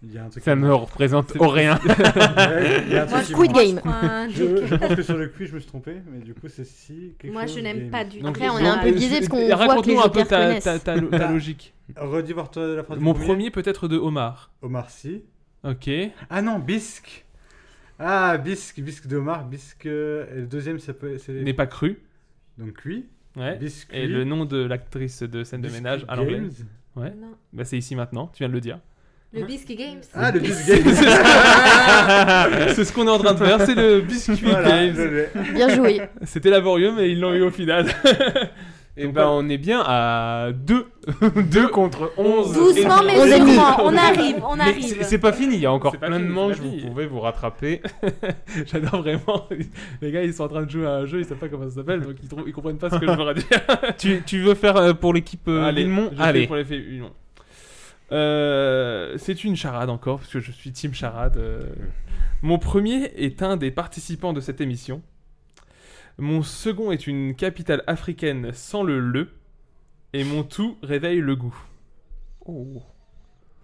Speaker 5: Il y a un truc
Speaker 9: Ça
Speaker 5: qui-
Speaker 9: ne représente
Speaker 5: C'est-
Speaker 9: rien.
Speaker 5: Ouais, il y a un truc qui
Speaker 12: Squid
Speaker 5: manque.
Speaker 12: Game.
Speaker 10: Un
Speaker 5: Je, je
Speaker 10: joker.
Speaker 5: pense que sur le cuit je me suis trompé, mais du coup c'est si. quelque
Speaker 10: Moi,
Speaker 5: chose
Speaker 10: je n'aime
Speaker 5: game.
Speaker 10: pas du tout.
Speaker 12: Après, on est un peu biaisé parce qu'on voit que les
Speaker 8: Raconte-nous un peu
Speaker 12: jokers
Speaker 8: ta,
Speaker 12: connaissent.
Speaker 8: ta- ta- ta
Speaker 5: Ah.
Speaker 8: logique.
Speaker 5: Redis voir toi la phrase. du
Speaker 8: Mon premier peut-être de homard.
Speaker 5: Omar Sy.
Speaker 8: Ok.
Speaker 5: Ah non, bisque. Ah, bisque, bisque d'Omar, bisque. euh, Et le deuxième, ça peut. c'est-
Speaker 8: N'est pas cru.
Speaker 5: Donc cuit.
Speaker 8: Ouais.
Speaker 5: Biscuit.
Speaker 8: Et le nom de l'actrice de Scène de
Speaker 5: Biscuit
Speaker 8: ménage à
Speaker 5: Games.
Speaker 8: l'anglaise. Ouais.
Speaker 10: Non.
Speaker 8: Bah, c'est ici maintenant. Tu viens de le dire.
Speaker 10: Le Biscuit Games.
Speaker 5: Ah, le bisque
Speaker 8: C'est
Speaker 5: game.
Speaker 8: ce- c'est ce qu'on est en train de faire, c'est le biscuit
Speaker 5: Voilà,
Speaker 8: games.
Speaker 5: je l'ai.
Speaker 12: Bien joué.
Speaker 8: C'était laborieux, mais ils l'ont eu au final.
Speaker 9: Eh
Speaker 8: Et ben on est bien à 2 2 contre 11.
Speaker 10: Doucement, mais sûrement, on arrive, on arrive.
Speaker 9: C'est pas fini, il y a encore
Speaker 8: C'est pas
Speaker 9: plein de
Speaker 8: fini,
Speaker 9: manches,
Speaker 8: c'est la vie.
Speaker 9: vous pouvez vous rattraper.
Speaker 8: J'adore vraiment. Les gars, ils sont en train de jouer à un jeu, ils savent pas comment ça s'appelle, donc ils, trou- ils comprennent pas ce que je veux dire.
Speaker 9: tu, tu veux faire euh, pour l'équipe euh,
Speaker 8: Allez,
Speaker 9: Villemont
Speaker 8: je fais
Speaker 9: Allez.
Speaker 8: pour les faits Villemont. Euh, c'est une charade encore, parce que je suis team charade. euh.
Speaker 9: Mm.
Speaker 8: Mon premier est un des participants de cette émission. Mon second est une capitale africaine sans le le. Et mon tout réveille le goût.
Speaker 9: Oh.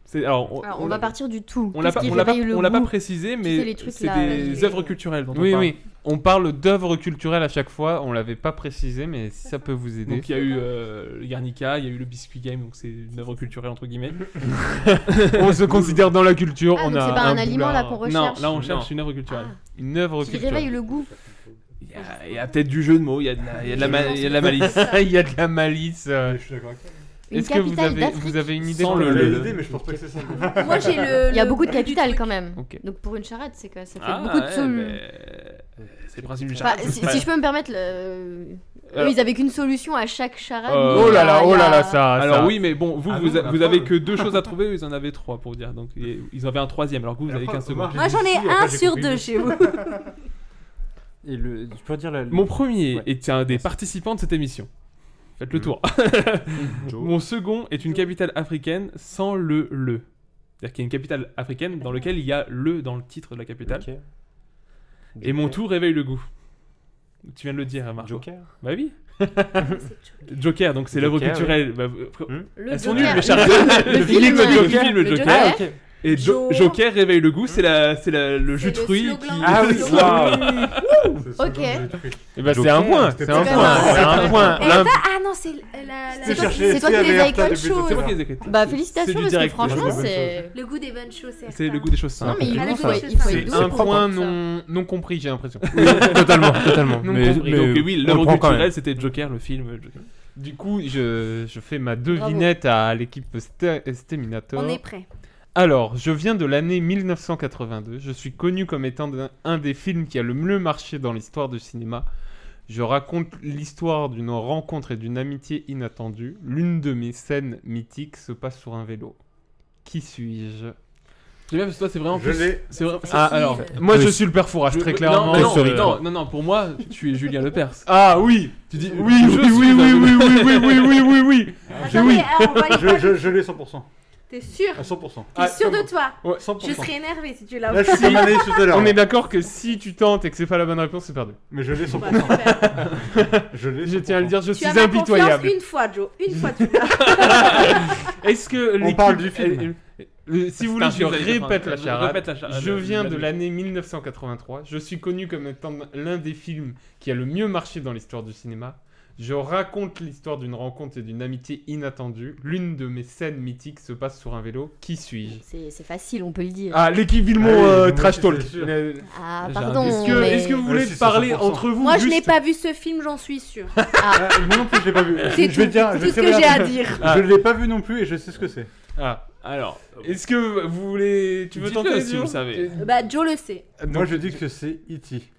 Speaker 8: C'est, alors, on,
Speaker 12: Alors,
Speaker 8: on
Speaker 12: on va
Speaker 8: l'a-
Speaker 12: partir du tout.
Speaker 8: On l'a
Speaker 12: Ah, Qu'est-ce
Speaker 8: pas,
Speaker 12: qui
Speaker 8: on l'a pas,
Speaker 12: réveille le
Speaker 8: on l'a pas
Speaker 12: goût
Speaker 8: précisé,
Speaker 12: Tu
Speaker 8: mais
Speaker 12: sais, les trucs,
Speaker 8: c'est
Speaker 12: là,
Speaker 8: des
Speaker 12: les-
Speaker 8: œuvres culturelles. Dont on
Speaker 9: Oui,
Speaker 8: parle.
Speaker 9: oui. On parle d'œuvres culturelles à chaque fois, on l'avait pas précisé, mais si ça peut vous aider.
Speaker 8: Donc il y a eu euh, le Guernica, il y a eu le Biscuit Game, donc c'est une œuvre culturelle entre guillemets.
Speaker 9: on se considère dans la culture. on
Speaker 12: Ah, donc
Speaker 9: a
Speaker 12: c'est pas un aliment, là,
Speaker 9: boulard.
Speaker 12: qu'on recherche
Speaker 8: Non, là on cherche une œuvre culturelle.
Speaker 9: Une œuvre
Speaker 12: Ah, Qui
Speaker 9: culturelle.
Speaker 12: réveille le goût.
Speaker 8: Il y a peut-être du jeu de mots, il y a de la, il y a de la, ma- il y a de la malice.
Speaker 9: Il y a de la malice. euh.
Speaker 12: Une
Speaker 9: Est-ce que vous
Speaker 12: capitale
Speaker 9: avez,
Speaker 12: d'Afrique.
Speaker 9: vous avez une idée
Speaker 8: Sans
Speaker 9: sur
Speaker 8: le- le-
Speaker 5: mais je pense pas que c'est ça.
Speaker 12: Moi, j'ai le. Il y a
Speaker 10: le-
Speaker 12: beaucoup de capitales quand même.
Speaker 9: Ok.
Speaker 12: Donc pour une charrette, c'est quoi Ça fait
Speaker 8: Ah,
Speaker 12: beaucoup de
Speaker 8: ouais,
Speaker 12: sol-
Speaker 8: mais, euh, C'est le principe du
Speaker 12: Enfin,
Speaker 8: charade.
Speaker 12: si, si je peux me permettre, le- eux,
Speaker 8: Alors-
Speaker 12: ils avaient qu'une solution à chaque charade.
Speaker 8: Euh,
Speaker 9: Oh
Speaker 12: mais il y a- il y a-
Speaker 8: Alors oui, mais bon, vous,
Speaker 9: Ah
Speaker 8: vous,
Speaker 9: non,
Speaker 8: a-
Speaker 9: on a
Speaker 8: vous
Speaker 9: pas,
Speaker 8: avez
Speaker 9: euh.
Speaker 8: que deux choses à trouver, eux, ils en avaient trois pour dire. Donc et- ils en avaient un troisième, alors que vous, vous avez qu'un second.
Speaker 13: Moi j'en ai un sur deux chez vous.
Speaker 11: Et le, tu peux dire la-
Speaker 8: Mon premier est un des participants de cette émission. Faites
Speaker 11: Mm.
Speaker 8: le tour. Mon second est une capitale africaine sans le le. C'est-à-dire qu'il y a une capitale africaine dans laquelle il y a le dans le titre de la capitale.
Speaker 11: Joker.
Speaker 8: Et mon tout réveille le goût. Tu viens de le dire, Marc.
Speaker 11: Joker.
Speaker 8: Bah oui. Joker, donc c'est l'œuvre
Speaker 9: Joker,
Speaker 8: culturelle. Bah, euh,
Speaker 9: Hmm
Speaker 8: elles
Speaker 9: Le
Speaker 8: sont
Speaker 9: Joker.
Speaker 8: nulles, mes charades.
Speaker 9: Le film, le
Speaker 8: Joker.
Speaker 9: Joker.
Speaker 8: film, le
Speaker 9: Le
Speaker 8: Joker.
Speaker 9: Joker. Ah, ok.
Speaker 8: Et Jo-
Speaker 9: Jo-
Speaker 8: Joker réveille le goût, c'est la, c'est la- le jus de
Speaker 12: le
Speaker 8: fruits qui.
Speaker 12: slogan. Ah oui, waouh. Ok.
Speaker 9: Eh ben, c'est
Speaker 8: euh,
Speaker 9: un point, c'est un
Speaker 12: C'est
Speaker 9: point,
Speaker 12: pas
Speaker 9: c'est
Speaker 12: mal.
Speaker 9: un point.
Speaker 12: Et
Speaker 9: L'un-
Speaker 12: attends, ah non, c'est la. la-
Speaker 9: C'est
Speaker 12: toi-
Speaker 9: cherché,
Speaker 12: C'est toi
Speaker 9: c'est
Speaker 12: qui les
Speaker 9: alerte
Speaker 12: as écrit le
Speaker 9: depuis tout à
Speaker 12: show.
Speaker 9: l'heure. C'est moi qui les ai écrites.
Speaker 12: Bah
Speaker 8: C'est du
Speaker 12: félicitations parce que
Speaker 8: direct,
Speaker 12: franchement,
Speaker 8: c'est du
Speaker 12: c'est.
Speaker 10: Le goût des bonnes choses, c'est
Speaker 8: C'est le goût des choses simples.
Speaker 12: Non, mais il
Speaker 9: Compliment,
Speaker 12: faut-
Speaker 9: ça.
Speaker 12: il faut être
Speaker 9: C'est
Speaker 12: doux
Speaker 9: un
Speaker 12: pour
Speaker 9: point
Speaker 12: comprendre ça.
Speaker 9: non, non compris, j'ai l'impression.
Speaker 11: Oui, totalement, totalement.
Speaker 9: Non
Speaker 11: Mais-
Speaker 9: compris.
Speaker 11: mais
Speaker 9: Donc oui,
Speaker 11: on le
Speaker 9: l'œuvre
Speaker 11: prend quand
Speaker 9: culturelle,
Speaker 11: même.
Speaker 8: c'était Joker, le film. euh, Joker.
Speaker 9: Du coup, je, je fais ma devinette à l'équipe Ste- Steminator.
Speaker 10: On est prêt.
Speaker 9: Alors, je viens de l'année 1982. Je suis connu comme étant d'un- un des films qui a le mieux marché dans l'histoire du cinéma. Je raconte l'histoire d'une rencontre et d'une amitié inattendue. L'une de mes scènes mythiques se passe sur un vélo. Qui suis-je
Speaker 8: J'aime bien parce que toi, c'est vraiment
Speaker 9: Je
Speaker 8: plus-
Speaker 9: l'ai.
Speaker 8: c'est vra-
Speaker 9: Ah,
Speaker 8: c'est-
Speaker 9: alors, moi, je suis le père Fourage,
Speaker 8: Je-
Speaker 9: très
Speaker 8: non,
Speaker 9: clairement.
Speaker 8: mais Non,
Speaker 9: Très
Speaker 8: mais
Speaker 9: solide.
Speaker 8: non, non, non, pour moi, tu es Julien Lepers.
Speaker 9: Ah oui
Speaker 8: Tu dis
Speaker 9: Oui,
Speaker 8: je
Speaker 9: oui,
Speaker 8: suis
Speaker 9: oui,
Speaker 8: un
Speaker 9: oui, oui,
Speaker 8: Lepers.
Speaker 9: oui, oui, oui, oui, oui, oui.
Speaker 10: Attendez, alors, on va aller-
Speaker 5: Je, je, je l'ai 100%.
Speaker 10: T'es sûr
Speaker 5: À 100%.
Speaker 10: T'es sûr de toi
Speaker 9: Ouais,
Speaker 10: Je
Speaker 5: 100%.
Speaker 10: serais énervé si tu l'as.
Speaker 5: Là, je suis emmêlé tout à l'heure. hein.
Speaker 9: On est d'accord que si tu tentes et que c'est pas la bonne réponse, c'est perdu.
Speaker 5: Mais je l'ai 100%.
Speaker 10: Bah, super.
Speaker 9: je tiens à le dire, je
Speaker 10: Tu
Speaker 9: suis
Speaker 10: as ma
Speaker 9: impitoyable.
Speaker 10: confiance Une fois, Joe. Une fois, tu l'as.
Speaker 9: Est-ce que
Speaker 5: On
Speaker 9: l'équipe-
Speaker 5: parle du film.
Speaker 9: elle- elle- le- si
Speaker 8: C'est
Speaker 9: vous voulez,
Speaker 8: un
Speaker 9: je
Speaker 8: film, allez,
Speaker 9: répète
Speaker 8: je
Speaker 9: la
Speaker 8: répète
Speaker 9: charade.
Speaker 8: la charade,
Speaker 9: Je
Speaker 8: euh,
Speaker 9: viens
Speaker 8: la
Speaker 9: de
Speaker 8: nuit.
Speaker 9: l'année 1983. Je suis connu comme étant l'un des films qui a le mieux marché dans l'histoire du cinéma. Je raconte l'histoire d'une rencontre et d'une amitié inattendue. L'une de mes scènes mythiques se passe sur un vélo. Qui suis-je
Speaker 12: C'est c'est facile, on peut le dire.
Speaker 9: Ah, l'équipe Villemont
Speaker 5: Allez,
Speaker 9: euh,
Speaker 5: moi,
Speaker 9: Trash
Speaker 5: c'est
Speaker 9: Talk.
Speaker 5: sûr.
Speaker 9: Le-
Speaker 12: Ah,
Speaker 9: J'ai un
Speaker 12: pardon.
Speaker 9: Est-ce que,
Speaker 12: mais-
Speaker 9: est-ce que vous voulez
Speaker 5: Ouais, c'est
Speaker 9: parler
Speaker 5: 100%.
Speaker 9: entre vous
Speaker 10: Moi, je
Speaker 9: juste-
Speaker 10: n'ai pas vu ce film, j'en suis sûr.
Speaker 5: Ah, moi non plus, je l'ai pas vu.
Speaker 10: C'est
Speaker 5: Je vais
Speaker 10: tout.
Speaker 5: dire,
Speaker 10: C'est
Speaker 5: je
Speaker 10: tout
Speaker 5: sais
Speaker 10: ce que
Speaker 5: bien.
Speaker 10: j'ai à dire.
Speaker 8: Ah.
Speaker 5: Je l'ai pas vu non plus et je sais ce que c'est.
Speaker 9: Ah, alors, est-ce que vous voulez. Tu veux
Speaker 8: Dites-le
Speaker 9: tenter
Speaker 8: si vous le savez.
Speaker 10: Bah, Joe le sait.
Speaker 9: Euh,
Speaker 5: Moi, je dis que c'est E E.T.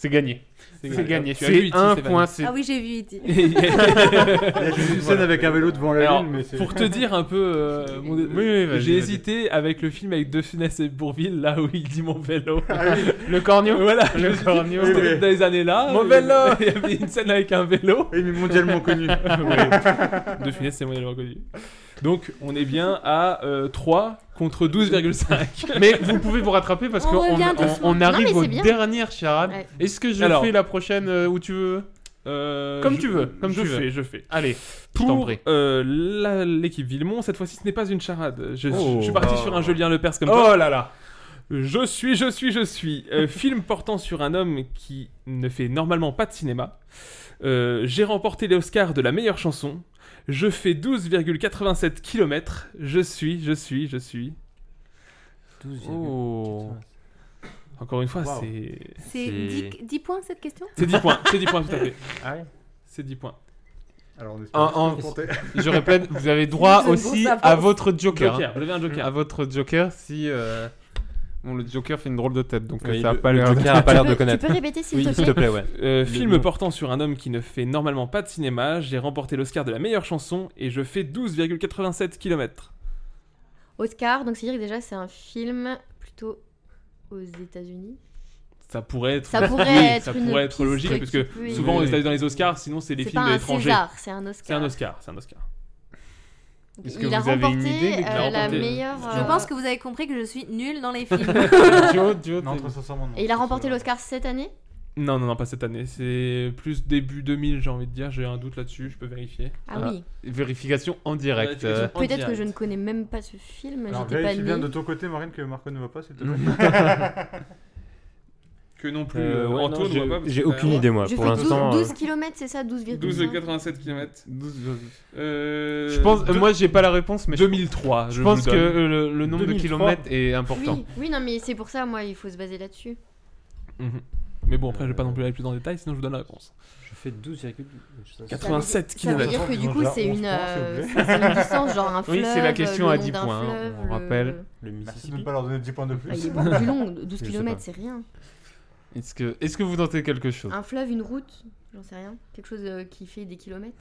Speaker 9: C'est gagné.
Speaker 8: C'est
Speaker 9: C'est
Speaker 8: gagné.
Speaker 9: gagné.
Speaker 8: Tu as vu
Speaker 9: C'est
Speaker 8: E.T.,
Speaker 9: un
Speaker 8: Stéphane.
Speaker 9: point. c'est-
Speaker 10: Ah oui, j'ai vu E.T.
Speaker 5: Il y a juste une scène avec un vélo devant la
Speaker 8: Alors,
Speaker 5: lune, mais c'est.
Speaker 8: pour te dire un peu, euh, mon-
Speaker 9: oui, vas-y,
Speaker 8: j'ai
Speaker 9: vas-y.
Speaker 8: hésité avec le film avec De Funès et Bourville, là où il dit mon vélo.
Speaker 9: Ah, Le cornio
Speaker 8: voilà, je me
Speaker 9: Le
Speaker 8: suis dit,
Speaker 9: cornio.
Speaker 8: c'était
Speaker 5: Oui, oui.
Speaker 8: dans les années-là.
Speaker 9: Mon
Speaker 8: euh,
Speaker 9: vélo
Speaker 8: Il y avait une scène avec un vélo.
Speaker 5: Oui, mais mondialement connu.
Speaker 8: Oui. De Funès, c'est mondialement connu. Donc, on est bien à euh, 3 contre 12,5.
Speaker 9: Mais vous pouvez vous rattraper parce
Speaker 12: On
Speaker 9: qu'on
Speaker 12: revient
Speaker 9: on,
Speaker 12: doucement.
Speaker 9: on arrive
Speaker 12: Non, mais
Speaker 9: aux
Speaker 12: c'est bien.
Speaker 9: dernières charades.
Speaker 12: Ouais.
Speaker 9: Est-ce que je
Speaker 8: Alors.
Speaker 9: fais la prochaine euh, où tu veux
Speaker 8: Euh,
Speaker 9: Comme
Speaker 8: je-
Speaker 9: tu veux, comme
Speaker 8: je
Speaker 9: tu
Speaker 8: fais,
Speaker 9: veux.
Speaker 8: je fais.
Speaker 9: Allez, je t'en
Speaker 8: Pour
Speaker 9: prie.
Speaker 8: euh, la- l'équipe Villemont, cette fois-ci, ce n'est pas une charade. Je, je-
Speaker 9: Oh.
Speaker 8: je suis parti
Speaker 9: Oh.
Speaker 8: sur un Julien Lepers comme
Speaker 9: Oh
Speaker 8: toi.
Speaker 9: là là.
Speaker 8: Je suis, je suis, je suis. Euh, film portant sur un homme qui ne fait normalement pas de cinéma. Euh, J'ai remporté les Oscars de la meilleure chanson. Je fais 12,87 km. Je suis, je suis, je suis. Oh. Encore une fois,
Speaker 9: Wow.
Speaker 8: c'est.
Speaker 10: C'est 10, points cette question
Speaker 8: C'est 10 points, c'est 10 points tout à fait.
Speaker 9: Ah ouais
Speaker 8: C'est 10 points.
Speaker 5: Alors, on
Speaker 9: Un-
Speaker 5: espère
Speaker 9: un-
Speaker 5: que vous comptez.
Speaker 9: je répète, vous avez droit
Speaker 8: Vous avez une
Speaker 9: aussi
Speaker 8: grosse avance.
Speaker 9: à votre joker.
Speaker 8: Joker, Euh,
Speaker 9: hein.
Speaker 8: vous avez un joker.
Speaker 9: À votre joker si. euh, Bon, le Joker fait une drôle de tête, donc euh,
Speaker 11: Oui,
Speaker 9: ça a
Speaker 11: le-
Speaker 9: pas
Speaker 11: le
Speaker 9: l'air
Speaker 11: Joker a pas l'air de
Speaker 12: Tu peux- tu peux connaître. répéter, s'il Oui, te plaît s'il te plaît, ouais.
Speaker 8: Euh,
Speaker 11: Le
Speaker 8: film
Speaker 11: nom.
Speaker 8: portant sur un homme qui ne fait normalement pas de cinéma, j'ai remporté l'Oscar de la meilleure chanson et je fais 12,87 km.
Speaker 12: Oscar, donc c'est-à-dire que déjà c'est un film plutôt aux États-Unis.
Speaker 8: Ça pourrait être,
Speaker 12: Ça pourrait
Speaker 8: Oui,
Speaker 12: être
Speaker 8: ça
Speaker 12: une
Speaker 8: pourrait être
Speaker 12: piste
Speaker 8: logique,
Speaker 12: qui
Speaker 8: parce que
Speaker 12: peut-
Speaker 8: souvent on
Speaker 12: Oui.
Speaker 8: les a dans les Oscars, sinon c'est les
Speaker 12: C'est
Speaker 8: films
Speaker 12: pas un
Speaker 8: étrangers.
Speaker 12: César, c'est un Oscar.
Speaker 8: C'est un Oscar, c'est un Oscar.
Speaker 12: Donc,
Speaker 8: Est-ce que
Speaker 12: il a
Speaker 8: vous avez
Speaker 12: remporté
Speaker 8: une idée des-
Speaker 12: euh,
Speaker 8: Il a
Speaker 12: la
Speaker 8: remporté.
Speaker 12: meilleure.
Speaker 10: Je
Speaker 12: euh,
Speaker 10: pense que vous avez compris que je suis nulle dans les films.
Speaker 9: Duo, duo,
Speaker 5: Non,
Speaker 9: duo.
Speaker 5: entre 500 membres, non.
Speaker 12: Et il a remporté l'Oscar cette année
Speaker 8: Non, non, non, pas cette année. C'est plus début 2000, j'ai envie de dire. J'ai un doute là-dessus, je peux vérifier.
Speaker 12: Ah oui.
Speaker 9: Vérification en direct.
Speaker 8: Vérification en
Speaker 12: Peut-être que
Speaker 8: direct. euh,
Speaker 12: je ne connais même pas ce film.
Speaker 5: Alors
Speaker 12: J'étais pas
Speaker 5: vérifie bien
Speaker 12: née.
Speaker 5: de ton côté, Marine, que Marco ne va pas, s'il te plaît.
Speaker 8: Que non plus.
Speaker 11: Euh,
Speaker 8: euh,
Speaker 11: ouais,
Speaker 8: Antoine,
Speaker 11: non, j'ai-
Speaker 8: on voit pas, parce
Speaker 11: j'ai
Speaker 8: que euh,
Speaker 11: aucune
Speaker 8: t'as-
Speaker 11: idée, moi, Je pour fais
Speaker 12: Douze- 12 km, c'est ça 12,5
Speaker 8: 12,87 km. Euh,
Speaker 9: Je pense, euh,
Speaker 8: deux-
Speaker 9: moi j'ai pas la réponse, mais je-
Speaker 8: 2003,
Speaker 9: Je,
Speaker 8: je
Speaker 9: pense
Speaker 8: vous
Speaker 9: que
Speaker 8: le donne.
Speaker 9: euh, le, le nombre de
Speaker 8: 2003.
Speaker 9: kilomètres est important.
Speaker 12: Oui, oui, non, mais c'est pour ça, moi, il faut se baser là-dessus.
Speaker 8: Mhm. Mais bon, après, je vais pas non plus aller plus dans le détail, sinon je vous donne la réponse.
Speaker 11: Je fais 12,2.
Speaker 8: 87
Speaker 12: Ça veut
Speaker 8: km.
Speaker 12: dire que du coup, c'est une, euh, c'est une distance, genre un fleuve.
Speaker 9: Oui, c'est la question
Speaker 12: le
Speaker 9: à
Speaker 12: nom
Speaker 9: 10
Speaker 12: d'un
Speaker 9: points,
Speaker 12: fleuve,
Speaker 9: on
Speaker 12: le-
Speaker 9: rappelle. Le
Speaker 5: Merci de ne pas leur donner 10 points de plus.
Speaker 12: Ah, il est beaucoup plus long, 12 km, c'est rien.
Speaker 9: Est-ce que, est que vous tentez quelque chose
Speaker 12: Un fleuve, une route, j'en sais rien. Quelque chose euh, qui fait des kilomètres.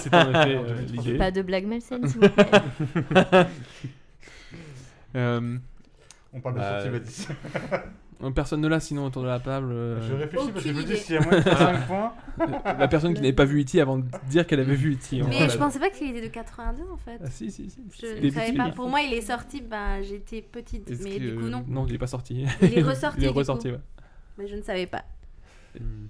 Speaker 9: C'est en effet, euh, l'idée.
Speaker 12: Pas de blague malsaine, s'il vous plaît.
Speaker 9: Euh,
Speaker 5: On parle de
Speaker 9: bah,
Speaker 5: sortie bâtisse.
Speaker 8: Euh, Personne ne l'a, sinon autour de la table. euh,
Speaker 5: Je réfléchis parce que je me dis s'il y a moins de 5 points.
Speaker 8: Ah, la personne qui n'avait pas vu E.T. avant de dire qu'elle avait vu E.T. hein.
Speaker 10: Mais je pensais pas qu'il était de 82 en fait.
Speaker 8: Ah, si, si, si.
Speaker 10: Je
Speaker 8: Début
Speaker 10: ne savais pas.
Speaker 8: 2000.
Speaker 10: Pour moi, il est sorti, ben j'étais petite,
Speaker 8: Est-ce
Speaker 10: mais
Speaker 8: que-
Speaker 10: du coup non.
Speaker 8: Non, il est pas sorti.
Speaker 10: Il est ressorti.
Speaker 8: Il est
Speaker 10: du coup.
Speaker 8: ressorti, ouais.
Speaker 10: Mais je ne savais pas.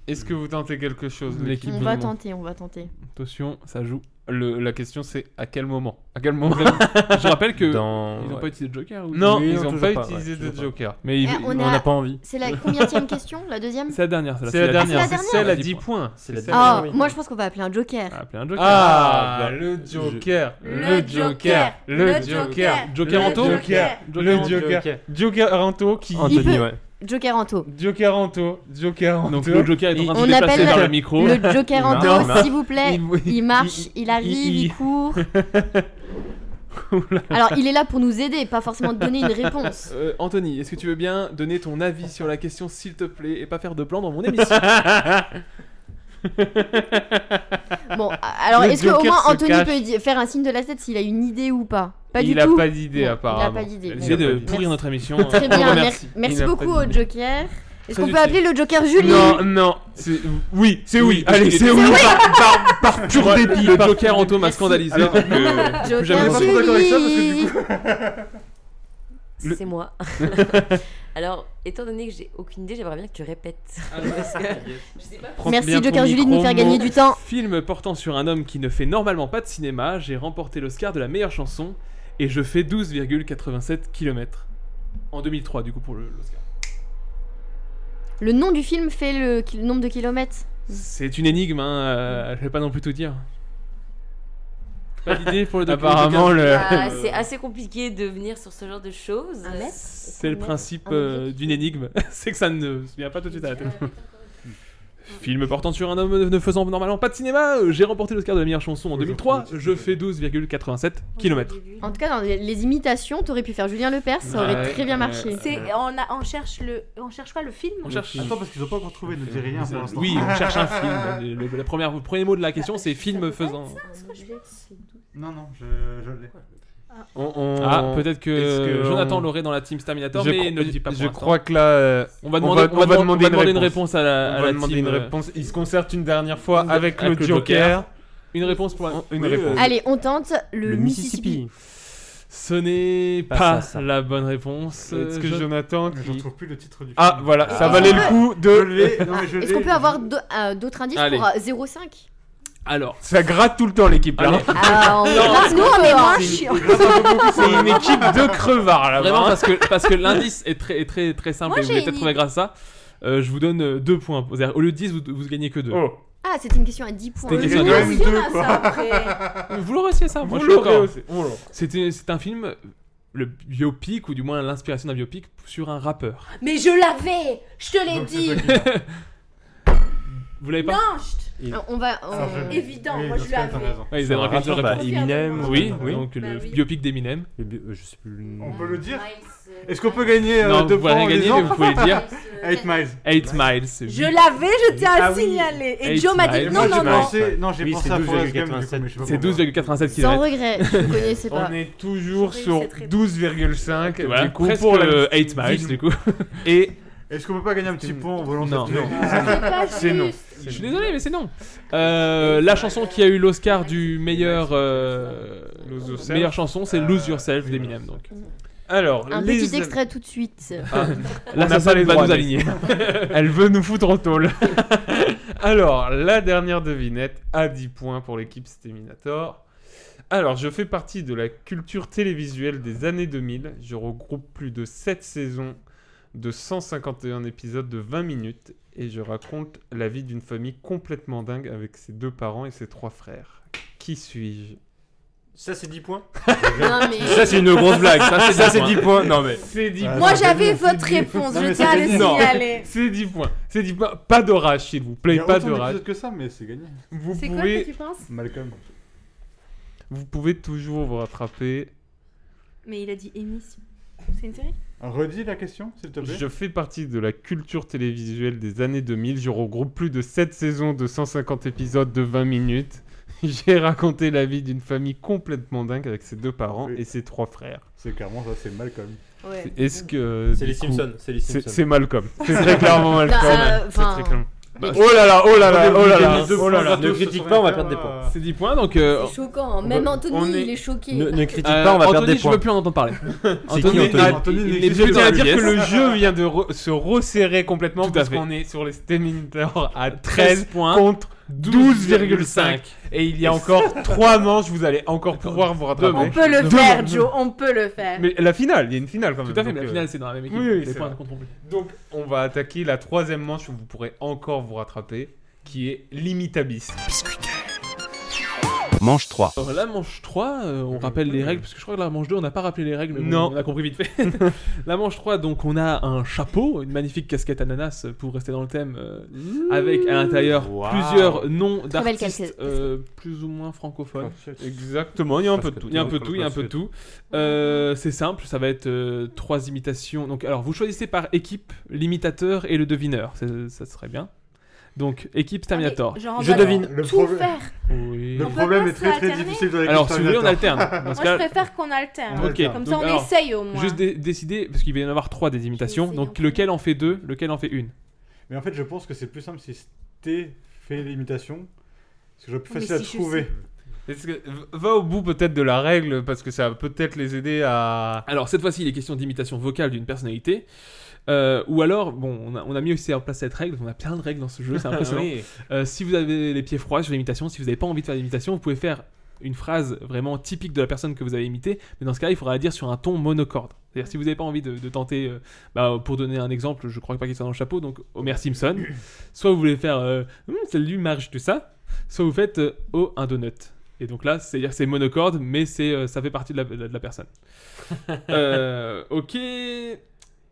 Speaker 9: Est-ce que vous tentez quelque chose
Speaker 8: L'équipe
Speaker 12: on va tenter, on va tenter.
Speaker 9: Attention, ça joue. Le- la question c'est à quel moment À quel moment Je rappelle que
Speaker 11: Dans-
Speaker 8: Ils n'ont pas utilisé de Joker ou...
Speaker 9: Non,
Speaker 11: Oui,
Speaker 9: ils
Speaker 11: non,
Speaker 9: n'ont
Speaker 11: toujours
Speaker 9: pas,
Speaker 11: pas, ouais,
Speaker 9: utilisé de
Speaker 11: toujours pas.
Speaker 9: Joker.
Speaker 8: Mais
Speaker 12: Eh, on a- C'est la combienième question La deuxième
Speaker 8: C'est la dernière, celle-là.
Speaker 9: C'est la
Speaker 8: Ah,
Speaker 9: dernière,
Speaker 12: c'est la
Speaker 9: c'est
Speaker 12: dernière.
Speaker 9: celle à 10 points. C'est la
Speaker 12: Ah, moi je pense qu'on va appeler un joker.
Speaker 8: Appeler un Joker.
Speaker 9: Ah, bah, le Joker,
Speaker 12: Je-
Speaker 9: le
Speaker 12: Le
Speaker 9: Joker, le
Speaker 12: Joker,
Speaker 9: Joker,
Speaker 12: le Joker Anto
Speaker 10: Euh,
Speaker 9: Joker, le
Speaker 8: Joker.
Speaker 9: Joker, Joker Anto qui
Speaker 12: Il peut- Joker Anto.
Speaker 9: Joker Anto, Joker Anto.
Speaker 8: Donc le Joker est en train de se
Speaker 12: On
Speaker 8: déplacer
Speaker 12: appelle
Speaker 8: vers le
Speaker 9: Oh.
Speaker 8: micro.
Speaker 12: le Joker
Speaker 8: Il
Speaker 12: Anto,
Speaker 8: marche.
Speaker 12: s'il vous plaît.
Speaker 8: Il-
Speaker 12: Il marche, il arrive,
Speaker 8: il-
Speaker 12: il court. Alors il est là pour nous aider, pas forcément donner une réponse.
Speaker 8: Euh, Anthony, est-ce que tu veux bien donner ton avis sur la question, s'il te plaît, et pas faire de plan dans mon émission
Speaker 12: Bon, alors
Speaker 9: Le
Speaker 12: est-ce qu'au
Speaker 9: Joker
Speaker 12: moins
Speaker 9: se
Speaker 12: Anthony
Speaker 9: cache.
Speaker 12: peut di- faire un signe de la tête s'il a une idée ou pas Pas
Speaker 9: Il
Speaker 12: du
Speaker 9: a
Speaker 12: tout.
Speaker 9: pas d'idée,
Speaker 12: Bon,
Speaker 9: apparemment.
Speaker 12: Il a pas d'idée.
Speaker 9: Il a
Speaker 12: Bon.
Speaker 8: L'idée de
Speaker 9: Merci.
Speaker 8: pourrir notre émission. euh,
Speaker 12: Très
Speaker 8: on vous
Speaker 12: bien, mer-
Speaker 8: remercie.
Speaker 12: merci,
Speaker 8: Il n'a pas
Speaker 12: beaucoup au
Speaker 8: d'idée.
Speaker 12: Joker.
Speaker 8: Très
Speaker 12: Est-ce qu'on peut
Speaker 8: utile.
Speaker 12: appeler le Joker Julie
Speaker 9: Non, non, c'est oui, c'est oui. Allez, c'est oui. Par, par- par pur
Speaker 8: Ouais,
Speaker 9: dépit.
Speaker 8: Le
Speaker 9: par-
Speaker 8: Joker Anto m'a scandalisé.
Speaker 9: Alors,
Speaker 8: donc, euh,
Speaker 12: Joker
Speaker 8: plus jamais-
Speaker 9: On est pas trop d'accord avec ça, parce que du
Speaker 13: C'est moi. Alors, étant donné que j'ai aucune idée, j'aimerais bien que tu répètes. Parce que je sais pas.
Speaker 8: Prends
Speaker 12: Merci
Speaker 8: bien ton
Speaker 12: Joker Julie de nous
Speaker 8: micro,
Speaker 12: faire gagner
Speaker 8: mon
Speaker 12: du temps.
Speaker 8: Film portant sur un homme qui ne fait normalement pas de cinéma, j'ai remporté l'Oscar de la meilleure chanson et je fais 12,87 km. En 2003, du coup, pour le- l'Oscar.
Speaker 12: Le nom du film fait le ki- nombre de kilomètres.
Speaker 8: C'est une énigme, hein, euh, je vais pas non plus tout dire. Pas d'idée pour le docu-
Speaker 9: Apparemment,
Speaker 8: Joker.
Speaker 9: le-
Speaker 13: Ah, c'est assez compliqué de venir sur ce genre de choses.
Speaker 8: C'est le principe euh, d'une énigme, c'est que ça ne se vient pas tout de suite à la tête.
Speaker 13: Euh,
Speaker 8: Film portant sur un homme ne faisant normalement pas de cinéma, euh, j'ai remporté l'Oscar de la meilleure chanson en 2003, je fais 12,87 km.
Speaker 12: En tout cas, dans les, les imitations, t'aurais pu faire Julien Lepers, ça aurait
Speaker 8: Ouais,
Speaker 12: très bien
Speaker 8: ouais.
Speaker 12: marché.
Speaker 10: C'est on, a- on cherche le on cherche quoi le film
Speaker 8: On cherche-
Speaker 5: Attends, parce qu'ils n'ont pas encore trouvé, ne dis rien pour l'instant.
Speaker 8: Oui, on cherche un film. Le, le- le premier, le premier mot de la question, c'est film faisant.
Speaker 5: Non, non, je, je l'ai.
Speaker 9: On- on-
Speaker 8: Ah, peut-être que,
Speaker 9: est-ce que
Speaker 8: Jonathan
Speaker 9: on-
Speaker 8: l'aurait dans la team Staminator,
Speaker 9: Je
Speaker 8: mais
Speaker 9: cro-
Speaker 8: ne le dis pas pour
Speaker 9: Je
Speaker 8: l'instant.
Speaker 9: crois que là, euh,
Speaker 8: On va demander- on va demander- on va demander une réponse à la-
Speaker 9: On
Speaker 8: à
Speaker 9: va
Speaker 8: la
Speaker 9: demander
Speaker 8: team,
Speaker 9: une
Speaker 8: euh,
Speaker 9: réponse. Ils se concertent une dernière fois avec,
Speaker 8: Avec
Speaker 9: le Joker.
Speaker 8: Une réponse pour la...
Speaker 9: Une réponse.
Speaker 12: Allez, on tente le,
Speaker 9: Le
Speaker 12: Mississippi.
Speaker 8: Ce n'est
Speaker 9: Pas
Speaker 8: pas,
Speaker 9: ça, ça.
Speaker 8: la bonne réponse.
Speaker 9: Est-ce
Speaker 8: euh,
Speaker 9: que
Speaker 8: Jo-
Speaker 9: Jonathan
Speaker 12: Ah,
Speaker 5: Mais
Speaker 9: qui-
Speaker 5: Je ne trouve plus le titre du film.
Speaker 9: Ah, voilà, ça
Speaker 12: Et-
Speaker 9: valait le
Speaker 12: Ah,
Speaker 9: coup de.
Speaker 5: Je l'ai, non mais je l'ai.
Speaker 12: Est-ce qu'on peut avoir do- euh, d'autres indices
Speaker 9: Allez.
Speaker 12: pour euh, 0,5
Speaker 8: Alors.
Speaker 9: Ça gratte tout le temps l'équipe là. hein.
Speaker 12: Ah, on
Speaker 10: parce
Speaker 12: non,
Speaker 10: qu'on peut
Speaker 12: mais moins
Speaker 10: avoir-
Speaker 12: chiant.
Speaker 9: C'est une équipe de crevards là.
Speaker 8: Vraiment,
Speaker 9: hein.
Speaker 8: parce que, parce que l'indice est très, est très, très simple
Speaker 12: Moi,
Speaker 8: et vous
Speaker 12: j'ai
Speaker 8: l'avez
Speaker 12: une
Speaker 8: peut-être trouvé
Speaker 12: idée.
Speaker 8: grâce à ça. Euh, je vous donne euh, deux points. C'est-à-dire, Au lieu de 10, vous, vous gagnez que 2.
Speaker 9: Oh.
Speaker 12: Ah, c'était une question à 10 points.
Speaker 8: C'était une question à
Speaker 12: Oui,
Speaker 8: deux.
Speaker 12: oui,
Speaker 5: Deux,
Speaker 12: on a
Speaker 5: quoi.
Speaker 12: ça après.
Speaker 8: Vous l'aurez aussi ça, moi
Speaker 9: Vous
Speaker 8: je suis
Speaker 9: l'aurez
Speaker 8: d'accord.
Speaker 9: aussi, on l'aura.
Speaker 8: C'était- C'est un film, le biopic, ou du moins l'inspiration d'un biopic, sur un rappeur.
Speaker 10: Mais je l'avais, je te l'ai dit.
Speaker 8: Vous l'avez pas
Speaker 10: Non, chut. Il- On va-
Speaker 12: Oh,
Speaker 10: on- Ah, je- Évident, oui, moi, parce je que l'avais. t'as raison.
Speaker 8: Ouais, ils avaient
Speaker 11: Ah,
Speaker 8: raconté
Speaker 11: attends,
Speaker 8: le
Speaker 11: bah,
Speaker 8: répertoire.
Speaker 11: Eminem,
Speaker 8: Oui,
Speaker 11: euh,
Speaker 8: oui.
Speaker 11: bah
Speaker 8: donc le
Speaker 11: oui.
Speaker 8: biopic d'Eminem.
Speaker 11: Le bio- euh, je sais plus le nom.
Speaker 5: On peut le dire Est-ce qu'on peut gagner euh,
Speaker 8: Non,
Speaker 5: deux
Speaker 8: vous pouvez
Speaker 5: points
Speaker 8: rien
Speaker 5: en
Speaker 8: gagner,
Speaker 5: disant
Speaker 8: mais vous pouvez le dire.
Speaker 5: 8 miles.
Speaker 8: 8 miles. c'est
Speaker 10: Je
Speaker 8: huit.
Speaker 10: l'avais, je tiens à
Speaker 5: Ah
Speaker 10: le
Speaker 5: oui.
Speaker 10: signaler. Et
Speaker 8: Eight
Speaker 10: Joe m'a dit
Speaker 8: Miles.
Speaker 10: non, non, non.
Speaker 5: non, j'ai pensé à Forrest Gump, du coup, mais je sais pas
Speaker 8: C'est
Speaker 5: pourquoi.
Speaker 8: 12,87 qui
Speaker 10: Sans
Speaker 8: reste.
Speaker 10: regret, je ne connaissais
Speaker 12: Ah,
Speaker 10: pas.
Speaker 9: On est toujours
Speaker 10: Je
Speaker 9: sur
Speaker 10: connaissais très
Speaker 9: 12,5
Speaker 8: Voilà,
Speaker 9: du coup
Speaker 8: presque
Speaker 9: pour le
Speaker 8: le 8 miles, du coup. Et
Speaker 5: Est-ce qu'on peut pas gagner un petit point en volant
Speaker 8: Non,
Speaker 5: cette
Speaker 8: non.
Speaker 5: non.
Speaker 8: C'est non. Je suis désolé, mais c'est non. Euh, la chanson qui a eu l'Oscar du meilleur euh, meilleure chanson, c'est Lose Yourself d'Eminem. Donc.
Speaker 9: Alors,
Speaker 12: Un
Speaker 9: les-
Speaker 12: petit extrait tout de suite.
Speaker 8: Ah,
Speaker 9: On n'a
Speaker 8: Là, ça,
Speaker 9: pas
Speaker 8: ça
Speaker 9: les
Speaker 8: va
Speaker 9: droits,
Speaker 8: nous
Speaker 9: mec.
Speaker 8: aligner.
Speaker 9: Elle veut nous foutre en tôle. Alors, la dernière devinette à 10 points pour l'équipe Stéminator. Alors, je fais partie de la culture télévisuelle des années 2000. Je regroupe plus de 7 saisons de 151 épisodes de 20 minutes et je raconte la vie d'une famille complètement dingue avec ses deux parents et ses trois frères. Qui suis-je
Speaker 11: Ça, c'est 10 points
Speaker 10: Non, mais-
Speaker 11: Ça, c'est une grosse blague. Ça, c'est, 10 points. Non, mais.
Speaker 9: Ah, C'est 10
Speaker 5: Euh,
Speaker 10: Moi, j'avais votre réponse, je tiens à le
Speaker 9: Non.
Speaker 10: signaler.
Speaker 9: C'est 10 points. C'est 10 points. Pas d'orage, s'il vous
Speaker 5: Il y
Speaker 9: plaît.
Speaker 5: a
Speaker 9: Pas
Speaker 5: autant
Speaker 9: d'orage.
Speaker 5: d'épisodes que ça, mais c'est gagné.
Speaker 9: Vous
Speaker 10: C'est quoi
Speaker 9: pouvez,
Speaker 10: que tu penses
Speaker 5: Malcolm.
Speaker 9: vous pouvez toujours vous rattraper.
Speaker 10: Mais il a dit émission. C'est une série
Speaker 5: Redis la question, s'il te plaît.
Speaker 9: Je fais partie de la culture télévisuelle des années 2000. Je regroupe plus de 7 saisons de 150 épisodes de 20 minutes. J'ai raconté la vie d'une famille complètement dingue avec ses deux parents et ses trois frères.
Speaker 5: C'est clairement ça, c'est Malcolm.
Speaker 10: Ouais.
Speaker 9: Est-ce que.
Speaker 11: C'est
Speaker 9: du
Speaker 11: les Simpsons, c'est les Simpsons.
Speaker 9: C'est Malcolm. C'est très clairement Malcolm.
Speaker 11: Bah, euh,
Speaker 9: C'est
Speaker 11: enfin,
Speaker 9: très clairement.
Speaker 11: Bah,
Speaker 9: oh là là, oh là là, oh là là.
Speaker 11: Ne
Speaker 9: oh là là.
Speaker 11: critique pas, on va perdre des points.
Speaker 8: C'est 10 points, donc. euh,
Speaker 12: C'est
Speaker 10: hein.
Speaker 12: choquant. Même
Speaker 8: on-
Speaker 12: Anthony,
Speaker 8: on
Speaker 12: il est choqué.
Speaker 11: Ne- ne critique
Speaker 8: Euh,
Speaker 11: pas, on va perdre
Speaker 8: Anthony,
Speaker 11: des
Speaker 8: je
Speaker 11: points.
Speaker 8: veux plus en entendre parler.
Speaker 11: C'est qui, Anthony
Speaker 8: ah,
Speaker 11: Anthony
Speaker 8: il
Speaker 11: n'existe
Speaker 8: n'est plus
Speaker 9: Je
Speaker 8: dans
Speaker 9: tiens
Speaker 8: la
Speaker 9: à dire que
Speaker 8: pièce.
Speaker 9: le jeu vient de re- se resserrer complètement
Speaker 8: Tout à
Speaker 9: parce
Speaker 8: fait.
Speaker 9: qu'on est sur les Stéminator à
Speaker 8: 13
Speaker 9: 13
Speaker 8: points
Speaker 9: contre 12,5.
Speaker 8: 12,5.
Speaker 9: Et il y a encore 3 manches, vous allez encore pouvoir vous rattraper.
Speaker 10: On peut le
Speaker 9: Deux
Speaker 10: faire,
Speaker 9: manches.
Speaker 10: Joe, on peut le faire.
Speaker 9: Mais la finale, il y a une finale quand même.
Speaker 8: Tout à fait, mais la
Speaker 9: euh,
Speaker 8: finale, c'est dans la même équipe,
Speaker 9: oui, oui,
Speaker 8: les
Speaker 9: c'est
Speaker 8: points
Speaker 9: vrai.
Speaker 8: ne compteront plus.
Speaker 9: Donc on va attaquer la troisième manche où vous pourrez encore vous rattraper, qui est l'imitabis.
Speaker 14: Manche 3.
Speaker 8: Alors, la manche 3, euh, on rappelle les règles, parce que je crois que la manche 2, on n'a pas rappelé les règles, mais bon,
Speaker 9: Mm, Non.
Speaker 8: on a compris vite fait. la manche 3, donc on a un chapeau, une magnifique casquette ananas, pour rester dans le thème, euh, avec à l'intérieur
Speaker 9: Waouh.
Speaker 8: plusieurs noms
Speaker 9: Très belle
Speaker 8: d'artistes
Speaker 9: casquette.
Speaker 8: euh, plus ou moins francophones.
Speaker 5: Euh,
Speaker 9: Exactement, il y a un peu de tout. Mm.
Speaker 8: Il y a un peu de tout, il y a un peu de tout. Euh, c'est simple, ça va être euh, trois imitations. Donc, alors, vous choisissez par équipe l'imitateur et le devineur. C'est- Ça serait bien. Donc, équipe Terminator.
Speaker 10: Ah, mais genre, on Je va devine. tout faire.
Speaker 8: Oui.
Speaker 5: Le
Speaker 10: On peut
Speaker 5: problème
Speaker 10: pas
Speaker 5: est
Speaker 10: se
Speaker 5: très très
Speaker 10: alterner
Speaker 5: difficile de la
Speaker 8: Alors, si
Speaker 5: question
Speaker 8: vous voulez, on
Speaker 5: Terminator.
Speaker 8: alterne. Dans ce
Speaker 10: Moi,
Speaker 8: cas-
Speaker 10: je préfère qu'on alterne.
Speaker 8: Ok,
Speaker 10: Comme ça,
Speaker 8: donc,
Speaker 10: on
Speaker 8: alors,
Speaker 10: essaye au moins.
Speaker 8: Juste dé- décider, parce qu'il va y en avoir trois des imitations. Donc, lequel en fait deux, lequel en fait une.
Speaker 5: Mais en fait, je pense que c'est plus simple si Sté fait l'imitation. Parce que j'aurais plus
Speaker 9: Mais
Speaker 5: facile à
Speaker 9: si je
Speaker 5: trouver.
Speaker 9: sais. Est-ce que- va au bout peut-être de la règle parce que ça va peut-être les aider à.
Speaker 8: Alors cette fois-ci, il est question d'imitation vocale d'une personnalité. Euh, ou alors, bon, on a, on a mis aussi en place cette règle, on a plein de règles dans ce jeu, c'est impressionnant.
Speaker 9: Oui.
Speaker 8: Euh, si vous avez les pieds froids sur l'imitation, si vous n'avez pas envie de faire l'imitation, vous pouvez faire une phrase vraiment typique de la personne que vous avez imitée, mais dans ce cas-là, il faudra la dire sur un ton monocorde. C'est-à-dire, si vous n'avez pas envie de, de tenter, euh, bah, pour donner un exemple, je crois pas qu'il soit dans le chapeau, donc Homer Simpson, soit vous voulez faire euh, Hum, salut Marge, tout ça, soit vous faites euh, Oh, un donut. Et donc là, c'est-à-dire que c'est monocorde, mais c'est, euh, ça fait partie de la, de la- de la personne. Euh, ok.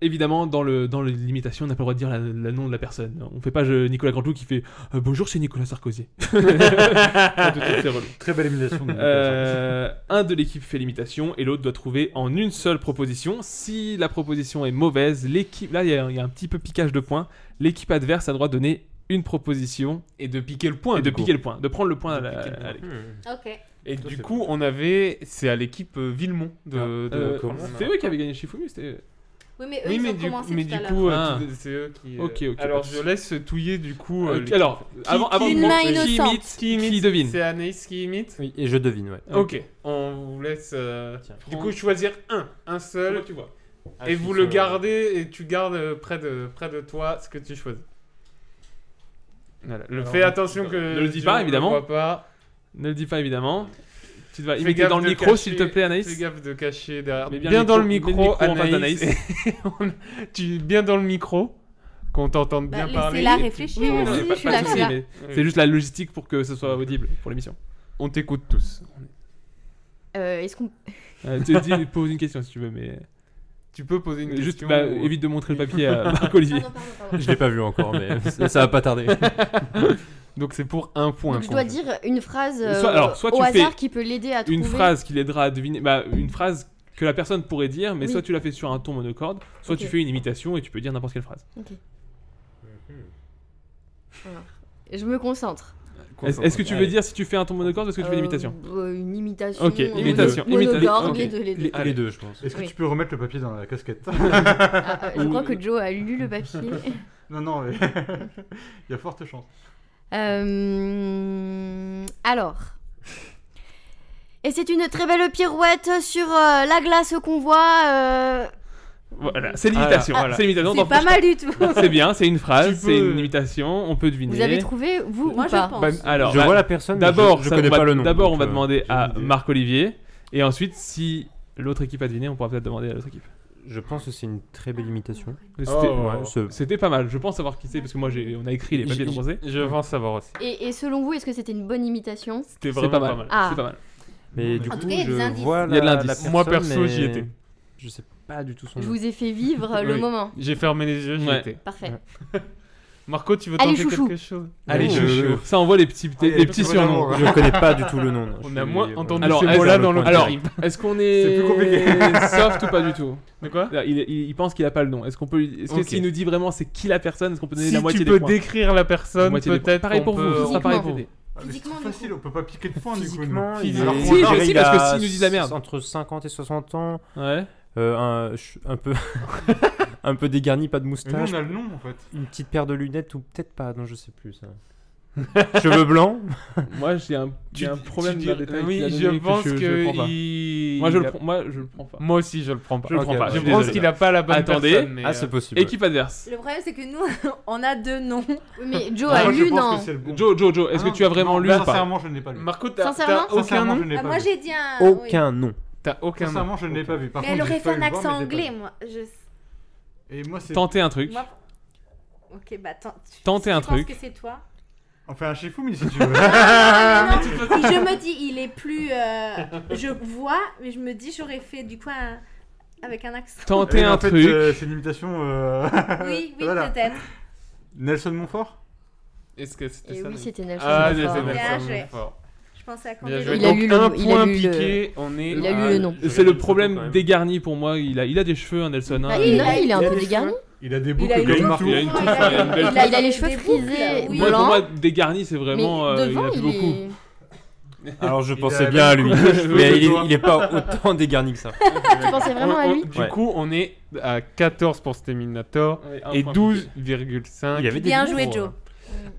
Speaker 8: Évidemment, dans le dans les limitations, on n'a pas le droit de dire la- le nom de la personne. On fait pas je- Nicolas Grandloup qui fait euh, bonjour, c'est Nicolas Sarkozy. Tout de suite, c'est relou.
Speaker 5: Très belle imitation de Nicolas
Speaker 8: Euh, un de l'équipe fait l'imitation et l'autre doit trouver en une seule proposition. Si la proposition est mauvaise, l'équipe là il y, a- il y a un petit peu piquage de points. L'équipe adverse a le droit de donner une proposition
Speaker 9: et de piquer le point.
Speaker 8: et de
Speaker 9: du coup.
Speaker 8: piquer le point, de prendre le point à Ah, la- Hmm. à l'équipe.
Speaker 10: Ok.
Speaker 9: Et du coup, on avait. C'est à l'équipe euh, Villemont de. de-
Speaker 8: Euh,
Speaker 9: comment on a-
Speaker 8: C'était eux qui avaient gagné Shifumi, c'était
Speaker 10: Oui, mais eux,
Speaker 9: Oui,
Speaker 10: ils
Speaker 9: mais
Speaker 10: ont
Speaker 9: du,
Speaker 10: commencé
Speaker 9: mais
Speaker 10: tout
Speaker 9: du
Speaker 10: à l'heure.
Speaker 9: coup, euh,
Speaker 8: Ah.
Speaker 9: tout- c'est eux qui. euh,
Speaker 8: Ok, ok,
Speaker 9: Alors,
Speaker 8: pas de
Speaker 9: je laisse touiller du coup. euh,
Speaker 8: Ok,
Speaker 9: l'équipe.
Speaker 8: alors, avant- avant de
Speaker 10: Une
Speaker 8: prendre-
Speaker 10: main
Speaker 8: qui
Speaker 10: innocente.
Speaker 8: imite, qui devine.
Speaker 9: C'est Anaïs qui imite
Speaker 11: Oui, et je devine, ouais.
Speaker 9: Ok, on vous laisse. euh, du coup, choisir un, un seul.
Speaker 8: tu vois.
Speaker 9: Et
Speaker 11: Ah,
Speaker 9: vous
Speaker 11: si,
Speaker 9: le
Speaker 11: ça-
Speaker 9: gardez et tu gardes euh, près de, près de toi ce que tu choisis. Voilà. Le,
Speaker 8: Alors,
Speaker 9: fais attention que.
Speaker 8: Ne le dis
Speaker 9: Joe
Speaker 8: pas, évidemment.
Speaker 9: voit pas.
Speaker 8: Ne le dis pas, évidemment. Tu vas
Speaker 9: Fais
Speaker 8: imiter
Speaker 9: gaffe
Speaker 8: dans le
Speaker 9: de
Speaker 8: micro,
Speaker 9: cacher-
Speaker 8: s'il te plaît, Anaïs.
Speaker 9: Fais gaffe de cacher derrière.
Speaker 8: Mets
Speaker 9: Bien,
Speaker 8: bien
Speaker 9: dans le
Speaker 8: le micro-
Speaker 9: micro,
Speaker 8: mets le micro en face
Speaker 9: Anaïs.
Speaker 8: d'Anaïs.
Speaker 9: Et on- tu bien dans le micro, qu'on t'entende
Speaker 10: Bah,
Speaker 9: bien parler.
Speaker 10: laissez-la
Speaker 9: et-
Speaker 10: réfléchir,
Speaker 9: Oui, oui,
Speaker 10: hein,
Speaker 9: non,
Speaker 10: si,
Speaker 9: pas-
Speaker 10: je
Speaker 9: pas
Speaker 10: suis
Speaker 9: de
Speaker 10: là,
Speaker 9: souci,
Speaker 10: je suis là.
Speaker 9: mais-
Speaker 8: C'est juste la logique pour que ce soit audible pour l'émission.
Speaker 9: On t'écoute tous.
Speaker 12: Euh, Est-ce qu'on.
Speaker 8: Euh, tu- dis- pose une question si tu veux, mais.
Speaker 9: Tu peux poser une
Speaker 8: Mais Juste,
Speaker 9: question.
Speaker 8: bah,
Speaker 9: ou-
Speaker 12: Ah,
Speaker 8: évite de montrer le papier à Marc Olivier.
Speaker 11: Je l'ai pas vu encore, mais ça- ça va pas tarder.
Speaker 9: Donc c'est pour un point.
Speaker 12: Donc, je dois
Speaker 9: Franck.
Speaker 12: dire une phrase euh,
Speaker 8: Soit- alors, soit
Speaker 12: au
Speaker 8: tu
Speaker 12: hasard
Speaker 8: fais
Speaker 12: qui peut l'aider à trouver.
Speaker 8: une phrase qui l'aidera à deviner. Bah, une phrase que la personne pourrait dire, mais
Speaker 12: Oui.
Speaker 8: soit tu la fais sur un ton monocorde, soit tu
Speaker 12: Ok.
Speaker 8: fais une imitation et tu peux dire n'importe quelle phrase.
Speaker 12: Ok. Alors, je me concentre.
Speaker 8: Mhm. Est-ce est-ce que tu veux dire si tu fais un ton monocorde ou est-ce que tu fais une imitation
Speaker 12: Euh, une imitation.
Speaker 8: Ok,
Speaker 12: euh,
Speaker 8: imitation.
Speaker 12: mono-
Speaker 8: imitation.
Speaker 12: monocorde,
Speaker 8: Ok.
Speaker 12: les deux, les deux.
Speaker 8: Allez.
Speaker 5: Est-ce que
Speaker 12: Oui.
Speaker 5: tu peux remettre le papier dans la casquette
Speaker 12: Ah, euh, je crois que Joe a lu le papier.
Speaker 5: Non, non, mais il y a forte chance.
Speaker 12: Euh, alors. Et c'est une très belle pirouette sur euh, la glace qu'on voit. euh,
Speaker 8: Voilà, c'est
Speaker 9: Voilà,
Speaker 8: l'imitation.
Speaker 9: voilà.
Speaker 8: Ah, C'est l'imitation.
Speaker 12: C'est
Speaker 8: t'en
Speaker 12: pas
Speaker 8: fous
Speaker 12: mal du tout.
Speaker 8: C'est bien, c'est une phrase,
Speaker 12: Tu
Speaker 8: c'est
Speaker 12: peux-
Speaker 8: une imitation, on peut deviner.
Speaker 12: Vous avez trouvé, vous ou
Speaker 10: Moi, je
Speaker 12: pas
Speaker 10: pense.
Speaker 8: Bah, alors,
Speaker 11: Je
Speaker 8: bah,
Speaker 11: vois la personne, mais
Speaker 8: D'abord,
Speaker 11: je- je
Speaker 8: ça,
Speaker 11: connais
Speaker 8: on va-
Speaker 11: pas le nom,
Speaker 8: D'abord, on
Speaker 11: donc,
Speaker 8: va
Speaker 11: euh,
Speaker 8: demander
Speaker 11: j'ai
Speaker 8: à
Speaker 11: une idée.
Speaker 8: Marc Olivier, et ensuite, si l'autre équipe a deviné, on pourra peut-être demander à l'autre équipe.
Speaker 11: Je pense que c'est une très belle imitation.
Speaker 8: C'était
Speaker 11: Oh.
Speaker 8: ouais, c'est- c'était pas mal. Je pense savoir qui c'est parce que moi, j'ai- on a écrit les
Speaker 9: Je-
Speaker 8: papiers de
Speaker 9: je-
Speaker 8: Rosé.
Speaker 9: je pense savoir aussi.
Speaker 12: Et, et selon vous, est-ce que c'était une bonne imitation
Speaker 8: C'était vraiment pas mal.
Speaker 12: Ah.
Speaker 8: C'est pas mal.
Speaker 11: Mais du
Speaker 12: En tout
Speaker 11: coup,
Speaker 12: cas, il y a des
Speaker 11: je
Speaker 12: indices.
Speaker 11: vois
Speaker 8: Il y a de
Speaker 11: la-
Speaker 8: l'indice.
Speaker 11: la personne,
Speaker 8: Moi, perso,
Speaker 11: mais
Speaker 8: j'y étais.
Speaker 11: Je sais pas du tout son
Speaker 12: Je
Speaker 11: nom.
Speaker 12: vous ai fait vivre le
Speaker 11: Oui.
Speaker 12: moment.
Speaker 9: J'ai fermé les yeux, j'y
Speaker 8: Ouais.
Speaker 9: étais.
Speaker 12: Parfait.
Speaker 9: Marco, tu veux
Speaker 12: Allez,
Speaker 9: tenter
Speaker 12: chouchou.
Speaker 9: quelque chose
Speaker 8: Allez,
Speaker 9: Oh.
Speaker 8: chouchou. Ça envoie les petits,
Speaker 9: Ah, il y a
Speaker 8: les
Speaker 9: tout
Speaker 8: petits
Speaker 9: le
Speaker 8: surnoms.
Speaker 9: nom. Je connais pas du tout le nom, non. Je
Speaker 8: On a
Speaker 9: suis-
Speaker 8: moins
Speaker 9: euh,
Speaker 8: entendu
Speaker 9: alors,
Speaker 8: ce
Speaker 9: est-ce-
Speaker 8: mot-là dans le
Speaker 9: alors,
Speaker 8: est-ce qu'on est,
Speaker 9: C'est plus compliqué.
Speaker 8: soft ou pas du tout
Speaker 9: De quoi
Speaker 8: Là, il, il- il pense qu'il a pas le nom. Est-ce qu'on peut lui- Est-ce que
Speaker 9: Ok.
Speaker 8: s'il nous dit vraiment c'est qui la personne Est-ce qu'on peut donner
Speaker 9: Si
Speaker 8: la moitié
Speaker 9: tu
Speaker 8: des
Speaker 9: peux
Speaker 8: points
Speaker 9: décrire la personne,
Speaker 8: Moitié des points.
Speaker 9: peut-être
Speaker 8: Pareil
Speaker 9: on
Speaker 8: pour vous.
Speaker 9: peut-
Speaker 8: Ce sera pareil pour
Speaker 9: Physiquement.
Speaker 8: vous.
Speaker 5: Ah, mais c'est trop facile, on peut pas piquer de points du coup. nous.
Speaker 11: il
Speaker 8: Alors,
Speaker 11: est-
Speaker 8: si,
Speaker 11: il
Speaker 8: je- si,
Speaker 11: a
Speaker 8: parce que s'il nous dit de la merde.
Speaker 11: Entre 50 et 60 ans.
Speaker 8: Ouais.
Speaker 11: Euh, un, ch- un peu un peu dégarni, pas de moustache.
Speaker 5: Mais nous, on a le nom, en fait.
Speaker 11: Une petite paire de lunettes ou peut-être pas, non, je sais plus ça. Cheveux blancs
Speaker 8: Moi j'ai un, j'ai
Speaker 9: Tu-
Speaker 8: un problème
Speaker 9: tu
Speaker 8: de
Speaker 9: dis-
Speaker 8: détail.
Speaker 9: oui,
Speaker 8: qu'il a
Speaker 9: je
Speaker 8: donné
Speaker 9: pense
Speaker 8: je
Speaker 9: que
Speaker 8: le prends pas.
Speaker 9: il-
Speaker 8: Moi je
Speaker 9: il
Speaker 8: le
Speaker 9: a- Mm.
Speaker 8: prends- moi je le prends pas.
Speaker 9: Moi aussi, je le prends pas.
Speaker 8: Je le
Speaker 9: Ok,
Speaker 8: prends pas.
Speaker 9: bah,
Speaker 8: suis
Speaker 9: je pense
Speaker 8: désolé.
Speaker 9: qu'il a pas la bonne
Speaker 8: Attendez.
Speaker 9: personne, mais,
Speaker 11: Ah, c'est euh, possible.
Speaker 8: Équipe adverse.
Speaker 10: Le problème, c'est que nous, on a deux noms.
Speaker 12: Oui, mais Joe
Speaker 5: Moi,
Speaker 12: a
Speaker 5: je
Speaker 12: lu,
Speaker 5: pense
Speaker 12: non
Speaker 10: hein.
Speaker 5: que c'est le bon.
Speaker 8: Joe, Joe, Joe, est-ce
Speaker 5: Ah
Speaker 8: que tu as vraiment
Speaker 5: non,
Speaker 8: lu
Speaker 5: bah,
Speaker 8: ou pas
Speaker 5: Sincèrement, je ne l'ai pas lu.
Speaker 9: Marco, t'as
Speaker 10: Sincèrement
Speaker 9: t'as aucun
Speaker 5: Sincèrement, je
Speaker 9: nom
Speaker 5: ne l'ai
Speaker 10: Ah,
Speaker 5: pas
Speaker 10: moi,
Speaker 5: vu.
Speaker 10: j'ai dit un.
Speaker 11: Aucun nom.
Speaker 9: T'as aucun nom.
Speaker 5: Sincèrement, je ne l'ai pas vu. Par
Speaker 10: Mais
Speaker 5: contre,
Speaker 10: elle
Speaker 5: j'ai
Speaker 10: aurait fait
Speaker 5: failli
Speaker 10: un
Speaker 5: le voir,
Speaker 10: accent
Speaker 5: mais je l'ai pas
Speaker 10: anglais,
Speaker 5: vu.
Speaker 10: moi. Je-
Speaker 5: Et moi, c'est.
Speaker 8: Tentez un truc.
Speaker 10: moi- Ok, bah, attends.
Speaker 8: Tentez un
Speaker 10: Je
Speaker 8: truc.
Speaker 10: pense que c'est toi.
Speaker 5: On fait un Shifumi si tu veux.
Speaker 10: Ah, mais non, si je me dis, il est plus. euh, je vois, mais je me dis, j'aurais fait du coup un. Avec un accent.
Speaker 8: Tentez
Speaker 5: Et en
Speaker 8: un
Speaker 5: fait,
Speaker 8: truc.
Speaker 5: euh, c'est une imitation. euh,
Speaker 10: Oui, oui,
Speaker 5: voilà.
Speaker 10: peut-être.
Speaker 5: Nelson Montfort
Speaker 9: Est-ce que c'était
Speaker 12: Et
Speaker 9: ça
Speaker 12: Eh oui,
Speaker 9: le-
Speaker 12: c'était Nelson Bah,
Speaker 9: Ah,
Speaker 12: Montfort.
Speaker 9: Nelson
Speaker 10: Bien
Speaker 9: Montfort,
Speaker 10: joué.
Speaker 9: Montfort.
Speaker 10: Je pensais à quand
Speaker 9: Bien
Speaker 10: même.
Speaker 9: joué.
Speaker 12: Il a
Speaker 9: Donc,
Speaker 12: lu le-
Speaker 9: un
Speaker 12: il a
Speaker 9: point
Speaker 12: lu le-
Speaker 9: piqué, on est.
Speaker 12: il a lu
Speaker 9: à-
Speaker 12: le nom.
Speaker 8: C'est
Speaker 9: Je
Speaker 8: le
Speaker 9: réalise quand
Speaker 8: problème
Speaker 9: même.
Speaker 8: dégarni pour moi. Il a, il a des cheveux, hein, Nelson. hein.
Speaker 12: Ah, il, a, il est un
Speaker 5: Il a
Speaker 12: peu
Speaker 5: des
Speaker 12: dégarni.
Speaker 5: Il a des
Speaker 10: Il a
Speaker 5: boucles
Speaker 10: une
Speaker 5: comme
Speaker 10: touffe.
Speaker 5: Marco.
Speaker 8: Il a une touffe, il a une belle
Speaker 12: Il a, il a les
Speaker 10: Des
Speaker 12: cheveux
Speaker 10: boucles,
Speaker 12: frisés,
Speaker 10: oui.
Speaker 8: Moi, pour moi,
Speaker 12: blancs.
Speaker 8: dégarni, c'est
Speaker 12: Mais
Speaker 8: vraiment. euh,
Speaker 12: devant,
Speaker 8: il a plus
Speaker 12: il,
Speaker 8: beaucoup.
Speaker 12: est.
Speaker 11: Alors je
Speaker 5: Il
Speaker 11: pensais
Speaker 5: a
Speaker 11: bien à lui,
Speaker 5: beaucoup de cheveux
Speaker 11: mais
Speaker 5: que
Speaker 11: il est,
Speaker 5: toi.
Speaker 11: il est pas autant dégarni que ça.
Speaker 12: Tu pensais vraiment
Speaker 9: On-
Speaker 12: à
Speaker 9: on-
Speaker 12: lui
Speaker 9: Du
Speaker 11: Ouais.
Speaker 9: coup, on est à 14 pour Sterminator
Speaker 8: Ouais, un
Speaker 9: et
Speaker 8: point.
Speaker 9: 12,5
Speaker 11: Il y avait des
Speaker 10: Bien
Speaker 11: livres,
Speaker 10: joué,
Speaker 11: euh,
Speaker 10: Joe.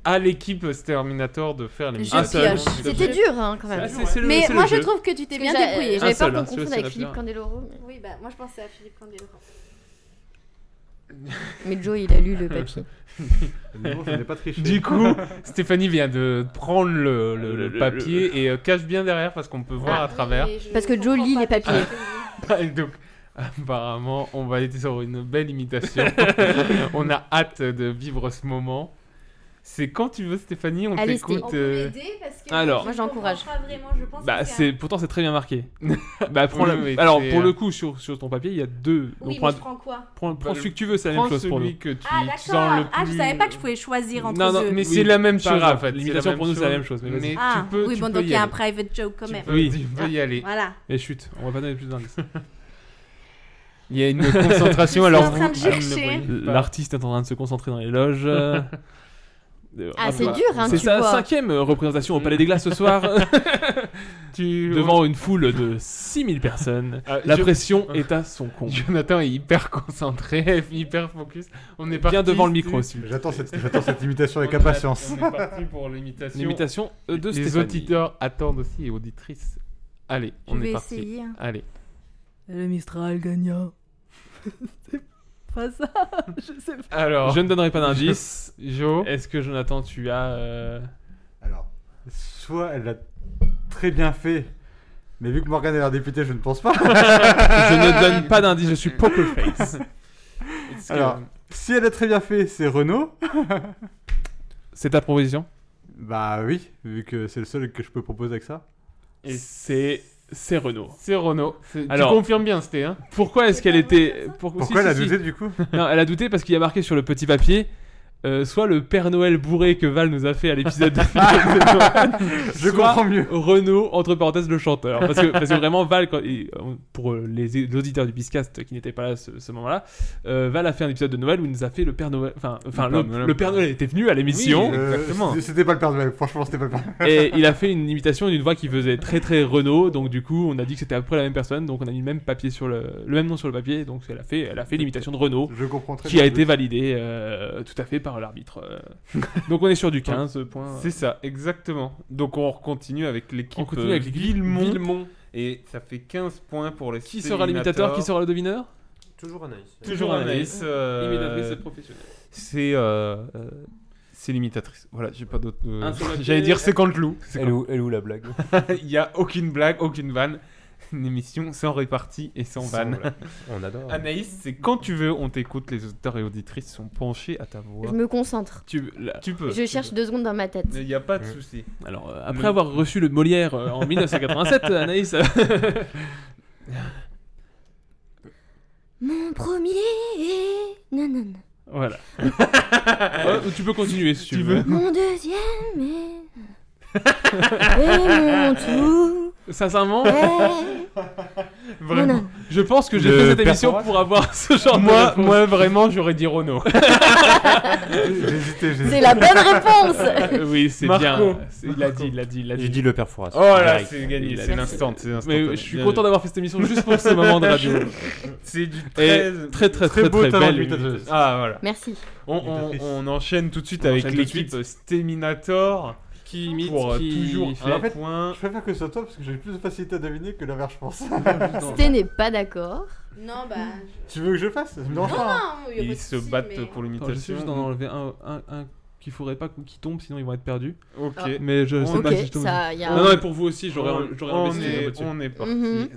Speaker 9: à l'équipe Sterminator de faire les
Speaker 10: Je
Speaker 8: Un seul.
Speaker 10: pioche.
Speaker 12: C'était dur, hein, quand même.
Speaker 8: Ah, c'est- c'est le-
Speaker 10: Mais
Speaker 8: c'est le
Speaker 10: moi, je
Speaker 8: jeu.
Speaker 10: trouve que tu t'es bien
Speaker 12: J'a-
Speaker 10: débrouillé.
Speaker 8: Un
Speaker 12: J'avais peur
Speaker 8: seul,
Speaker 12: qu'on
Speaker 8: hein, celui-là,
Speaker 12: confonde
Speaker 8: c'est la
Speaker 12: avec Philippe
Speaker 8: pire.
Speaker 12: Candeloro. mais-
Speaker 10: Oui, bah, moi, je pensais à Philippe Candeloro.
Speaker 12: Mais Joe, il a lu le papier.
Speaker 5: Mais bon, je n'ai pas triché.
Speaker 9: Du coup, Stéphanie vient de prendre le, le- le
Speaker 8: Le- le-
Speaker 9: papier et euh, cache bien derrière parce qu'on peut voir à travers.
Speaker 12: Parce que Joe lit les papiers.
Speaker 9: Donc, apparemment, on va être sur une belle imitation. on a hâte de vivre ce moment. C'est quand tu veux, Stéphanie, on
Speaker 12: Allez,
Speaker 10: On
Speaker 9: t'écoute.
Speaker 10: peut
Speaker 9: euh,
Speaker 10: l'aider parce que
Speaker 8: Alors.
Speaker 10: je
Speaker 12: Moi, j'encourage.
Speaker 10: comprends pas vraiment, je pense
Speaker 8: Bah,
Speaker 10: que c'est
Speaker 8: c'est pourtant c'est très bien marqué. bah, prends le-
Speaker 9: Oui, mais
Speaker 8: Alors
Speaker 9: c'est,
Speaker 8: pour
Speaker 9: euh,
Speaker 8: le coup sur, sur ton papier il y a deux.
Speaker 10: un- Oui,
Speaker 8: Donc
Speaker 10: mais
Speaker 8: prends,
Speaker 10: je prends quoi
Speaker 8: prends- prends
Speaker 9: Bah,
Speaker 8: celui que tu veux c'est la
Speaker 9: prends
Speaker 8: même chose pour
Speaker 9: celui
Speaker 8: nous.
Speaker 9: que tu
Speaker 10: Ah,
Speaker 9: sens le
Speaker 10: d'accord.
Speaker 9: plus.
Speaker 10: Ah, je savais pas que je pouvais choisir entre
Speaker 8: euh, Non, non,
Speaker 10: eux.
Speaker 9: Mais
Speaker 8: Oui,
Speaker 9: c'est la même
Speaker 8: pas
Speaker 9: chose
Speaker 8: grave.
Speaker 9: en fait.
Speaker 8: L'imitation pour nous, c'est la même chose, mais vas-y.
Speaker 9: Mais
Speaker 10: Ah,
Speaker 9: tu peux,
Speaker 10: oui,
Speaker 9: tu
Speaker 10: bon,
Speaker 9: peux
Speaker 10: donc
Speaker 9: y
Speaker 10: il y a un
Speaker 9: aller.
Speaker 10: private joke quand
Speaker 9: Tu
Speaker 10: même.
Speaker 9: peux-
Speaker 8: Oui.
Speaker 9: tu peux y aller.
Speaker 10: Voilà.
Speaker 8: Et chut, on va pas donner plus d'indices.
Speaker 9: Il y a une concentration
Speaker 10: Je suis en
Speaker 9: alors.
Speaker 10: train de
Speaker 9: vous-
Speaker 10: chercher.
Speaker 9: vous ne voyez pas.
Speaker 8: L'artiste est en train de se concentrer dans les loges. euh, euh,
Speaker 12: Ah,
Speaker 8: un
Speaker 12: c'est
Speaker 8: peu-
Speaker 12: dur, hein,
Speaker 8: C'est
Speaker 12: tu
Speaker 8: sa
Speaker 12: vois.
Speaker 8: cinquième euh, représentation au Palais des Glaces ce soir,
Speaker 9: Tu-
Speaker 8: devant une foule de 6000 personnes.
Speaker 9: Ah,
Speaker 8: La
Speaker 9: je-
Speaker 8: pression est à son compte.
Speaker 9: Jonathan est hyper concentré, hyper focus. On est parti
Speaker 8: Bien devant le
Speaker 9: sur-
Speaker 8: micro aussi.
Speaker 5: J'attends cette, j'attends cette imitation avec
Speaker 9: On est-
Speaker 5: impatience.
Speaker 9: On est parti pour l'imitation.
Speaker 8: L'imitation euh, de
Speaker 9: Les
Speaker 8: Stéphanie.
Speaker 9: auditeurs attendent aussi et auditrices. Allez, on
Speaker 10: vais
Speaker 9: est parti.
Speaker 10: essayer, hein.
Speaker 9: Allez.
Speaker 2: Le Mistral gagna. c'est pas ça. Je sais pas.
Speaker 9: Alors,
Speaker 8: Je ne donnerai pas d'indices.
Speaker 9: Jo,
Speaker 8: Est-ce que Jonathan, tu as. euh,
Speaker 5: Alors, soit elle l'a très bien fait, mais vu que Morgane est la députée, je ne pense pas.
Speaker 8: je ne donne pas d'indice, je suis poker face.
Speaker 9: est-ce que-
Speaker 5: Alors, si elle a très bien fait, c'est Renault.
Speaker 8: C'est ta proposition
Speaker 5: Bah oui, vu que c'est le seul que je peux proposer avec
Speaker 8: Oh,
Speaker 5: ça.
Speaker 8: Et c'est. C'est Renault.
Speaker 9: c'est Renaud. C'est-
Speaker 8: Alors-
Speaker 9: tu confirmes bien, c'était hein
Speaker 8: Pourquoi est-ce qu'elle était. pour-
Speaker 5: Pourquoi
Speaker 8: si,
Speaker 5: elle a
Speaker 8: si, si.
Speaker 5: douté du coup
Speaker 8: Non, elle a douté parce qu'il y a marqué sur le petit papier euh, soit le Père Noël bourré que Val nous a fait à l'épisode de
Speaker 5: Je comprends mieux.
Speaker 8: Renault, entre parenthèses, le chanteur. Parce que, parce que vraiment, Val, quand il- euh, pour les auditeurs du Biscast qui n'étaient pas là ce, ce moment-là, euh, Val a fait un épisode de Noël où il nous a fait le Père Noël. Enfin, enfin
Speaker 5: Le
Speaker 8: le,
Speaker 5: Père Noël.
Speaker 8: le Père Noël était venu à l'émission.
Speaker 5: Euh, C'était pas le Père Noël, franchement, c'était pas le Père Noël.
Speaker 8: Et il a fait une imitation d'une voix qui faisait très très Renault, donc du coup on a dit que c'était à peu près la même personne, donc on a mis le même papier sur le, le même nom sur le papier, donc elle a fait, elle a fait l'imitation de Renault,
Speaker 5: Je comprends très
Speaker 8: qui
Speaker 5: bien.
Speaker 8: a été validée euh, tout à fait par l'arbitre. euh. donc on est sur du 15 points.
Speaker 9: C'est ça, exactement. Donc on continue avec l'équipe.
Speaker 8: On continue avec
Speaker 9: euh,
Speaker 8: l'équipe
Speaker 9: Villemont.
Speaker 8: Villemont.
Speaker 9: Et ça fait 15 points pour les
Speaker 8: Qui sera l'imitateur, qui sera le devineur
Speaker 11: Toujours Anaïs.
Speaker 9: Toujours Anaïs. euh,
Speaker 8: Imitatrice professionnelle.
Speaker 9: C'est. euh, euh, c'est l'imitatrice. Voilà, j'ai pas d'autre. euh,
Speaker 8: Un sur la clé.
Speaker 9: J'allais dire c'est quand le loup.
Speaker 11: Elle est où- elle est où, la blague
Speaker 9: Il y a aucune blague, aucune vanne. Une émission sans répartie et sans,
Speaker 11: Sans
Speaker 9: vanne.
Speaker 11: blague. On adore.
Speaker 9: Anaïs, c'est quand tu veux, on t'écoute. Les auditeurs et auditrices sont penchés à ta voix.
Speaker 12: Je me concentre.
Speaker 9: Tu, là, tu peux.
Speaker 12: Je
Speaker 9: tu
Speaker 12: cherche
Speaker 9: peux.
Speaker 12: deux secondes dans ma tête.
Speaker 9: Il n'y a pas de souci.
Speaker 8: Alors, euh, après avoir reçu le Molière euh, en 1987, Anaïs. euh,
Speaker 12: Mon premier est... nanana.
Speaker 8: voilà. Ouais, ou tu peux continuer si tu, veux.
Speaker 12: Mon deuxième est... Et mon tout...
Speaker 8: Sincèrement,
Speaker 9: Vraiment.
Speaker 8: je pense que j'ai
Speaker 9: Le
Speaker 8: fait cette
Speaker 9: Père
Speaker 8: émission
Speaker 9: Horace.
Speaker 8: pour avoir ce genre de
Speaker 9: moi,
Speaker 8: réponse.
Speaker 9: moi, vraiment, j'aurais dit Renault.
Speaker 5: J'hésitais,
Speaker 12: C'est la bonne réponse
Speaker 8: Oui, c'est
Speaker 9: Marco.
Speaker 8: bien. C'est- Il l'a dit, il l'a dit, il l'a dit.
Speaker 11: J'ai dit le père Fouras.
Speaker 9: Oh là,
Speaker 11: Direct.
Speaker 9: c'est gagné,
Speaker 8: Il a
Speaker 9: c'est
Speaker 8: dit.
Speaker 9: l'instant, c'est l'instant.
Speaker 8: Mais je suis
Speaker 9: Bien
Speaker 8: content
Speaker 9: joué.
Speaker 8: d'avoir fait cette émission juste pour ce moment de radio.
Speaker 9: C'est du
Speaker 8: Et
Speaker 9: très,
Speaker 8: très, très, très,
Speaker 9: beau
Speaker 8: très
Speaker 9: talent
Speaker 8: belle
Speaker 9: de l'imitatrice.
Speaker 8: imitatrice.
Speaker 9: Ah voilà.
Speaker 12: Merci.
Speaker 9: On, on- on enchaîne tout de suite
Speaker 8: On
Speaker 9: avec
Speaker 8: enchaîne tout de suite.
Speaker 9: l'équipe Steminator
Speaker 8: qui imite,
Speaker 9: pour euh,
Speaker 8: qui
Speaker 9: toujours
Speaker 8: fait.
Speaker 9: un
Speaker 5: En fait,
Speaker 9: point.
Speaker 5: Ah, je préfère que ce soit toi parce que j'ai plus de facilité à deviner que l'inverse, je pense.
Speaker 12: Sté n'est pas d'accord.
Speaker 10: Non, bah.
Speaker 5: tu veux que je fasse Non,
Speaker 10: Non, non, il y a pas de
Speaker 9: Ils se
Speaker 10: souci,
Speaker 9: battent
Speaker 10: mais-
Speaker 9: pour
Speaker 8: Attends, J'essaie
Speaker 9: l'imitation.
Speaker 8: juste d'en enlever un, un, un qu'il faudrait pas qu'il tombe, sinon ils vont être perdus.
Speaker 9: Ok. Euh,
Speaker 8: Mais je sais
Speaker 12: Ok,
Speaker 8: pas si je tombe.
Speaker 12: ça, y a-
Speaker 8: Non, non, mais pour vous aussi, j'aurais
Speaker 9: On-
Speaker 8: j'aurais
Speaker 9: on,
Speaker 8: investi
Speaker 9: est,
Speaker 8: là-dessus.
Speaker 9: on est parti.
Speaker 12: Mhm.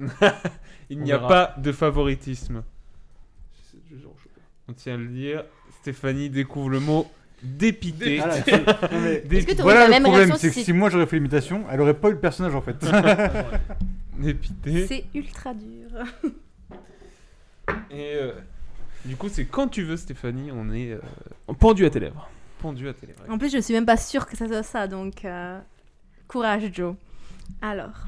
Speaker 9: Il
Speaker 8: On
Speaker 9: n'y a
Speaker 8: verra.
Speaker 9: pas de favoritisme. On tient à le dire. Stéphanie découvre le mot dépité.
Speaker 5: Voilà, c'est- non, mais-
Speaker 12: Est-ce que t'aurais
Speaker 5: voilà
Speaker 12: la
Speaker 5: le
Speaker 12: même
Speaker 5: problème,
Speaker 12: réaction
Speaker 5: c'est
Speaker 12: si-
Speaker 5: que si moi j'aurais fait l'imitation, elle aurait pas eu le personnage en fait.
Speaker 9: dépité.
Speaker 12: C'est ultra dur.
Speaker 9: Et euh, du coup, c'est quand tu veux, Stéphanie, on est euh,
Speaker 8: Pendu à tes lèvres.
Speaker 9: pendu à tes lèvres.
Speaker 10: En plus, je suis même pas sûre que ça soit ça, donc. euh, Courage, Joe. Alors.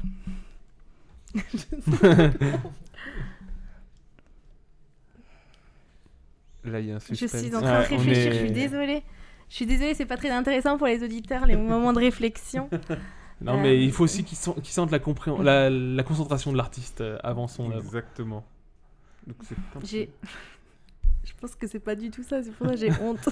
Speaker 9: Là, il y a un
Speaker 10: Je
Speaker 9: suspense. Ah,
Speaker 10: suis en train de réfléchir, je suis désolée. Je suis désolée, c'est pas très intéressant pour les auditeurs, les moments de réflexion.
Speaker 8: Non,
Speaker 9: Ah.
Speaker 10: Euh,
Speaker 8: mais il faut aussi qu'ils sen- qu'ils sentent la, compréhen- la, la concentration de l'artiste euh, avant son œuvre.
Speaker 9: Exactement. Donc c'est quand tu-
Speaker 10: J'ai. Je pense que c'est pas du tout ça, c'est pour ça que j'ai honte.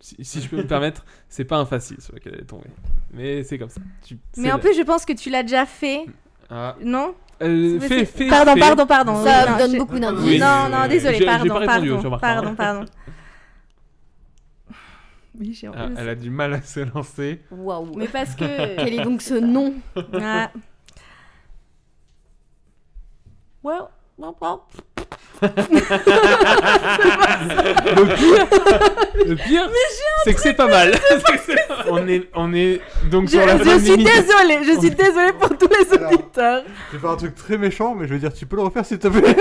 Speaker 8: Si, si je peux me permettre, c'est pas un facile sur lequel elle est tombée. Mais c'est comme ça. Tu-
Speaker 10: Mais
Speaker 8: c'est
Speaker 10: en
Speaker 8: la-
Speaker 10: plus, je pense que tu l'as déjà fait,
Speaker 9: Ah.
Speaker 10: non
Speaker 8: Euh,
Speaker 10: Mais
Speaker 8: fais,
Speaker 10: c'est-
Speaker 8: fais,
Speaker 10: pardon,
Speaker 8: fais.
Speaker 10: pardon, pardon,
Speaker 12: Ça
Speaker 10: Oui,
Speaker 12: me donne
Speaker 10: j'ai-
Speaker 12: beaucoup d'indices.
Speaker 8: Oui,
Speaker 10: non,
Speaker 8: oui,
Speaker 10: non,
Speaker 8: oui.
Speaker 10: désolé,
Speaker 8: J'ai- j'ai
Speaker 10: pardon,
Speaker 8: pas répondu, tu
Speaker 10: pardon,
Speaker 8: remarqueras.
Speaker 10: pardon, pardon. Oui, j'ai
Speaker 9: Ah,
Speaker 10: honte.
Speaker 9: elle a du mal à se lancer.
Speaker 12: Waouh.
Speaker 10: Mais parce que.
Speaker 12: Quel est donc ce nom
Speaker 10: Ah. Ouais, ouais, ouais.
Speaker 9: Le pire, le pire,
Speaker 10: Mais
Speaker 9: c'est que c'est pas mal. on est, on est donc
Speaker 10: j'ai
Speaker 9: sur la
Speaker 10: un truc-
Speaker 9: fin
Speaker 10: Je, je suis
Speaker 9: d'émission.
Speaker 10: désolée, je suis désolée pour tous les auditeurs.
Speaker 5: C'est pas un truc très méchant, mais je veux dire, tu peux le refaire s'il te plaît.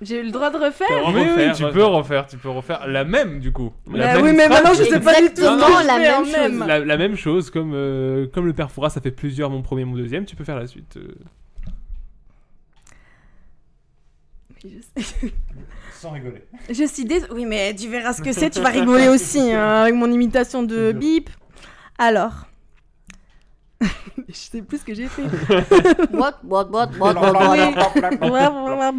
Speaker 10: J'ai eu le droit de
Speaker 9: Mais
Speaker 10: refaire
Speaker 9: oui,
Speaker 8: refaire, euh,
Speaker 9: tu
Speaker 8: refaire.
Speaker 9: peux refaire, tu peux refaire la même du coup. La
Speaker 10: Bah
Speaker 9: même
Speaker 10: oui, mais
Speaker 9: phrase.
Speaker 10: maintenant je sais pas du tout ce
Speaker 12: Exactement
Speaker 10: que je
Speaker 12: la
Speaker 10: fais en
Speaker 12: même chose.
Speaker 10: même.
Speaker 8: La, la même chose, comme, euh, comme le père Fouras, ça fait plusieurs, mon premier, mon deuxième, tu peux faire la suite. euh.
Speaker 10: Je sais-
Speaker 5: Sans rigoler.
Speaker 10: Je suis désolée. Oui, mais tu verras ce que c'est, tu vas rigoler aussi hein, avec mon imitation de bip. Alors. je sais plus ce que j'ai fait.
Speaker 12: What, what, what, what, what,
Speaker 10: Ah Oui.
Speaker 12: what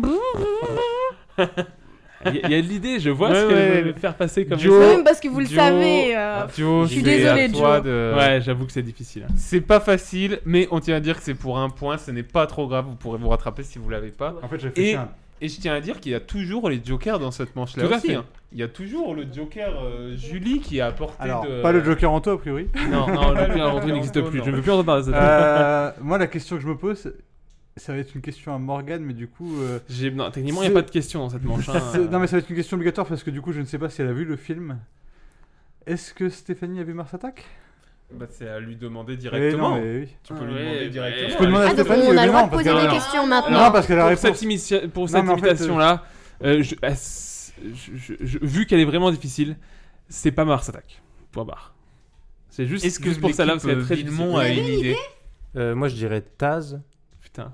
Speaker 8: Il y, a- il y a de l'idée, je vois
Speaker 9: Ouais,
Speaker 8: ce qu'elle
Speaker 9: ouais.
Speaker 8: veut faire passer comme
Speaker 9: Joe,
Speaker 10: Oui, mais parce que vous le
Speaker 9: Joe,
Speaker 10: savez, euh,
Speaker 9: Joe,
Speaker 10: je suis
Speaker 9: c'est à
Speaker 10: désolée,
Speaker 9: toi
Speaker 10: Joe.
Speaker 9: de-
Speaker 8: Ouais, j'avoue que c'est difficile. hein.
Speaker 9: C'est pas facile, mais on tient à dire que c'est pour un point, ce n'est pas trop grave, vous pourrez vous rattraper si vous l'avez pas.
Speaker 5: En fait, hein. j'ai
Speaker 9: et,
Speaker 5: fait un-
Speaker 9: et je tiens à dire qu'il y a toujours les jokers dans cette manche-là
Speaker 8: Tout à
Speaker 9: aussi,
Speaker 8: fait.
Speaker 9: hein. Il y a toujours le joker euh, Julie qui a apporté
Speaker 5: Alors,
Speaker 9: de...
Speaker 5: pas le Joker en toi, a priori.
Speaker 8: Non, non, le Joker en toi
Speaker 9: Antoine
Speaker 8: n'existe plus,
Speaker 9: non.
Speaker 8: je ne veux plus entendre parler de ça.
Speaker 5: Euh, moi, la question que je me pose, ça va être une question à Morgane, mais du coup. euh,
Speaker 8: J'ai- non, techniquement, il n'y
Speaker 5: c'est-
Speaker 8: a pas de question dans cette manche. hein.
Speaker 5: c'est- Non, mais ça va être une question obligatoire parce que du coup, je ne sais pas si elle a vu le film. Est-ce que Stéphanie a vu Mars Attack
Speaker 9: Bah, c'est à lui demander
Speaker 5: Eh non,
Speaker 9: directement.
Speaker 5: mais oui.
Speaker 9: Tu peux lui
Speaker 8: Ouais,
Speaker 9: demander
Speaker 8: ouais.
Speaker 9: directement.
Speaker 5: Je peux demander à
Speaker 12: Ah, donc
Speaker 5: Stéphanie,
Speaker 12: on a
Speaker 5: mais
Speaker 12: le droit
Speaker 5: non,
Speaker 12: de
Speaker 5: parce
Speaker 12: poser
Speaker 5: que-
Speaker 12: des
Speaker 5: non,
Speaker 12: questions
Speaker 5: Non,
Speaker 12: maintenant.
Speaker 5: parce que la
Speaker 8: pour
Speaker 5: réponse.
Speaker 8: cette, imitia- pour
Speaker 5: Non,
Speaker 8: cette
Speaker 5: mais en fait,
Speaker 8: imitation-là, Euh, je- ah, c'est- je- je- je- vu qu'elle est vraiment difficile, c'est pas Mars Attack. Point barre. C'est juste,
Speaker 9: Est-ce que
Speaker 8: juste pour ça là, parce qu'elle est
Speaker 9: l'équipe,
Speaker 8: très
Speaker 9: euh, Villemont
Speaker 8: difficile.
Speaker 9: a une idée
Speaker 11: Euh, moi, je dirais Taz.
Speaker 8: Putain.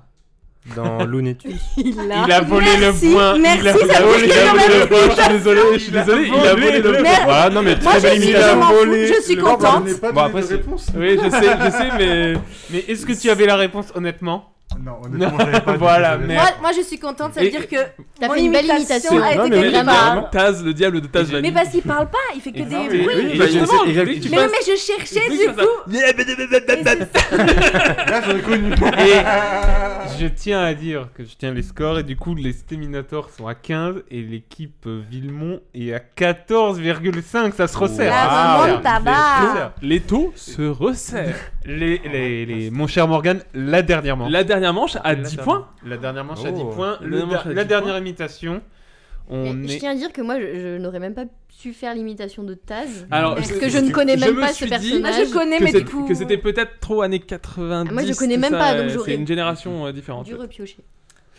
Speaker 11: Dans Looney Tunes.
Speaker 12: Il
Speaker 8: a- Il a volé le Merci, point. Il a- merci, il a ça volé- fait il a quand volé même le point. Je suis désolé, je suis désolé, il a volé le point.
Speaker 11: Voilà, non, mais
Speaker 8: Moi,
Speaker 11: très
Speaker 8: je
Speaker 11: belle
Speaker 8: suis-
Speaker 11: imitation.
Speaker 8: je m'en fous, je suis
Speaker 11: Le-
Speaker 8: contente.
Speaker 11: Bon,
Speaker 8: Bon, après,
Speaker 11: c'est-
Speaker 8: c'est- Oui, je sais, je sais, mais. Mais est-ce que tu avais la réponse honnêtement
Speaker 5: Non,
Speaker 9: honnêtement, j'avais pas,
Speaker 8: Voilà, mais.
Speaker 9: désolé.
Speaker 10: Moi, moi, je suis contente, ça veut
Speaker 8: Et-
Speaker 10: dire que.
Speaker 12: T'as
Speaker 10: mon
Speaker 12: fait une belle imitation.
Speaker 10: a
Speaker 8: Non,
Speaker 10: été
Speaker 8: mais
Speaker 10: quelque
Speaker 8: vraiment,
Speaker 10: part.
Speaker 8: Taz, le diable de Taz
Speaker 10: Mais parce qu'il parle pas, il fait que
Speaker 8: Exactement.
Speaker 10: des
Speaker 8: Oui,
Speaker 10: bruits.
Speaker 8: oui, bah,
Speaker 10: Justement,
Speaker 8: je sais,
Speaker 10: je
Speaker 8: exact,
Speaker 10: voulais
Speaker 8: tu
Speaker 10: mais,
Speaker 8: fasses-
Speaker 10: mais je cherchais du coup.
Speaker 9: Là,
Speaker 5: j'aurais connu.
Speaker 9: Et je tiens à dire que je tiens les scores et du coup, les Stéminators sont à 15 et l'équipe euh, Villemont est à 14,5. Ça se resserre.
Speaker 8: La
Speaker 9: Ah,
Speaker 8: remonte
Speaker 9: merde.
Speaker 8: tabac.
Speaker 9: Les taux- Les taux se resserrent. Les, les, les- mon cher Morgan, la dernière manche.
Speaker 8: La dernière manche à
Speaker 9: La
Speaker 8: 10
Speaker 9: dernière-
Speaker 8: points
Speaker 9: La dernière manche à
Speaker 8: Oh.
Speaker 9: 10 points.
Speaker 8: La
Speaker 9: Le-
Speaker 8: dernière manche
Speaker 9: La,
Speaker 8: à 10
Speaker 9: dernière
Speaker 8: points.
Speaker 9: imitation. On
Speaker 12: Je
Speaker 9: est...
Speaker 12: tiens à dire que moi, je, je n'aurais même pas pu faire l'imitation de Taz.
Speaker 8: Alors,
Speaker 12: parce que je ne connais même pas ce
Speaker 10: Bah,
Speaker 12: personnage.
Speaker 8: que c'est- Que c'était peut-être trop années 90.
Speaker 12: Ah, moi, je connais
Speaker 8: tout
Speaker 12: même
Speaker 8: ça,
Speaker 12: pas,
Speaker 8: euh,
Speaker 12: donc j'aurais
Speaker 8: C'est une génération euh, différente.
Speaker 12: Du repiocher.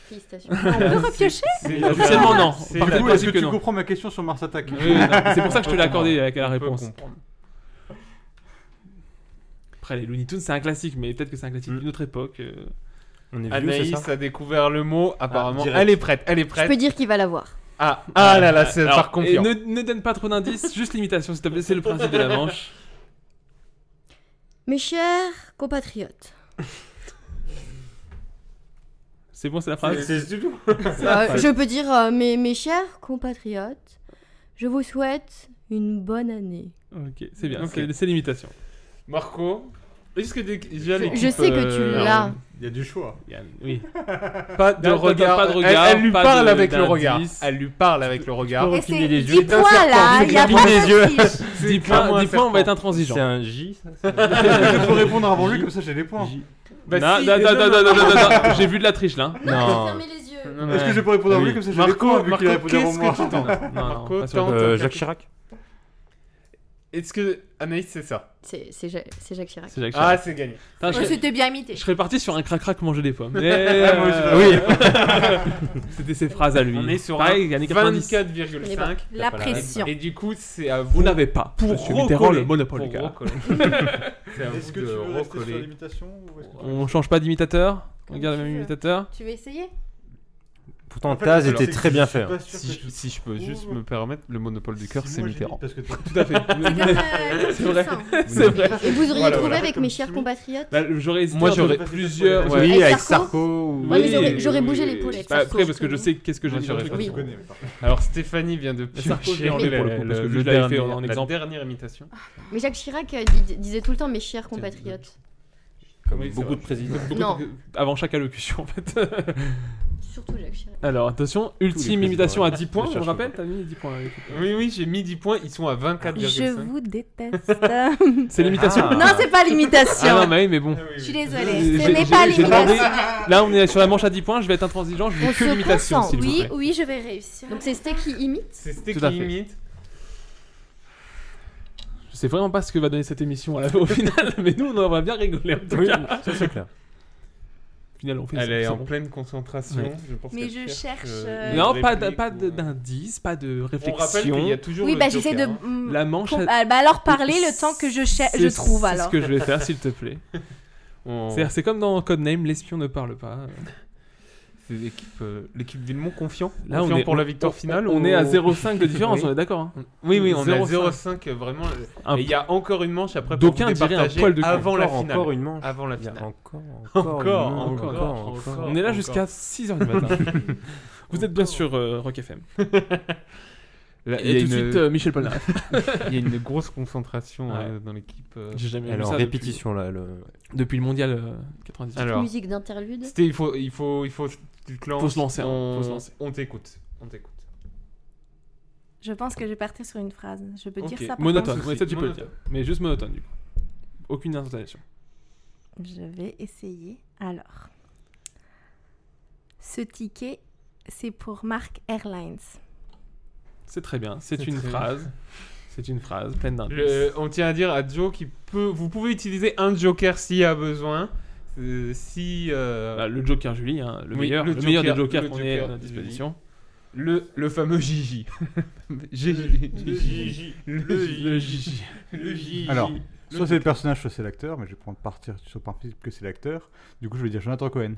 Speaker 12: Félicitations.
Speaker 8: On peut repiocher
Speaker 5: C'est-
Speaker 8: Officiellement, non.
Speaker 5: C'est-
Speaker 8: Par
Speaker 5: Du coup,
Speaker 8: principe
Speaker 5: est-ce que
Speaker 8: que
Speaker 5: tu
Speaker 8: non.
Speaker 5: comprends ma question sur Mars Attack
Speaker 8: Oui, oui, non, c'est pour ça que je te l'ai accordé avec la
Speaker 5: On peut
Speaker 8: réponse.
Speaker 5: comprendre.
Speaker 8: Après, les Looney Tunes, c'est un classique, mais peut-être que c'est un classique d'une autre époque. euh.
Speaker 11: On est vieux,
Speaker 9: Anaïs
Speaker 11: c'est ça
Speaker 9: a découvert le mot, apparemment.
Speaker 11: direct.
Speaker 9: elle est prête, elle est
Speaker 12: Je
Speaker 9: prête.
Speaker 12: peux dire qu'il va l'avoir.
Speaker 9: Ah, ah là là, c'est
Speaker 8: Alors,
Speaker 9: par
Speaker 8: et
Speaker 9: confiance.
Speaker 8: ne, ne donne pas trop d'indices, juste l'imitation, s'il te plaît. C'est le principe de la manche.
Speaker 12: Mes chers compatriotes.
Speaker 8: C'est bon, c'est la phrase
Speaker 5: C'est- c'est tout.
Speaker 12: Euh, je peux dire, euh, mes, mes chers compatriotes, je vous souhaite une bonne année.
Speaker 8: Ok, c'est bien,
Speaker 9: Ok.
Speaker 8: c'est- c'est l'imitation.
Speaker 9: Marco, est-ce que dé- déjà
Speaker 12: Je-
Speaker 9: l'équipe,
Speaker 12: je sais que tu
Speaker 9: euh,
Speaker 12: l'as.
Speaker 5: Il y a du choix.
Speaker 8: Il y a- Oui.
Speaker 9: Pas de
Speaker 8: Non, pas-
Speaker 9: regard.
Speaker 8: pas de regard,
Speaker 9: elle, elle lui
Speaker 8: pas
Speaker 9: parle
Speaker 8: de-
Speaker 9: avec le
Speaker 8: d'indice.
Speaker 9: regard. Elle lui parle avec le regard.
Speaker 8: Et
Speaker 9: Reculer
Speaker 8: c'est
Speaker 9: les
Speaker 8: dix
Speaker 9: yeux.
Speaker 8: points, là, il y a
Speaker 9: Reculer
Speaker 8: pas
Speaker 9: les
Speaker 8: de
Speaker 9: yeux.
Speaker 8: triche. Dix points,
Speaker 9: clairement un
Speaker 8: dix points, on va être
Speaker 9: serpent.
Speaker 8: intransigeant.
Speaker 11: C'est un J, ça
Speaker 5: Il faut répondre avant lui, comme ça j'ai les points.
Speaker 8: Bah
Speaker 9: Bah
Speaker 8: non,
Speaker 9: si,
Speaker 8: non, non,
Speaker 9: non,
Speaker 8: non, non,
Speaker 9: non, non.
Speaker 8: non, non, non, j'ai vu de la triche là.
Speaker 9: Non.
Speaker 12: Fermez les yeux.
Speaker 9: Non,
Speaker 5: Est-ce
Speaker 9: mais-
Speaker 5: que je vais pas répondre avant
Speaker 9: Ah
Speaker 5: lui,
Speaker 9: oui.
Speaker 5: comme ça j'ai les points,
Speaker 9: Marco,
Speaker 5: vu qu'il a répondu avant
Speaker 9: qu'est-ce
Speaker 5: moi
Speaker 9: que tu
Speaker 8: non,
Speaker 9: tentes Marco,
Speaker 8: pas sûr.
Speaker 9: tente-
Speaker 11: Euh, Jacques Chirac.
Speaker 9: Est-ce que Anaïs, c'est ça
Speaker 12: C'est c'est Ja- c'est Jacques Chirac.
Speaker 8: C'est Jacques Chirac.
Speaker 9: Ah, c'est gagné.
Speaker 8: Putain, je
Speaker 10: Oh,
Speaker 8: serais-
Speaker 10: C'était bien imité.
Speaker 8: Je serais parti sur un crac-crac manger des pommes. Mais
Speaker 9: Ah, moi aussi,
Speaker 8: oui. C'était ses phrases à lui.
Speaker 9: On est sur
Speaker 8: Pareil,
Speaker 9: un
Speaker 8: années 90.
Speaker 9: 24,5.
Speaker 10: La pression.
Speaker 9: Et du coup, c'est à vous.
Speaker 8: Vous n'avez pas.
Speaker 9: Pour
Speaker 8: Monsieur Mitterrand,
Speaker 9: recoller.
Speaker 8: le monopole du
Speaker 9: Pour
Speaker 8: gars.
Speaker 9: recoller. C'est à vous
Speaker 5: Est-ce que tu
Speaker 9: de
Speaker 5: veux rester sur
Speaker 9: recoller.
Speaker 5: l'imitation ou est-ce que tu-
Speaker 8: On change pas d'imitateur On garde le même
Speaker 5: hein
Speaker 10: veux.
Speaker 8: imitateur
Speaker 10: Tu veux essayer
Speaker 11: Pourtant,
Speaker 5: En fait,
Speaker 11: Taz
Speaker 5: alors,
Speaker 11: était
Speaker 5: c'est
Speaker 11: très
Speaker 5: que
Speaker 11: bien
Speaker 5: je suis
Speaker 11: fait.
Speaker 5: pas
Speaker 11: hein.
Speaker 5: sûr
Speaker 9: Si
Speaker 5: que
Speaker 9: je, si je peux juste me permettre, le monopole du cœur,
Speaker 5: Si,
Speaker 9: c'est
Speaker 5: moi, j'hésite,
Speaker 9: Mitterrand.
Speaker 5: parce que toi-
Speaker 8: Tout à fait.
Speaker 12: euh,
Speaker 8: C'est vrai.
Speaker 12: Toussaint.
Speaker 8: C'est vrai.
Speaker 12: Et vous auriez
Speaker 8: Voilà,
Speaker 12: trouvé
Speaker 8: voilà.
Speaker 12: avec mes chers compatriotes
Speaker 8: Bah, J'aurais hésité
Speaker 9: Moi,
Speaker 8: entre
Speaker 9: j'aurais-
Speaker 8: plusieurs.
Speaker 9: Oui,
Speaker 12: Avec
Speaker 9: avec
Speaker 12: Sarko
Speaker 9: Sarko. ou-
Speaker 12: Ouais, mais j'aurais-
Speaker 9: oui,
Speaker 12: j'aurais
Speaker 9: oui,
Speaker 12: bougé
Speaker 9: oui,
Speaker 12: l'épaulette,
Speaker 9: oui.
Speaker 12: Sarko,
Speaker 8: Bah, après, parce que je sais qu'est-ce que j'ai
Speaker 9: Moi,
Speaker 8: dit.
Speaker 9: j'aurais
Speaker 8: Oui.
Speaker 9: pas
Speaker 5: tu
Speaker 9: Oui.
Speaker 5: connais, mais par contre.
Speaker 9: Alors Stéphanie vient de
Speaker 8: Sarko, je l'ai
Speaker 9: piocher
Speaker 8: enlevé pour le coup, parce que je l'avais fait en- en
Speaker 9: la
Speaker 8: exemple.
Speaker 9: dernière imitation.
Speaker 12: Mais Jacques Chirac euh, dis- disait tout le temps mes chers compatriotes.
Speaker 11: Comme
Speaker 8: Oui, c'est
Speaker 11: beaucoup
Speaker 8: vrai.
Speaker 11: de présidents.
Speaker 8: Beaucoup de-
Speaker 12: Non.
Speaker 8: Avant chaque allocution, en fait.
Speaker 12: Surtout Jacques Chirac.
Speaker 8: Alors, attention, ultime
Speaker 11: présidents,
Speaker 8: imitation à
Speaker 11: ouais.
Speaker 8: 10 points,
Speaker 11: Je
Speaker 8: je
Speaker 11: cherche
Speaker 8: rappelle, t'as mis 10 points. avec.
Speaker 9: Oui, oui, j'ai mis 10 points, ils sont à
Speaker 10: Je
Speaker 9: 24,5.
Speaker 10: vous déteste.
Speaker 8: C'est l'imitation
Speaker 9: Ah.
Speaker 10: Non, c'est pas l'imitation.
Speaker 8: Ah non, mais oui, mais bon.
Speaker 10: Je suis
Speaker 8: J'ai-
Speaker 10: désolée. Ce n'est
Speaker 8: j'ai-
Speaker 10: pas
Speaker 8: j'ai demandé-
Speaker 10: l'imitation.
Speaker 8: Là, on est sur la manche à 10 points, je vais être intransigeant, je
Speaker 12: On
Speaker 8: veux que
Speaker 12: se
Speaker 8: l'imitation, s'il
Speaker 12: concentre,
Speaker 8: vous
Speaker 10: Oui,
Speaker 8: plaît.
Speaker 10: oui, je vais réussir.
Speaker 12: Donc c'est Sté qui imite
Speaker 9: C'est Sté
Speaker 8: Tout
Speaker 9: qui
Speaker 8: à fait.
Speaker 9: imite.
Speaker 8: Je sais vraiment pas ce que va donner cette émission à la- au final, mais nous, on aurait bien rigolé en tout
Speaker 11: Oui,
Speaker 8: cas.
Speaker 11: ça c'est clair.
Speaker 8: Au final, on fait
Speaker 9: Elle
Speaker 8: ça,
Speaker 9: est,
Speaker 8: c'est
Speaker 9: en
Speaker 8: bon.
Speaker 9: pleine concentration.
Speaker 8: Ouais.
Speaker 9: Je pense
Speaker 10: Mais
Speaker 9: qu'elle
Speaker 10: je cherche,
Speaker 9: euh,
Speaker 10: euh,
Speaker 9: une
Speaker 8: Non, pas d-
Speaker 9: réplique
Speaker 8: pas
Speaker 9: ou-
Speaker 8: de- d'indice, pas de
Speaker 9: On rappelle qu'il
Speaker 8: réflexion.
Speaker 9: y a toujours
Speaker 10: Oui,
Speaker 9: le
Speaker 10: bah j'essaie de.
Speaker 9: joker, hein.
Speaker 10: mm,
Speaker 8: La manche
Speaker 10: com-
Speaker 8: à-
Speaker 10: ah, bah alors parler le temps que je, cher- je
Speaker 8: C'est-
Speaker 10: trouve
Speaker 8: C'est ce
Speaker 10: alors.
Speaker 8: que je vais faire, s'il te plaît.
Speaker 9: On-
Speaker 8: C'est-à-dire, c'est comme dans Codename, l'espion ne parle pas.
Speaker 9: C'est l'équipe, euh, l'équipe Villemont confiant.
Speaker 8: Là,
Speaker 9: confiant
Speaker 8: on est
Speaker 9: pour la victoire finale.
Speaker 8: On
Speaker 9: ou-
Speaker 8: est à 0,5 de différence,
Speaker 9: Oui.
Speaker 8: on est d'accord. hein.
Speaker 9: Oui, oui, on est à
Speaker 8: 0,5.
Speaker 9: 0,5 vraiment.
Speaker 8: Un-
Speaker 9: Et il y a encore une manche après pour
Speaker 8: D'aucuns
Speaker 9: vous
Speaker 8: diraient un
Speaker 9: départager
Speaker 8: poil de cul.
Speaker 9: avant la
Speaker 11: Encore,
Speaker 9: finale.
Speaker 11: encore une manche.
Speaker 9: Avant la
Speaker 11: Il y a
Speaker 9: finale.
Speaker 11: Encore, encore, une
Speaker 9: Encore,
Speaker 11: manche,
Speaker 9: encore,
Speaker 11: encore,
Speaker 9: encore.
Speaker 11: encore.
Speaker 8: On est là jusqu'à 6h du matin. Vous êtes bien sur euh, Rock FM.
Speaker 9: Là, il y
Speaker 8: Et
Speaker 9: a
Speaker 8: tout de
Speaker 9: une-
Speaker 8: suite, euh, Michel Polnareff.
Speaker 9: Il y a une grosse concentration
Speaker 8: Ouais.
Speaker 9: euh, dans l'équipe. euh.
Speaker 8: J'ai jamais vu
Speaker 11: Alors,
Speaker 8: ça
Speaker 11: répétition là. Le...
Speaker 8: depuis, depuis le mondial euh, 98.
Speaker 9: Alors,
Speaker 12: musique d'interlude.
Speaker 9: Sté, il faut, il faut, il faut, que tu te lances.
Speaker 8: Faut se lancer, hein,
Speaker 9: On,
Speaker 8: faut se lancer.
Speaker 9: on t'écoute, on t'écoute.
Speaker 10: Je pense que je vais partir sur une phrase. Je peux
Speaker 8: Ok,
Speaker 10: dire ça par
Speaker 8: Monotone,
Speaker 9: contre
Speaker 8: ouais, Ah, ça tu peux le
Speaker 9: Monotone.
Speaker 8: dire. Mais juste monotone du coup. Aucune intonation.
Speaker 10: contre Je vais essayer. Alors. Ce ticket, c'est pour Mark Airlines.
Speaker 8: C'est très bien, c'est
Speaker 9: C'est
Speaker 8: une
Speaker 9: très
Speaker 8: phrase. C'est une phrase pleine d'indices.
Speaker 9: Le- Euh, on tient à dire à Joe qu'il peut, vous pouvez utiliser un Joker s'il y a besoin. Euh, si euh,
Speaker 8: Bah, le Joker Julie, hein, le
Speaker 9: Oui,
Speaker 8: meilleur, le,
Speaker 9: le
Speaker 8: meilleur des
Speaker 9: Joker-
Speaker 8: Jokers
Speaker 9: le
Speaker 8: qu'on ait à
Speaker 9: Joker
Speaker 8: notre
Speaker 9: Julie.
Speaker 8: disposition.
Speaker 9: Le, le fameux Gigi. Gigi.
Speaker 8: Le Gigi.
Speaker 9: Le Gigi.
Speaker 8: Le Gigi.
Speaker 5: Alors,
Speaker 8: Le
Speaker 5: soit c'est le personnage, soit c'est l'acteur, mais je vais prendre partir sur le principe que c'est l'acteur. Du coup, je vais dire Jonathan Cohen.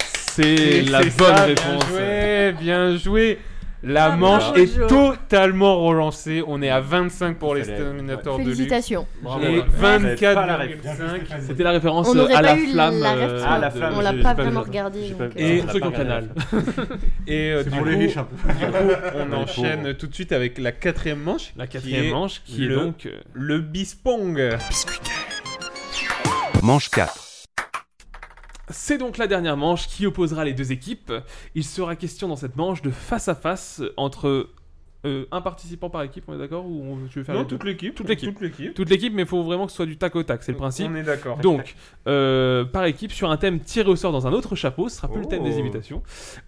Speaker 9: C'est la bonne
Speaker 5: ça, bien
Speaker 9: réponse.
Speaker 5: joué,
Speaker 9: bien joué. La
Speaker 5: Ah,
Speaker 9: manche
Speaker 5: bravo,
Speaker 9: est
Speaker 5: Jo.
Speaker 9: totalement relancée. On est à 25 pour
Speaker 5: Il
Speaker 9: les
Speaker 5: fallait-
Speaker 9: Terminators
Speaker 5: ouais.
Speaker 9: de luxe.
Speaker 12: Félicitations. Bravo,
Speaker 9: Et
Speaker 12: bravo.
Speaker 5: Ah,
Speaker 12: C'était pas la
Speaker 9: 24,5.
Speaker 12: réponse.
Speaker 8: C'était la référence
Speaker 12: On
Speaker 8: euh,
Speaker 12: n'aurait
Speaker 8: à,
Speaker 12: pas
Speaker 8: la
Speaker 12: eu
Speaker 8: flamme,
Speaker 12: la
Speaker 8: euh,
Speaker 12: ref,
Speaker 8: à la
Speaker 12: on
Speaker 8: flamme.
Speaker 12: l'a
Speaker 8: j'ai-
Speaker 12: pas
Speaker 8: j'ai
Speaker 12: vraiment
Speaker 8: vu.
Speaker 12: regardé,
Speaker 8: J'ai
Speaker 12: donc,
Speaker 8: pas-
Speaker 12: euh,
Speaker 9: Et
Speaker 8: pour ceux qui ont canal.
Speaker 9: Et euh,
Speaker 8: C'est
Speaker 9: du
Speaker 8: pour les
Speaker 9: coup-
Speaker 8: riches, un peu.
Speaker 9: du coup, on
Speaker 8: Pour les
Speaker 9: enchaîne tout de suite avec la quatrième manche.
Speaker 8: La quatrième manche, qui est
Speaker 9: le-
Speaker 8: donc, euh,
Speaker 9: le bispong.
Speaker 14: Manche 4.
Speaker 8: C'est donc la dernière manche qui opposera les deux équipes. Il sera question dans cette manche de face à face entre euh, un participant par équipe, on est d'accord Ou on, tu veux faire
Speaker 9: Non,
Speaker 8: les deux
Speaker 9: toute l'équipe.
Speaker 8: Toute l'équipe.
Speaker 9: Toute l'équipe.
Speaker 8: Toute l'équipe, mais il faut vraiment que ce soit du tac au tac, c'est le principe.
Speaker 9: On est d'accord.
Speaker 8: Donc, euh, par équipe, sur un thème tiré au sort dans un autre chapeau, ce sera plus le thème
Speaker 9: Oh.
Speaker 8: des imitations.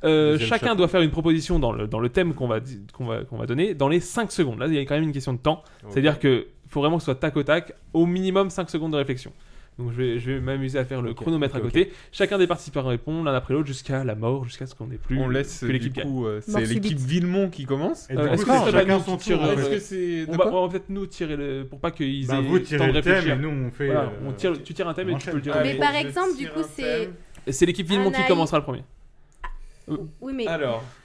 Speaker 8: Euh,
Speaker 9: Deuxième
Speaker 8: chacun
Speaker 9: chapeau.
Speaker 8: doit faire une proposition dans le, dans le thème qu'on va, di- qu'on va, qu'on va donner dans les 5 secondes. Là, il y a quand même une question de temps. C'est-à-dire que faut vraiment que ce soit tac au tac, au minimum 5 secondes de réflexion. Donc je vais, je vais m'amuser à faire le chronomètre
Speaker 9: ok,
Speaker 8: à côté. Chacun des participants répond l'un après l'autre jusqu'à la mort, jusqu'à ce qu'on n'ait plus.
Speaker 9: On laisse,
Speaker 8: que
Speaker 9: du
Speaker 8: l'équipe gagne.
Speaker 9: coup, euh, c'est Mort l'équipe subite. Villemont qui commence.
Speaker 8: Euh,
Speaker 9: Et du
Speaker 8: Est-ce
Speaker 9: coup,
Speaker 8: que
Speaker 9: c'est
Speaker 8: ce serait
Speaker 9: chacun
Speaker 8: pas nous
Speaker 9: son
Speaker 8: qui
Speaker 9: tour,
Speaker 8: tirons,
Speaker 9: est-ce
Speaker 8: euh,
Speaker 9: que c'est-
Speaker 8: on
Speaker 9: de
Speaker 8: va-
Speaker 9: quoi
Speaker 8: on va peut-être nous tirer le pour pas qu'ils
Speaker 5: Ben,
Speaker 8: aient
Speaker 5: vous
Speaker 8: le
Speaker 5: tirez
Speaker 8: temps de
Speaker 5: le thème
Speaker 8: réfléchir.
Speaker 5: et nous, on fait,
Speaker 8: Voilà,
Speaker 5: euh,
Speaker 8: on tire le- tu tires un thème et tu
Speaker 5: enchaîne.
Speaker 8: peux le dire.
Speaker 5: Ah,
Speaker 8: en
Speaker 5: mais
Speaker 8: même
Speaker 10: Par
Speaker 8: temps.
Speaker 10: exemple, du coup, c'est.
Speaker 8: Et C'est l'équipe Villemont qui
Speaker 10: Anaïs-
Speaker 8: commencera le premier.
Speaker 10: Oui, mais.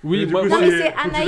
Speaker 8: oui, moi,
Speaker 10: non,
Speaker 8: moi-
Speaker 10: mais c'est Anaïs,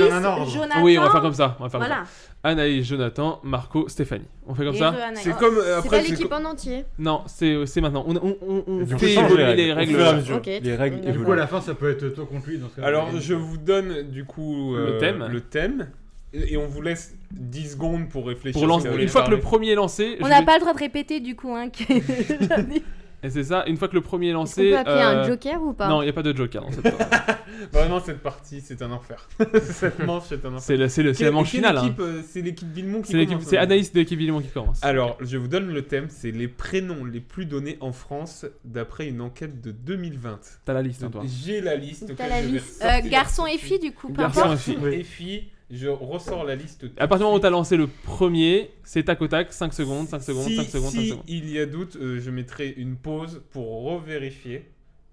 Speaker 10: Jonathan.
Speaker 8: Oui, on va faire comme ça. On va faire comme
Speaker 10: Voilà.
Speaker 8: ça. Anaïs, Jonathan, Marco, Stéphanie. On fait comme
Speaker 12: Et
Speaker 8: ça.
Speaker 12: re- Anaïs. C'est comme, euh, C'est après, pas c'est l'équipe co- en entier.
Speaker 8: Non, c'est c'est maintenant. On, on, on, on
Speaker 5: Donc,
Speaker 8: fait
Speaker 5: on change les
Speaker 8: évoluer les règles.
Speaker 5: règles. Au fur et à mesure.
Speaker 12: Ok,
Speaker 5: Les règles
Speaker 12: d'accord.
Speaker 5: évoluent. Du coup, à la fin, ça peut être toi contre lui. Dans ce cas
Speaker 9: Alors, je vous donne du coup euh,
Speaker 8: Euh, Le thème.
Speaker 9: le thème, et et on vous laisse 10 secondes pour réfléchir.
Speaker 8: Pour lancer-
Speaker 9: si vous voulez
Speaker 8: une fois que
Speaker 9: parler.
Speaker 8: le premier est lancé,
Speaker 10: On
Speaker 8: je
Speaker 10: n'a
Speaker 8: vais-
Speaker 10: pas le droit de répéter, du coup, hein. que-
Speaker 8: Et c'est ça. Une fois que le premier est
Speaker 12: qu'on peut
Speaker 8: lancé. euh,
Speaker 12: appeler un
Speaker 9: euh,
Speaker 12: joker ou pas
Speaker 8: Non, il n'y a pas de joker dans cette
Speaker 9: Vraiment, cette partie, c'est un enfer. cette manche, c'est un enfer.
Speaker 8: C'est le- c'est le- c'est la
Speaker 9: Quelle-
Speaker 8: manche
Speaker 9: quelle
Speaker 8: finale, hein.
Speaker 9: équipe, euh, C'est l'équipe Villemont qui
Speaker 8: C'est l'équipe-
Speaker 9: commence, Ah,
Speaker 8: c'est
Speaker 9: hein.
Speaker 8: Anaïs de l'équipe Villemont qui commence.
Speaker 9: Alors, je vous donne le thème c'est les prénoms les plus donnés en France d'après une enquête de 2020.
Speaker 8: T'as la liste,
Speaker 9: Donc,
Speaker 8: toi.
Speaker 9: J'ai la liste.
Speaker 10: T'as
Speaker 9: auquel
Speaker 10: la
Speaker 9: je vais
Speaker 10: liste.
Speaker 9: ressortir.
Speaker 10: Euh, garçon et fille, du coup, peu
Speaker 8: Garçon
Speaker 10: importe.
Speaker 8: et fille.
Speaker 9: Et fille, je ressors la liste.
Speaker 8: À partir du moment où t'as lancé le premier, c'est tac au tac, 5 secondes, 5 secondes,
Speaker 9: si
Speaker 8: 5 secondes, 5
Speaker 9: si
Speaker 8: secondes.
Speaker 9: il y a doute, euh, je mettrai une pause pour revérifier.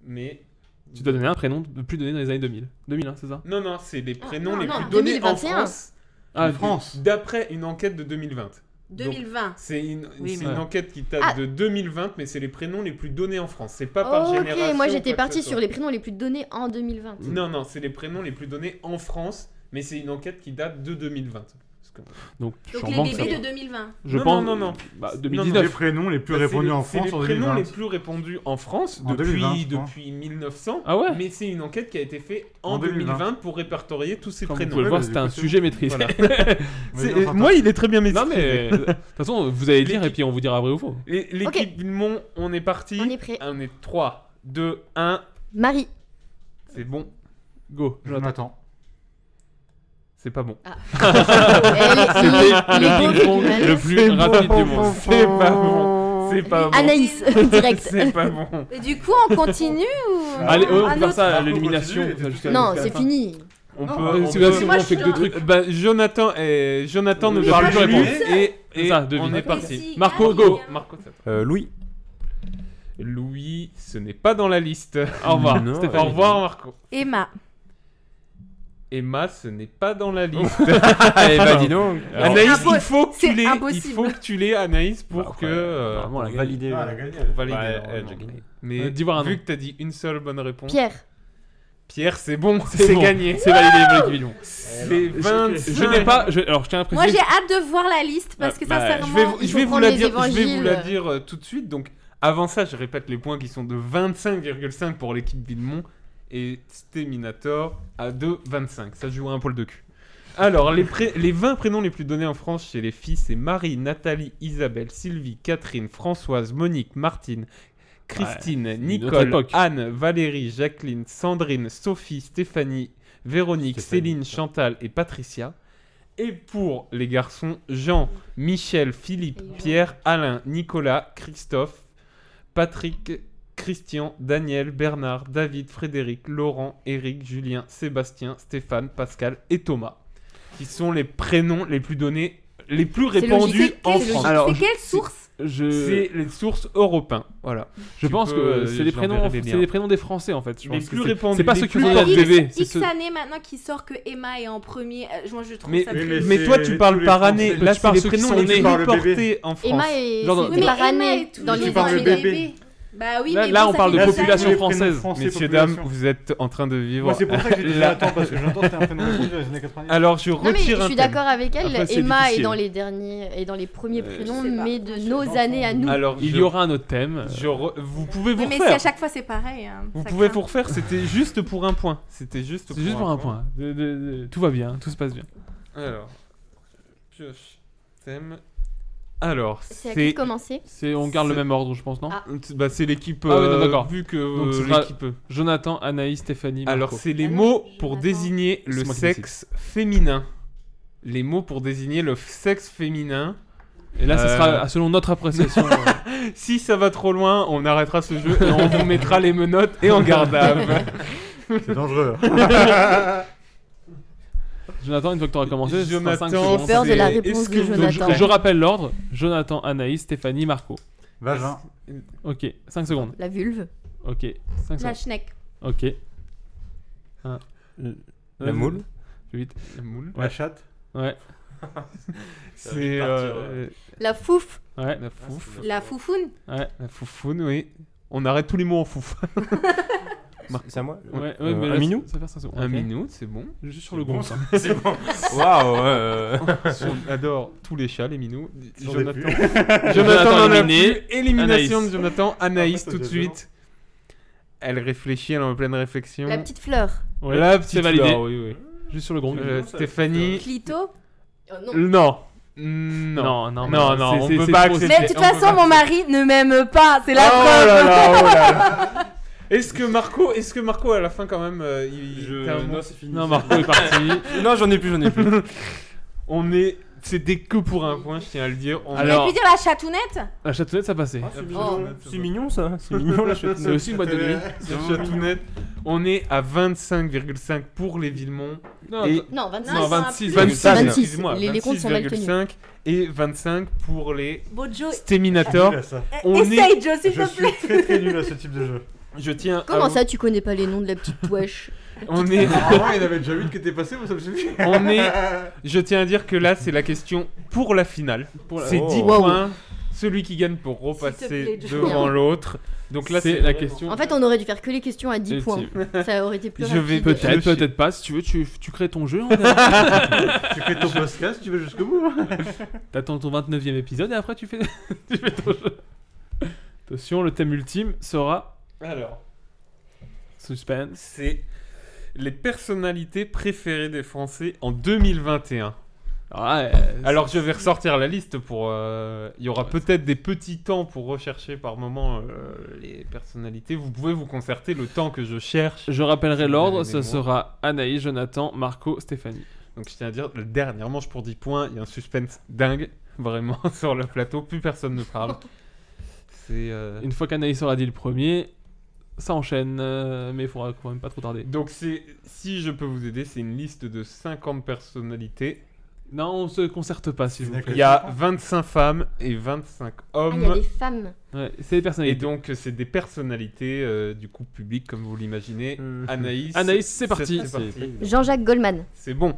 Speaker 9: Mais
Speaker 8: Tu dois donner un prénom de plus donné dans les années 2000. 2001, hein, c'est ça
Speaker 9: non, non, c'est
Speaker 12: Ah,
Speaker 9: les prénoms
Speaker 10: non,
Speaker 9: les
Speaker 10: non,
Speaker 9: plus donnés en
Speaker 10: 2021.
Speaker 9: France.
Speaker 8: Ah,
Speaker 9: En France. D'après une enquête de 2020.
Speaker 10: 2020.
Speaker 9: Donc, C'est une,
Speaker 10: Oui,
Speaker 9: c'est
Speaker 10: mais-
Speaker 9: une enquête qui date
Speaker 12: Ah.
Speaker 9: de 2020, mais c'est les prénoms les plus donnés en France. C'est pas par génération.
Speaker 12: Ok, moi
Speaker 9: ou
Speaker 12: j'étais
Speaker 9: quoi que ce
Speaker 12: partie
Speaker 9: soit.
Speaker 12: sur les prénoms les plus donnés en 2020.
Speaker 9: Non, non, c'est les prénoms les plus donnés en France, mais c'est une enquête qui date de 2020.
Speaker 8: Donc,
Speaker 9: je suis
Speaker 10: Donc
Speaker 9: en
Speaker 10: les
Speaker 9: banque, ça
Speaker 10: bébés
Speaker 9: va.
Speaker 10: de 2020.
Speaker 8: Je
Speaker 9: non,
Speaker 8: pense-
Speaker 9: Non, non, non.
Speaker 8: Bah,
Speaker 9: Non,
Speaker 8: 2019.
Speaker 9: non.
Speaker 8: Les prénoms les plus
Speaker 9: Bah, c'est
Speaker 8: répandus
Speaker 9: les-
Speaker 8: en
Speaker 9: c'est
Speaker 8: France
Speaker 9: les
Speaker 8: en
Speaker 9: prénoms
Speaker 5: hein.
Speaker 8: 2020.
Speaker 9: les plus répandus en France
Speaker 8: En
Speaker 9: depuis,
Speaker 8: 2020, je crois.
Speaker 9: depuis 1900.
Speaker 8: Ah ouais
Speaker 9: Mais c'est une enquête qui a été faite en,
Speaker 8: En
Speaker 9: 2020.
Speaker 8: 2020.
Speaker 9: pour répertorier tous ces
Speaker 8: Comme vous
Speaker 9: prénoms.
Speaker 8: pouvez le voir, c'est un sujet maîtrisé.
Speaker 9: Voilà. C'est- euh, moi, il est très bien maîtrisé.
Speaker 8: Non, mais euh, de toute façon, vous allez dire et puis on vous dira vrai ou faux.
Speaker 9: Et L'équipe Villemont, on est parti. On est prêt. On est 3, 2, 1.
Speaker 12: Marie.
Speaker 9: C'est bon.
Speaker 8: Go. Jonathan.
Speaker 9: C'est pas bon.
Speaker 8: C'était le ping-pong le plus rapide du monde.
Speaker 9: C'est pas bon. C'est pas bon.
Speaker 12: Anaïs, direct.
Speaker 9: C'est pas bon.
Speaker 10: Et du coup, on continue ou.
Speaker 8: Ah. Allez, ouais, on
Speaker 10: un
Speaker 8: peut faire
Speaker 10: autre
Speaker 8: ça à l'élimination.
Speaker 9: Ah,
Speaker 8: jusqu'à-
Speaker 12: Non,
Speaker 8: jusqu'à la
Speaker 12: c'est
Speaker 8: fin.
Speaker 12: fini.
Speaker 9: On
Speaker 8: Non,
Speaker 9: peut.
Speaker 8: euh,
Speaker 9: on
Speaker 8: c'est
Speaker 9: peut-
Speaker 8: pas si on fait que deux trucs.
Speaker 9: Bah, Jonathan et Jonathan ne
Speaker 8: Oui,
Speaker 9: parle
Speaker 8: mais
Speaker 9: plus.
Speaker 8: lui,
Speaker 9: Et,
Speaker 8: c'est
Speaker 9: et
Speaker 8: ça, devine.
Speaker 9: on est
Speaker 8: Mais
Speaker 9: parti.
Speaker 8: si, Marco, go.
Speaker 9: Marco, ça va.
Speaker 11: Euh, Louis.
Speaker 9: Louis, ce n'est pas dans la liste.
Speaker 8: Au revoir,
Speaker 9: Non.
Speaker 8: Stéphanie.
Speaker 9: Au revoir, Marco.
Speaker 10: Emma.
Speaker 9: Emma, ce n'est pas dans
Speaker 8: Oh,
Speaker 9: la liste.
Speaker 8: Ah,
Speaker 11: Eh bah, dis donc.
Speaker 9: Anaïs,
Speaker 11: C'est impo-
Speaker 9: il faut que tu
Speaker 11: c'est
Speaker 9: l'aies. Il
Speaker 11: impossible.
Speaker 9: faut que tu l'aies, Anaïs,
Speaker 11: Ah,
Speaker 8: Bah,
Speaker 9: pour que. euh,
Speaker 8: normalement, elle a gagné.
Speaker 9: pour valider.
Speaker 8: Ah, elle a
Speaker 9: euh,
Speaker 8: gagné,
Speaker 9: pour
Speaker 8: elle.
Speaker 9: valider,
Speaker 8: Ouais, elle a
Speaker 9: normalement.
Speaker 8: gagné.
Speaker 9: Mais
Speaker 8: Euh, dis voir un
Speaker 9: vu
Speaker 8: nom.
Speaker 9: que t'as dit une seule bonne réponse.
Speaker 12: Pierre.
Speaker 9: Pierre, c'est bon,
Speaker 8: C'est
Speaker 9: c'est
Speaker 8: bon,
Speaker 9: gagné.
Speaker 8: c'est validé pour l'équipe Lyon.
Speaker 9: C'est
Speaker 8: Je-
Speaker 9: 25.
Speaker 8: Je n'ai pas. je- Alors, je tiens à
Speaker 10: Moi, j'ai
Speaker 8: préciser.
Speaker 10: hâte de voir la liste parce que
Speaker 9: Bah,
Speaker 10: sincèrement,
Speaker 9: je vais, vous-
Speaker 10: il
Speaker 9: je
Speaker 10: faut
Speaker 9: vais vous
Speaker 10: prendre
Speaker 9: la
Speaker 10: les
Speaker 9: dire, je vais vous la
Speaker 10: évangiles.
Speaker 9: dire euh, tout de suite. Donc, avant ça, je répète les points qui sont de 25,5 pour l'équipe Villemont et Stéminator à 2,25. Ça se joue à un poil de cul. Alors, les, pré- les 20 prénoms les plus donnés en France chez les filles, c'est Marie, Nathalie, Isabelle, Sylvie, Catherine, Françoise, Monique, Martine, Christine,
Speaker 8: Ouais, c'est une autre
Speaker 9: Nicole,
Speaker 8: époque.
Speaker 9: Anne, Valérie, Jacqueline, Sandrine, Sophie, Stéphanie, Véronique, Céline, Chantal et Patricia. Et pour les garçons, Jean, Michel, Philippe, Pierre, Alain, Nicolas, Christophe, Patrick, Christian, Daniel, Bernard, David, Frédéric, Laurent, Éric, Julien, Sébastien, Stéphane, Pascal et Thomas, qui sont les prénoms les plus donnés, les plus
Speaker 10: C'est
Speaker 9: répandus
Speaker 10: logique.
Speaker 9: en
Speaker 10: C'est logique.
Speaker 9: France.
Speaker 10: C'est quelle source
Speaker 8: C'est les sources européens. Voilà. Je
Speaker 9: Tu
Speaker 8: pense
Speaker 9: peux,
Speaker 8: que
Speaker 9: euh,
Speaker 8: c'est
Speaker 9: je
Speaker 8: les prénoms,
Speaker 9: l'enverrai les
Speaker 8: c'est
Speaker 9: liens.
Speaker 8: les prénoms des Français en fait. je
Speaker 9: Les
Speaker 8: pense que
Speaker 9: plus
Speaker 8: c'est-
Speaker 9: répandus,
Speaker 8: C'est pas
Speaker 9: les
Speaker 8: ceux qui
Speaker 9: plus
Speaker 8: ont
Speaker 9: répandus.
Speaker 8: la DV.
Speaker 10: X,
Speaker 8: c'est ceux-
Speaker 10: années maintenant qui sort que Emma est en premier. Euh, Moi, je trouve
Speaker 9: Mais,
Speaker 10: ça
Speaker 9: mais-
Speaker 10: très-
Speaker 9: mais toi, tu parles par année. Là, tu parles les prénoms les plus portés en France.
Speaker 12: Emma est
Speaker 9: Genre dans-
Speaker 12: c'est par année
Speaker 10: est tout
Speaker 12: dans
Speaker 10: le
Speaker 12: les
Speaker 10: temps
Speaker 12: dans
Speaker 10: le
Speaker 12: les
Speaker 10: bébé.
Speaker 12: bébés.
Speaker 10: Bah oui,
Speaker 8: Là-
Speaker 10: mais
Speaker 8: là,
Speaker 10: bon,
Speaker 8: on
Speaker 10: ça
Speaker 8: parle de
Speaker 10: fait des
Speaker 8: population
Speaker 10: années.
Speaker 8: française.
Speaker 5: Français,
Speaker 9: Messieurs, dames,
Speaker 5: population.
Speaker 9: vous êtes en train de vivre.
Speaker 5: Moi, c'est pour ça que j'ai dit,
Speaker 9: la-
Speaker 5: attends, parce que j'entends, c'était un prénom de Français dans les années 90.
Speaker 9: Alors, je
Speaker 12: Non mais
Speaker 9: retire
Speaker 12: je
Speaker 9: un
Speaker 12: suis
Speaker 9: thème.
Speaker 12: d'accord avec elle.
Speaker 9: Après, c'est
Speaker 12: Emma est
Speaker 9: difficile. Euh,
Speaker 12: dans les derniers et dans les premiers prénoms,
Speaker 10: je sais pas.
Speaker 12: mais de nos années à nous.
Speaker 8: Alors, il y aura un autre thème.
Speaker 9: Je re- Vous pouvez vous
Speaker 10: Oui, mais si à
Speaker 9: refaire.
Speaker 10: chaque fois c'est pareil. hein,
Speaker 9: Vous
Speaker 10: ça
Speaker 9: pouvez
Speaker 10: craint.
Speaker 9: vous refaire. C'était juste pour un point. C'était juste pour
Speaker 8: C'est juste pour un point. De- de- de- Tout va bien, tout se passe bien.
Speaker 9: Alors, pioche, thème. Alors,
Speaker 12: C'est à qui de commencer
Speaker 8: C'est on garde le
Speaker 9: C'est-
Speaker 8: même ordre, je pense, non
Speaker 12: Ah.
Speaker 9: Bah, c'est l'équipe.
Speaker 8: Ah oui, non,
Speaker 9: euh,
Speaker 8: d'accord.
Speaker 9: Vu que
Speaker 8: Donc, ce
Speaker 9: euh,
Speaker 8: sera
Speaker 9: l'équipe.
Speaker 8: Jonathan, Anaïs, Stéphanie.
Speaker 9: Alors,
Speaker 8: Marco.
Speaker 9: c'est les mots pour désigner
Speaker 8: C'est
Speaker 9: le
Speaker 8: moi qui
Speaker 9: sexe féminin. Les mots pour désigner le f- sexe féminin.
Speaker 8: Et là, ça
Speaker 9: Euh,
Speaker 8: sera selon notre appréciation.
Speaker 9: si ça va trop loin, on arrêtera ce jeu et on vous mettra les menottes et en garde à vue.
Speaker 5: C'est dangereux.
Speaker 8: Jonathan, une fois que tu auras commencé, ce sera
Speaker 9: Jonathan,
Speaker 8: cinq secondes.
Speaker 9: J'ai peur de la c'est- réponse est-ce que de vous- Jonathan.
Speaker 8: Donc, je, je rappelle l'ordre Jonathan, Anaïs, Stéphanie, Marco.
Speaker 5: Vagin.
Speaker 8: Ok, 5 secondes.
Speaker 12: La vulve.
Speaker 8: Ok, 5 secondes.
Speaker 10: La schneck.
Speaker 8: Ok. Un.
Speaker 11: La
Speaker 8: Euh,
Speaker 11: moule.
Speaker 8: plus Vite.
Speaker 9: La moule.
Speaker 5: La chatte.
Speaker 8: Ouais.
Speaker 9: C'est. euh,
Speaker 10: La fouf.
Speaker 8: Ouais.
Speaker 9: La fouf.
Speaker 10: La foufoune.
Speaker 9: Ouais, la foufoune, oui. On arrête tous les mots en fouf.
Speaker 11: C'est à moi
Speaker 8: Ouais, ouais,
Speaker 11: Euh,
Speaker 8: mais
Speaker 11: un
Speaker 8: là,
Speaker 11: minou
Speaker 8: ça- ça va faire cinq secondes.
Speaker 9: Un
Speaker 8: Ok.
Speaker 9: minou, c'est bon.
Speaker 8: Juste sur
Speaker 9: C'est
Speaker 8: le
Speaker 9: bon,
Speaker 8: groupe.
Speaker 9: ça.
Speaker 8: hein.
Speaker 9: C'est bon.
Speaker 11: Waouh, ouais, euh.
Speaker 9: On adore tous les chats, les minous.
Speaker 11: J'en ai
Speaker 9: Jonathan.
Speaker 11: plus.
Speaker 9: Jonathan
Speaker 8: Jonathan
Speaker 9: n'en a
Speaker 8: éliminé.
Speaker 9: plus. Élimination
Speaker 8: Anaïs.
Speaker 9: de Jonathan. Anaïs,
Speaker 11: Après,
Speaker 9: tout de
Speaker 11: c'est
Speaker 9: suite. Elle réfléchit, elle est en pleine réflexion.
Speaker 12: La petite fleur.
Speaker 8: Ouais,
Speaker 9: La petite
Speaker 8: c'est validé.
Speaker 9: fleur, oui, oui.
Speaker 8: Juste sur le gong.
Speaker 9: Euh, Stéphanie.
Speaker 10: Clito.
Speaker 9: Non. Non.
Speaker 8: Non, non,
Speaker 9: non,
Speaker 8: mais
Speaker 9: non,
Speaker 8: c'est-
Speaker 9: on
Speaker 8: c'est-
Speaker 9: peut
Speaker 8: c'est
Speaker 9: pas
Speaker 8: trop-
Speaker 9: accepter.
Speaker 10: Mais de toute
Speaker 9: on peut
Speaker 10: façon,
Speaker 9: pas-
Speaker 10: mon mari ne m'aime pas. C'est la
Speaker 9: Oh
Speaker 10: preuve. hein.
Speaker 9: là là, oh là là. Est-ce que Marco, est-ce que Marco à la fin quand même, euh, il, t'as un mot
Speaker 8: Non, Marco est parti.
Speaker 9: non, j'en ai plus, j'en ai plus. On est, c'était que pour un point, je tiens à le dire. On
Speaker 10: Vous avez pu dire la chatounette
Speaker 8: La châtonnette, ça passait.
Speaker 5: Ah,
Speaker 9: Oh, c'est
Speaker 11: C'est mignon ça, c'est mignon la chatounette.
Speaker 8: C'est aussi une boîte de nuit.
Speaker 9: C'est chatounette. On est à 25,5 pour les Villemont.
Speaker 8: Non,
Speaker 9: et...
Speaker 12: non, 25.
Speaker 9: Non, 26.
Speaker 12: 26,
Speaker 9: 26,
Speaker 12: excuse-moi, Les- les comptes sont mal tenus.
Speaker 9: 26,5 et 25 pour les
Speaker 10: Bojo. eh,
Speaker 9: Stéminator.
Speaker 10: Essaye, Joe, s'il
Speaker 5: Je
Speaker 10: te
Speaker 5: suis
Speaker 10: plaît.
Speaker 5: très très nul à ce type de jeu.
Speaker 9: Je tiens. à
Speaker 12: Comment
Speaker 9: vous-
Speaker 12: ça, tu connais pas les noms de la petite touche
Speaker 9: On est.
Speaker 5: Normalement, il y en avait déjà 8 qui étaient passés, moi ça me suffit.
Speaker 9: On est. Je tiens à dire que là, c'est la question pour la finale.
Speaker 8: Pour la-
Speaker 9: C'est
Speaker 8: Oh.
Speaker 9: 10
Speaker 8: Wow.
Speaker 9: points. Celui qui gagne pour
Speaker 12: plaît,
Speaker 9: repasser
Speaker 12: Julien.
Speaker 9: devant l'autre. Donc là,
Speaker 8: C'est
Speaker 9: c'est
Speaker 8: la question.
Speaker 12: En fait, on aurait dû faire que les questions à 10 points.
Speaker 9: Effectivement.
Speaker 12: Ça aurait été plus
Speaker 9: Je vais
Speaker 12: rapide.
Speaker 8: Peut-être,
Speaker 9: Je-
Speaker 8: peut-être pas. Si tu veux, tu, tu crées ton jeu. on verra.
Speaker 5: Tu fais ton podcast, tu vas jusqu'au bout. hein.
Speaker 8: T'attends ton 29 e épisode et après tu fais, tu fais ton jeu. Attention, le thème ultime sera
Speaker 9: Alors,
Speaker 8: suspense.
Speaker 9: c'est les personnalités préférées des Français en 2021.
Speaker 8: Ouais,
Speaker 9: Alors, je vais ressortir la liste pour. euh, Il y aura peut-être des petits temps pour rechercher par moment euh, les personnalités. Vous pouvez vous concerter le temps que je cherche.
Speaker 8: je rappellerai
Speaker 9: Si
Speaker 8: l'ordre,
Speaker 9: vous avez
Speaker 8: ce
Speaker 9: mes mots.
Speaker 8: sera Anaïs, Jonathan, Marco, Stéphanie.
Speaker 9: Donc je tiens à dire, la dernière manche pour 10 points, il y a un suspense dingue, vraiment, sur le plateau, plus personne ne parle. C'est... euh,
Speaker 8: Une fois qu'Anaïs aura dit le premier, ça enchaîne, euh, mais il faudra quand même pas trop tarder.
Speaker 9: Donc c'est, si je peux vous aider, c'est une liste de 50 personnalités.
Speaker 8: Non, on se concerte pas, s'il vous
Speaker 9: Il
Speaker 8: plaît.
Speaker 9: y a 25 femmes et 25
Speaker 12: Ah, il y a
Speaker 9: hommes.
Speaker 12: des femmes.
Speaker 8: Ouais, c'est les
Speaker 9: et
Speaker 8: personnalités.
Speaker 9: donc euh, c'est des personnalités euh, du coup public, comme vous l'imaginez.
Speaker 11: Mmh.
Speaker 9: Anaïs.
Speaker 8: Anaïs, c'est parti.
Speaker 9: C'est parti.
Speaker 12: Jean-Jacques Goldman.
Speaker 9: C'est bon.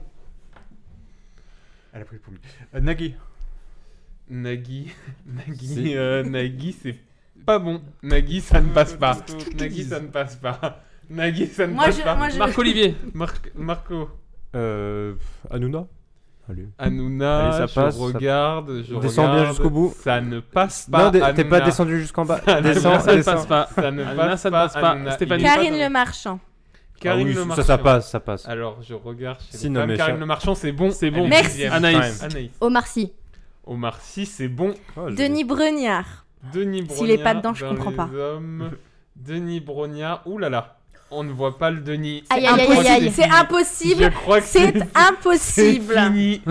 Speaker 5: Elle a pris le premier. Euh, Nagui.
Speaker 9: Nagui, Nagui, euh, Nagui, c'est pas bon. Nagui, ça ne passe pas. Nagui, ça ne passe pas. Nagui, ça ne
Speaker 10: Moi,
Speaker 9: passe
Speaker 10: je-
Speaker 9: pas.
Speaker 10: moi, je-
Speaker 8: Marc Olivier.
Speaker 9: Marc- Marco,
Speaker 11: Euh, pff, Hanouna Allez.
Speaker 9: Hanouna,
Speaker 11: Allez, ça
Speaker 9: je
Speaker 11: passe, ça-
Speaker 9: regarde, je
Speaker 11: Descends bien
Speaker 9: regarde,
Speaker 11: jusqu'au bout.
Speaker 9: Ça ne passe
Speaker 11: Non,
Speaker 9: pas.
Speaker 11: dé- t'es
Speaker 9: Bah, Hanouna.
Speaker 11: pas descendu jusqu'en bas.
Speaker 9: Ça ne-
Speaker 11: Descends,
Speaker 9: ça ne
Speaker 11: descends.
Speaker 9: passe pas. Ça ne
Speaker 8: Hanouna,
Speaker 9: passe
Speaker 8: ça ne
Speaker 9: pas.
Speaker 8: passe pas.
Speaker 9: Hanouna, il
Speaker 8: Stéphanie.
Speaker 9: est pas
Speaker 10: Karine
Speaker 9: dans-
Speaker 10: Le Marchand.
Speaker 9: Karine
Speaker 11: Ah oui,
Speaker 9: Le
Speaker 11: ça, ça
Speaker 9: Marchand.
Speaker 11: passe, ça passe.
Speaker 9: Alors, je regarde chez
Speaker 11: Si,
Speaker 9: les
Speaker 11: non,
Speaker 9: femmes,
Speaker 11: mais
Speaker 9: Karine
Speaker 11: ça-
Speaker 9: Le Marchand, c'est bon.
Speaker 8: C'est bon.
Speaker 9: Elle est
Speaker 10: Merci.
Speaker 9: dixième.
Speaker 8: Anaïs.
Speaker 9: Anaïs.
Speaker 12: Omar Sy.
Speaker 9: Omar Sy, c'est bon.
Speaker 11: Oh,
Speaker 10: Denis Brognard.
Speaker 9: Denis Brognard.
Speaker 10: S'il est pas dedans, je
Speaker 9: dans
Speaker 10: comprends
Speaker 9: les
Speaker 10: pas.
Speaker 9: hommes. Denis Brognard. Ouh là là. On ne voit pas le Denis.
Speaker 12: Aïe, aïe, aïe, aïe.
Speaker 10: C'est
Speaker 9: Je
Speaker 10: impossible.
Speaker 9: crois que
Speaker 10: C'est
Speaker 9: C'est
Speaker 10: impossible.
Speaker 9: fini.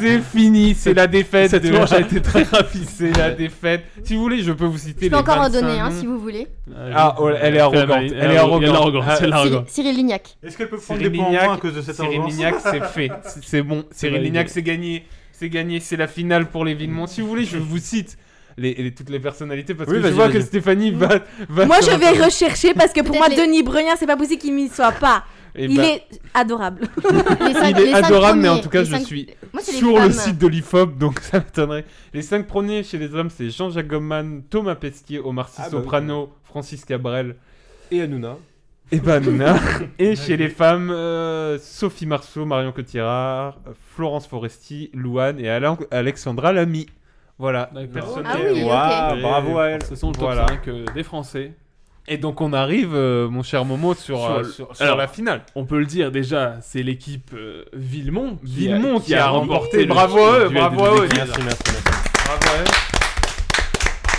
Speaker 9: C'est fini. C'est la défaite.
Speaker 8: Cette
Speaker 9: de-
Speaker 8: manche a été très rapide.
Speaker 9: C'est la défaite. Si vous voulez, je peux vous citer
Speaker 12: Je peux
Speaker 9: les
Speaker 12: encore en
Speaker 9: 25
Speaker 12: donner un
Speaker 9: noms.
Speaker 12: si vous voulez.
Speaker 9: Ah,
Speaker 8: Euh,
Speaker 9: oh, elle est arrogante. Elle est
Speaker 8: Elle est
Speaker 9: arrogante. Ah,
Speaker 8: arrogante. C'est l'arrogante.
Speaker 12: Cyri- Cyril Lignac.
Speaker 5: Est-ce qu'elle peut prendre
Speaker 9: Cyril
Speaker 5: des points en moins à
Speaker 9: Lignac,
Speaker 5: cause de cette
Speaker 9: Cyril
Speaker 5: arrogance
Speaker 9: Lignac, c'est fait. C'est c'est bon. Cyril
Speaker 8: validé.
Speaker 9: Lignac, c'est gagné. C'est gagné. C'est la finale pour les Villemont. Si vous voulez, je vous cite les, les- toutes les personnalités parce
Speaker 5: Oui,
Speaker 9: que je
Speaker 5: vas-y,
Speaker 9: vois que
Speaker 5: vas-y.
Speaker 9: Stéphanie va. va
Speaker 10: Moi,
Speaker 9: sur
Speaker 10: je vais
Speaker 9: Internet.
Speaker 10: rechercher parce que pour moi, Denis Brogniart, c'est pas possible qu'il m'y soit pas.
Speaker 9: Eh
Speaker 10: Il
Speaker 9: ben.
Speaker 10: est adorable.
Speaker 9: Il est adorable, mais en tout cas, je suis sur le site de l'IFOP, donc ça m'étonnerait. Les 5 premiers chez les hommes, c'est Jean-Jacques Goldman, Thomas Pesquet, Omar Sy
Speaker 11: Ah bah oui.
Speaker 9: Soprano, Francis Cabrel.
Speaker 11: Et Hanouna.
Speaker 9: Et ben Hanouna. et chez les femmes, euh, Sophie Marceau, Marion Cotillard, Florence Foresti, Louane et Alan- Alexandra Lamy. Voilà, personne
Speaker 8: Ah
Speaker 9: n'est-
Speaker 8: oui, ok.
Speaker 9: Waouh,
Speaker 8: bravo à elle.
Speaker 9: Ce sont le top
Speaker 8: Voilà.
Speaker 9: cinq,
Speaker 8: euh, des Français.
Speaker 9: Et donc on arrive, euh, mon cher Momo, sur, euh, sur,
Speaker 8: alors,
Speaker 9: la finale.
Speaker 8: On peut le dire déjà, c'est l'équipe euh, Villemont qui a,
Speaker 9: Villemont
Speaker 8: qui a remporté. le-
Speaker 9: bravo à
Speaker 8: le
Speaker 9: eux,
Speaker 8: duel
Speaker 9: bravo
Speaker 8: des
Speaker 9: à
Speaker 8: deux
Speaker 9: eux.
Speaker 8: équipes.
Speaker 9: Bravo à eux.